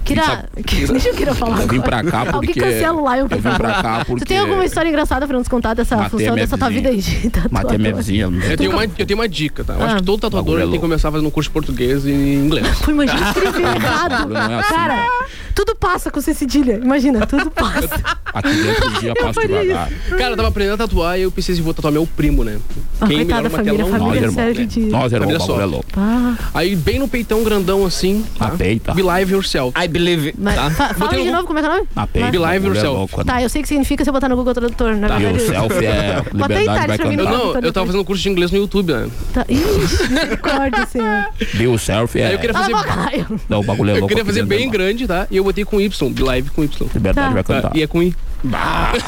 [SPEAKER 5] Kira, deixa eu Kira falar.
[SPEAKER 2] Eu vim pra cá
[SPEAKER 5] agora.
[SPEAKER 2] porque-
[SPEAKER 5] Alguém cancela o Lion, por
[SPEAKER 2] é? eu vim
[SPEAKER 5] favor.
[SPEAKER 2] pra cá
[SPEAKER 5] Tu tem
[SPEAKER 2] porque-
[SPEAKER 5] alguma história engraçada pra nos contar dessa
[SPEAKER 2] Matei
[SPEAKER 5] função,
[SPEAKER 2] a minha
[SPEAKER 5] dessa tua vida
[SPEAKER 2] vizinha.
[SPEAKER 5] aí de
[SPEAKER 2] Matei a minha
[SPEAKER 5] tatuador?
[SPEAKER 2] vizinha.
[SPEAKER 7] Eu tenho, uma, eu tenho uma dica, tá? Eu acho
[SPEAKER 5] Ah.
[SPEAKER 7] que todo tatuador
[SPEAKER 2] Bagulho é
[SPEAKER 7] ele tem que
[SPEAKER 2] louco.
[SPEAKER 7] começar fazendo um curso de português e inglês.
[SPEAKER 5] Pô, imagina escrever errado.
[SPEAKER 7] Não é assim.
[SPEAKER 5] Cara, tudo passa com ser cedilha. Imagina, tudo passa.
[SPEAKER 2] Aqui dentro do
[SPEAKER 8] É
[SPEAKER 2] dia
[SPEAKER 7] Eu
[SPEAKER 2] passo
[SPEAKER 7] faria
[SPEAKER 2] devagar.
[SPEAKER 7] Cara, eu tava aprendendo a tatuar e eu pensei assim, vou tatuar meu primo, né?
[SPEAKER 5] Ah, coitada,
[SPEAKER 7] uma
[SPEAKER 5] família,
[SPEAKER 7] tela, um
[SPEAKER 5] família,
[SPEAKER 7] irmão,
[SPEAKER 5] sério,
[SPEAKER 7] né?
[SPEAKER 5] de-
[SPEAKER 2] é Nós, irmão,
[SPEAKER 7] Família
[SPEAKER 2] o bagulho
[SPEAKER 7] só.
[SPEAKER 2] é louco.
[SPEAKER 8] Tá.
[SPEAKER 5] Ah,
[SPEAKER 7] Aí bem no peitão grandão assim.
[SPEAKER 2] Ah,
[SPEAKER 7] Tá? Be live yourself. I
[SPEAKER 2] believe.
[SPEAKER 5] mas fa- fala de novo como é que é o nome?
[SPEAKER 2] Tá.
[SPEAKER 9] tá
[SPEAKER 5] Vai.
[SPEAKER 7] Be live
[SPEAKER 9] é
[SPEAKER 7] yourself.
[SPEAKER 9] né?
[SPEAKER 5] Tá, eu sei o que significa se eu botar no Google Tradutor, na
[SPEAKER 7] Tá.
[SPEAKER 5] verdade.
[SPEAKER 7] Yourself é
[SPEAKER 5] Bota aí, Thales, pra mim
[SPEAKER 2] tá.
[SPEAKER 5] Tá no Google
[SPEAKER 7] Eu não, eu tava
[SPEAKER 5] Tradutor.
[SPEAKER 7] fazendo curso de inglês no YouTube, né?
[SPEAKER 5] Tá. Ixi, acorde, senhor.
[SPEAKER 2] Viu o selfie?
[SPEAKER 7] Aí
[SPEAKER 2] É.
[SPEAKER 7] eu queria fazer.
[SPEAKER 5] Cala a Tá boca, Lion.
[SPEAKER 2] Não, o bagulho é
[SPEAKER 7] Eu
[SPEAKER 2] louco.
[SPEAKER 7] queria
[SPEAKER 2] aqui
[SPEAKER 7] fazer
[SPEAKER 2] dentro,
[SPEAKER 7] bem
[SPEAKER 2] irmão.
[SPEAKER 7] grande, tá? E eu botei com Y, be live com Y.
[SPEAKER 5] Tá.
[SPEAKER 2] Liberdade vai cantar.
[SPEAKER 7] E é com I.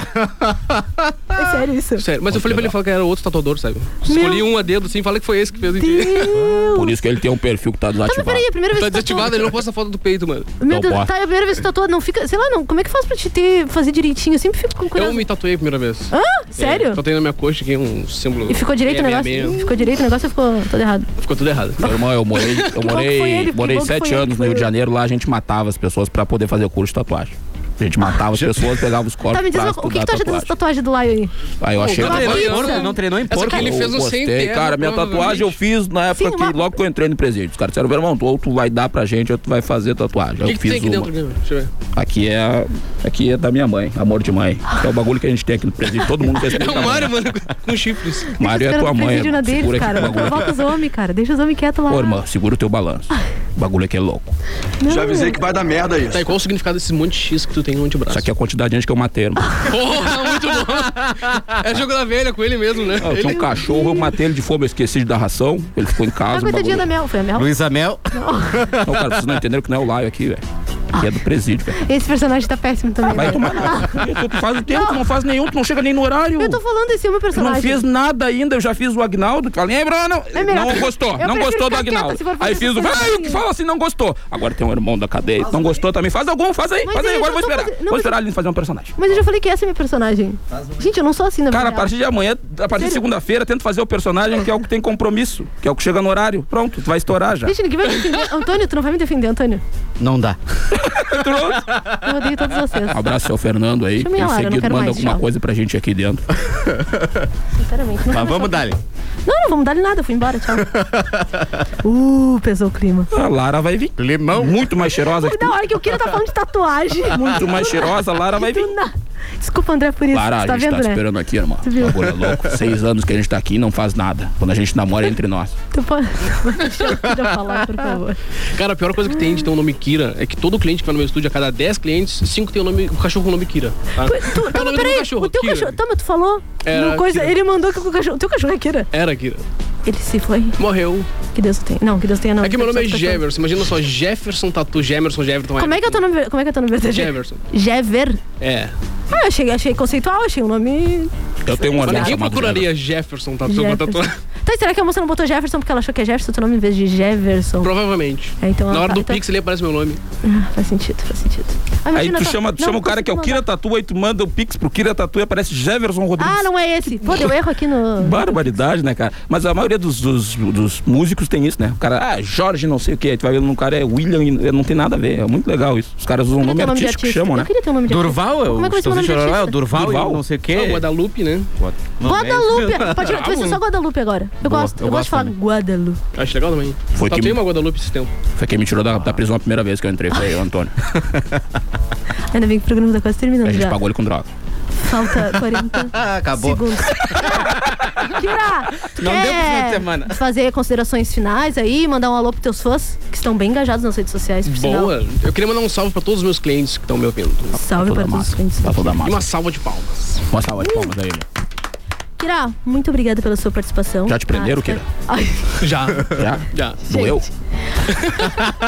[SPEAKER 5] É sério isso?
[SPEAKER 7] Sério, mas eu falei pra ele falar que era outro tatuador, sabe? Escolhi um a dedo assim, falei que foi esse que fez o
[SPEAKER 2] Por isso que ele tem um perfil que tá
[SPEAKER 5] Tá, mas
[SPEAKER 2] desativado.
[SPEAKER 5] peraí, a primeira vez
[SPEAKER 7] Tá
[SPEAKER 5] que tu
[SPEAKER 7] desativado,
[SPEAKER 5] tatua-
[SPEAKER 7] ele não posta foto do peito, mano.
[SPEAKER 5] Meu Deus,
[SPEAKER 7] bota.
[SPEAKER 5] tá, é a primeira vez que tu tatua, não fica... Sei lá, não, como é que faz pra te ter, fazer direitinho? Eu sempre fico com
[SPEAKER 7] Eu
[SPEAKER 5] curioso.
[SPEAKER 7] me tatuei a primeira vez.
[SPEAKER 5] Hã? Sério?
[SPEAKER 7] É, tatuei na minha coxa aqui um símbolo.
[SPEAKER 5] E ficou direito o
[SPEAKER 7] meia,
[SPEAKER 5] negócio?
[SPEAKER 7] meia, meia.
[SPEAKER 5] Ficou direito o negócio ou ficou todo errado?
[SPEAKER 7] Ficou tudo errado.
[SPEAKER 2] Meu irmão, eu morei, eu
[SPEAKER 5] bom que foi ele,
[SPEAKER 2] morei,
[SPEAKER 5] que
[SPEAKER 2] morei
[SPEAKER 5] bom que foi
[SPEAKER 2] sete
[SPEAKER 5] ele,
[SPEAKER 2] anos
[SPEAKER 5] que
[SPEAKER 2] no
[SPEAKER 5] foi
[SPEAKER 2] Rio de
[SPEAKER 5] ele.
[SPEAKER 2] Janeiro, lá a gente matava as pessoas pra poder fazer o curso de tatuagem. A gente matava as pessoas, pegava os corpos
[SPEAKER 5] Tá, me diz
[SPEAKER 2] pra
[SPEAKER 5] uma, o que,
[SPEAKER 2] estudar
[SPEAKER 5] que tu acha dessa
[SPEAKER 2] tatuagem. É
[SPEAKER 5] tatuagem do Laio aí?
[SPEAKER 2] Aí eu achei
[SPEAKER 5] Não treinou em
[SPEAKER 2] tatuagem-
[SPEAKER 5] porco, não treinou em
[SPEAKER 2] Essa
[SPEAKER 5] porco.
[SPEAKER 2] que ele
[SPEAKER 7] Eu
[SPEAKER 2] fez um
[SPEAKER 7] gostei,
[SPEAKER 2] sem terra,
[SPEAKER 7] cara,
[SPEAKER 2] Cara,
[SPEAKER 7] minha
[SPEAKER 2] minha tatuagem eu fiz na época
[SPEAKER 7] Sim,
[SPEAKER 2] que
[SPEAKER 7] uma-
[SPEAKER 2] logo que eu entrei no presídio. Os caras disseram, meu irmão, ou tu vai dar pra gente ou tu vai fazer tatuagem. Aí
[SPEAKER 7] O que,
[SPEAKER 2] eu
[SPEAKER 7] que tem
[SPEAKER 2] fiz
[SPEAKER 7] aqui
[SPEAKER 2] uma.
[SPEAKER 7] dentro? Deixa eu ver.
[SPEAKER 2] Aqui é, aqui é da minha mãe, amor de mãe. Que é o bagulho que a gente tem aqui no presídio. Todo mundo quer
[SPEAKER 7] É
[SPEAKER 2] explicar.
[SPEAKER 7] o Mário, mano, com chifres.
[SPEAKER 2] Mário é tua mãe.
[SPEAKER 5] Presídio na deles,
[SPEAKER 2] Segura aqui
[SPEAKER 5] cara.
[SPEAKER 2] o
[SPEAKER 5] Não
[SPEAKER 2] bagulho.
[SPEAKER 5] provoca os homens, cara. Deixa os homens quietos lá.
[SPEAKER 2] Ô, irmã, segura o teu balanço. O bagulho aqui é louco.
[SPEAKER 5] Não.
[SPEAKER 2] vai dar merda isso.
[SPEAKER 7] Tá, e qual o significado desse monte de X que tu tem no antebraço?
[SPEAKER 2] Isso aqui é a quantidade de gente que eu matei, irmão.
[SPEAKER 7] Porra, muito bom. É jogo da velha com ele mesmo, né?
[SPEAKER 2] Ah, Eu tinha um cachorro, eu matei ele de fome, eu esqueci de dar ração. Ele ficou em
[SPEAKER 5] Ah,
[SPEAKER 2] casa. o
[SPEAKER 5] coitadinha da
[SPEAKER 2] um bagulho-
[SPEAKER 5] Mel. Foi a Mel?
[SPEAKER 2] Mel. Não, cara, vocês não entenderam que não é o Laio aqui, velho. Aqui é do presídio, velho.
[SPEAKER 5] Esse personagem tá péssimo também.
[SPEAKER 2] Vai
[SPEAKER 5] né?
[SPEAKER 2] tomar no cu. Tu faz o tempo, tu não faz nenhum, tu não chega nem no horário.
[SPEAKER 5] Eu tô falando esse é o meu
[SPEAKER 2] Tu não
[SPEAKER 5] personagem.
[SPEAKER 2] fez nada ainda, eu já fiz o Agnaldo. Falei, hein, Bruno?
[SPEAKER 5] É melhor.
[SPEAKER 2] não
[SPEAKER 5] Eu
[SPEAKER 2] gostou, não
[SPEAKER 5] prefiro
[SPEAKER 2] gostou do
[SPEAKER 5] ficar quieta,
[SPEAKER 2] Agnaldo.
[SPEAKER 5] se for fazer
[SPEAKER 2] Aí fiz o.
[SPEAKER 5] essas
[SPEAKER 2] Vai,
[SPEAKER 5] coisas
[SPEAKER 2] o que fala assim, não gostou. Agora tem um irmão da cadeia. Não gostou também. Faz algum, faz aí,
[SPEAKER 5] Mas
[SPEAKER 2] faz aí.
[SPEAKER 5] ele
[SPEAKER 2] Agora
[SPEAKER 5] já
[SPEAKER 2] vou
[SPEAKER 5] tá
[SPEAKER 2] esperar.
[SPEAKER 5] fazendo- não,
[SPEAKER 2] Vou
[SPEAKER 5] mas-
[SPEAKER 2] esperar ele fazer um personagem.
[SPEAKER 5] Mas eu já falei que essa é a minha personagem. Gente, eu não sou assim na
[SPEAKER 2] um- Cara, a
[SPEAKER 5] vida real.
[SPEAKER 2] partir de amanhã, a partir de segunda-feira, tento fazer o personagem que é o que tem compromisso, que é o que chega no horário. Pronto, tu vai estourar já.
[SPEAKER 5] Gente, ninguém vai me defender. Antônio, tu não vai me defender, Antônio.
[SPEAKER 2] Não dá.
[SPEAKER 5] é Eu odeio todos vocês.
[SPEAKER 2] Um abraço ao Fernando aí.
[SPEAKER 5] Deixa eu me
[SPEAKER 2] Em
[SPEAKER 5] alar, eu não
[SPEAKER 2] seguida,
[SPEAKER 5] quero
[SPEAKER 2] manda
[SPEAKER 5] mais,
[SPEAKER 2] alguma
[SPEAKER 5] tchau.
[SPEAKER 2] coisa pra gente aqui dentro.
[SPEAKER 5] Sinceramente. Não vai mais
[SPEAKER 2] Dali.
[SPEAKER 5] falar. Não, não vamos dar-lhe nada. Eu Fui embora, tchau. Uh, pesou o clima.
[SPEAKER 2] A Lara vai vir. Limão. Muito mais cheirosa que
[SPEAKER 5] Na
[SPEAKER 2] tu.
[SPEAKER 5] hora que o Kira tá falando de tatuagem.
[SPEAKER 2] Muito mais cheirosa, a Lara vai vir.
[SPEAKER 5] Do nada. Desculpa, André, por isso.
[SPEAKER 2] Lara,
[SPEAKER 5] Você
[SPEAKER 2] a
[SPEAKER 5] tá
[SPEAKER 2] gente
[SPEAKER 5] vendo,
[SPEAKER 2] tá te
[SPEAKER 5] né?
[SPEAKER 2] esperando aqui, irmão.
[SPEAKER 5] Tu viu?
[SPEAKER 2] Bagulho louco. Seis anos que a gente tá aqui e não faz nada. Quando a gente namora é entre nós.
[SPEAKER 5] Tu pode deixa eu falar, por favor.
[SPEAKER 7] Cara, a pior coisa que tem de ter um nome Kira é que todo cliente que vai no meu estúdio, a cada 10 clientes, 5 tem o nome, o cachorro com o nome Kira. tá?
[SPEAKER 5] Tu, tá,
[SPEAKER 7] o
[SPEAKER 5] mas
[SPEAKER 7] nome do
[SPEAKER 5] peraí,
[SPEAKER 7] meu cachorro,
[SPEAKER 5] o teu
[SPEAKER 7] Kira.
[SPEAKER 5] cachorro. Tá, mas tu falou
[SPEAKER 7] Era
[SPEAKER 5] uma coisa.
[SPEAKER 7] Kira.
[SPEAKER 5] Ele mandou que o cachorro. O teu cachorro é Kira?
[SPEAKER 7] Era Kira.
[SPEAKER 5] Ele se foi.
[SPEAKER 7] Morreu.
[SPEAKER 5] Que Deus o tenha. Não, que Deus tenha não.
[SPEAKER 7] É que meu nome é
[SPEAKER 5] Só cachorro.
[SPEAKER 7] Jefferson. Imagina só, Jefferson Tatu, Jefferson, Jefferson.
[SPEAKER 5] tá, Como é que é o teu nome? ver- Como é que é o teu nome verdadeiro?
[SPEAKER 7] Jefferson.
[SPEAKER 5] Jever?
[SPEAKER 7] É.
[SPEAKER 5] Ah, eu achei, achei conceitual, achei o nome.
[SPEAKER 2] Eu tenho um
[SPEAKER 7] Mas
[SPEAKER 2] amigo
[SPEAKER 7] ninguém
[SPEAKER 2] chamado
[SPEAKER 7] procuraria Jefferson Tatu pra
[SPEAKER 5] Jefferson.
[SPEAKER 7] tatuar.
[SPEAKER 5] Tá, e será que a moça não botou Jefferson porque ela achou que é Jefferson o teu nome em vez de Jefferson?
[SPEAKER 7] Provavelmente.
[SPEAKER 5] É, então
[SPEAKER 7] Na
[SPEAKER 5] ela
[SPEAKER 7] hora
[SPEAKER 5] tá-
[SPEAKER 7] do
[SPEAKER 5] então-
[SPEAKER 7] Pix ele aparece meu nome.
[SPEAKER 5] Ah, faz sentido, faz sentido. Ah,
[SPEAKER 2] Aí
[SPEAKER 5] imagina
[SPEAKER 2] tu
[SPEAKER 5] só-
[SPEAKER 2] chama, tu
[SPEAKER 5] Não,
[SPEAKER 2] chama o cara que é o
[SPEAKER 5] consigo
[SPEAKER 2] Kira Tatu, aí tu manda o Pix pro Kira Tatu e aparece Jefferson Rodrigues.
[SPEAKER 5] mandar. Ah, não é esse. Pô, deu erro aqui no.
[SPEAKER 2] Barbaridade, né, cara? Mas a maioria dos, dos- dos músicos tem isso, né? O cara, ah, Jorge não sei o que, aí tu vai vendo um cara é William e não tem nada a ver. É muito legal isso. Os caras usam
[SPEAKER 5] Eu
[SPEAKER 2] nome
[SPEAKER 5] queria ter um nome de
[SPEAKER 2] artístico que
[SPEAKER 5] artista.
[SPEAKER 2] chamam, né?
[SPEAKER 5] Eu queria ter um nome de
[SPEAKER 2] Durval,
[SPEAKER 5] artista.
[SPEAKER 2] eu-
[SPEAKER 5] Como é que vai ser o
[SPEAKER 2] Estão
[SPEAKER 5] nome de
[SPEAKER 2] dizendo
[SPEAKER 5] artista?
[SPEAKER 2] Jorel, é Durval um e
[SPEAKER 7] Durval?
[SPEAKER 2] não sei o quê.
[SPEAKER 7] Ah, Guadalupe, né?
[SPEAKER 5] Guadalupe. Pode, pode ser só Guadalupe agora. Eu
[SPEAKER 2] Boa,
[SPEAKER 5] gosto, eu,
[SPEAKER 2] eu
[SPEAKER 5] gosto
[SPEAKER 2] gosto
[SPEAKER 5] de falar Guadalupe.
[SPEAKER 7] Acho legal também.
[SPEAKER 2] Foi
[SPEAKER 7] Tatuei
[SPEAKER 2] que-
[SPEAKER 7] uma Guadalupe esse tempo.
[SPEAKER 2] Foi quem me tirou da, da prisão a primeira vez que eu entrei, foi o Antônio.
[SPEAKER 5] Ainda bem que o programa tá quase terminando
[SPEAKER 2] a gente
[SPEAKER 5] já.
[SPEAKER 2] pagou ele com droga.
[SPEAKER 5] Falta 40
[SPEAKER 2] Acabou.
[SPEAKER 5] segundos. Kira, tu
[SPEAKER 2] Não
[SPEAKER 5] quer
[SPEAKER 2] deu pro final de semana.
[SPEAKER 5] fazer considerações finais aí, mandar um alô pros teus fãs, que estão bem engajados nas redes sociais, por sinal.
[SPEAKER 7] Boa. Eu queria mandar um salve pra todos os meus clientes que estão me ouvindo.
[SPEAKER 5] Salve pra todos os clientes.
[SPEAKER 2] Tá toda
[SPEAKER 7] E uma salva de palmas.
[SPEAKER 2] Uma salva de palmas aí. né?
[SPEAKER 5] Kira, muito obrigada pela sua participação. Ah,
[SPEAKER 2] Já te prenderam, Kira?
[SPEAKER 5] Ai,
[SPEAKER 7] Já.
[SPEAKER 2] Já?
[SPEAKER 7] Já.
[SPEAKER 2] Doeu?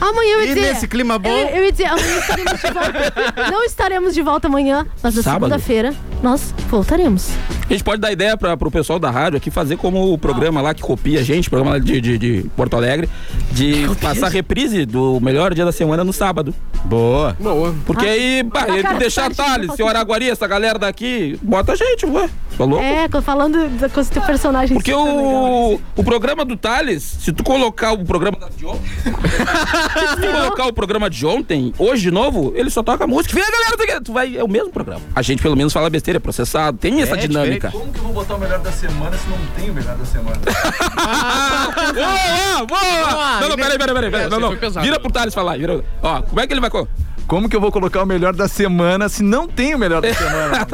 [SPEAKER 5] amanhã eu ia
[SPEAKER 6] E
[SPEAKER 5] dizer...
[SPEAKER 6] nesse clima bom?
[SPEAKER 5] Eu, eu ia dizer, amanhã estaremos de volta. Não estaremos de volta amanhã, mas na
[SPEAKER 2] Sábado.
[SPEAKER 5] segunda-feira nós voltaremos.
[SPEAKER 2] A gente pode dar ideia para pro pessoal da rádio aqui fazer como o programa lá que copia a gente, programa lá de, de, de Porto Alegre, de passar reprise do melhor dia da semana no sábado. Boa.
[SPEAKER 7] Boa.
[SPEAKER 2] Porque
[SPEAKER 5] Ah.
[SPEAKER 2] aí, bah,
[SPEAKER 5] Ah,
[SPEAKER 2] ele
[SPEAKER 5] cara,
[SPEAKER 2] deixar
[SPEAKER 5] sorte que não
[SPEAKER 2] atalho,
[SPEAKER 5] falta
[SPEAKER 2] seu Araguari, essa galera daqui, bota a gente, ué. Falou?
[SPEAKER 5] É, tô falando da coisa do teu personagem.
[SPEAKER 2] Porque
[SPEAKER 5] super é legal. né?
[SPEAKER 2] o, o programa do Thales, se tu colocar o programa da- de ontem. se tu colocar o programa de ontem, hoje de novo, ele só toca música. Vem, galera, tu- tu vai. É o mesmo programa. A gente pelo menos fala besteira, é processado, tem essa dinâmica.
[SPEAKER 8] Como que eu vou botar o melhor da semana se não tem o melhor da semana?
[SPEAKER 2] Boa, boa! Não, não, peraí, peraí, peraí. peraí. Não, não. Vira pro Thales falar. Vira... Ó, como é que ele vai. co-
[SPEAKER 8] Como que eu vou colocar o melhor da semana se não tem o melhor da semana?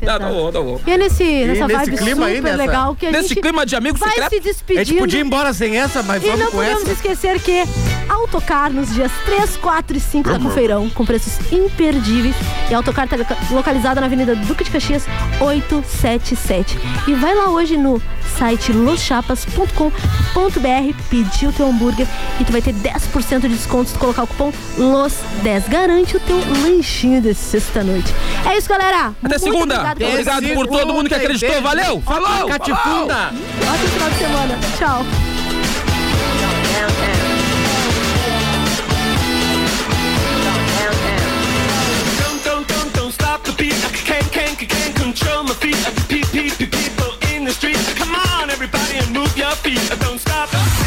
[SPEAKER 2] Não, não vou, não vou.
[SPEAKER 5] E é nesse, nessa
[SPEAKER 8] nesse
[SPEAKER 5] vibe
[SPEAKER 8] clima
[SPEAKER 5] super
[SPEAKER 8] aí, nessa-
[SPEAKER 5] legal que a
[SPEAKER 2] nesse
[SPEAKER 5] gente
[SPEAKER 2] clima de amigo
[SPEAKER 5] vai
[SPEAKER 2] secreto?
[SPEAKER 5] se despedindo.
[SPEAKER 6] A gente podia ir embora sem essa, mas
[SPEAKER 5] E
[SPEAKER 6] vamos
[SPEAKER 5] não
[SPEAKER 6] com
[SPEAKER 5] podemos
[SPEAKER 6] essa.
[SPEAKER 5] esquecer que Autocar nos dias 3, 4 e 5 da Confeirão, com preços imperdíveis. E a Autocar está localizada na Avenida Duque de Caxias, 877. E vai lá hoje no site loschapas.com.br, pedir o teu hambúrguer e tu vai ter 10% de desconto se tu colocar o cupom LOS10. Garante o teu lanchinho desse sexta-noite. É isso, galera.
[SPEAKER 2] Até
[SPEAKER 5] Muito
[SPEAKER 2] segunda.
[SPEAKER 5] obrigado pela
[SPEAKER 2] Obrigado
[SPEAKER 5] audiência.
[SPEAKER 2] por todo mundo que acreditou. Valeu. Falou.
[SPEAKER 5] Catifunda.
[SPEAKER 2] Falou.
[SPEAKER 5] Ótimo final de semana. Tchau.
[SPEAKER 22] É, é.
[SPEAKER 10] Don't, don't, don't, don't stop the beat. I can't, can't, can't control my feet. I peep, peep, peep, people in the street. Come on, everybody, and move your feet. Don't stop.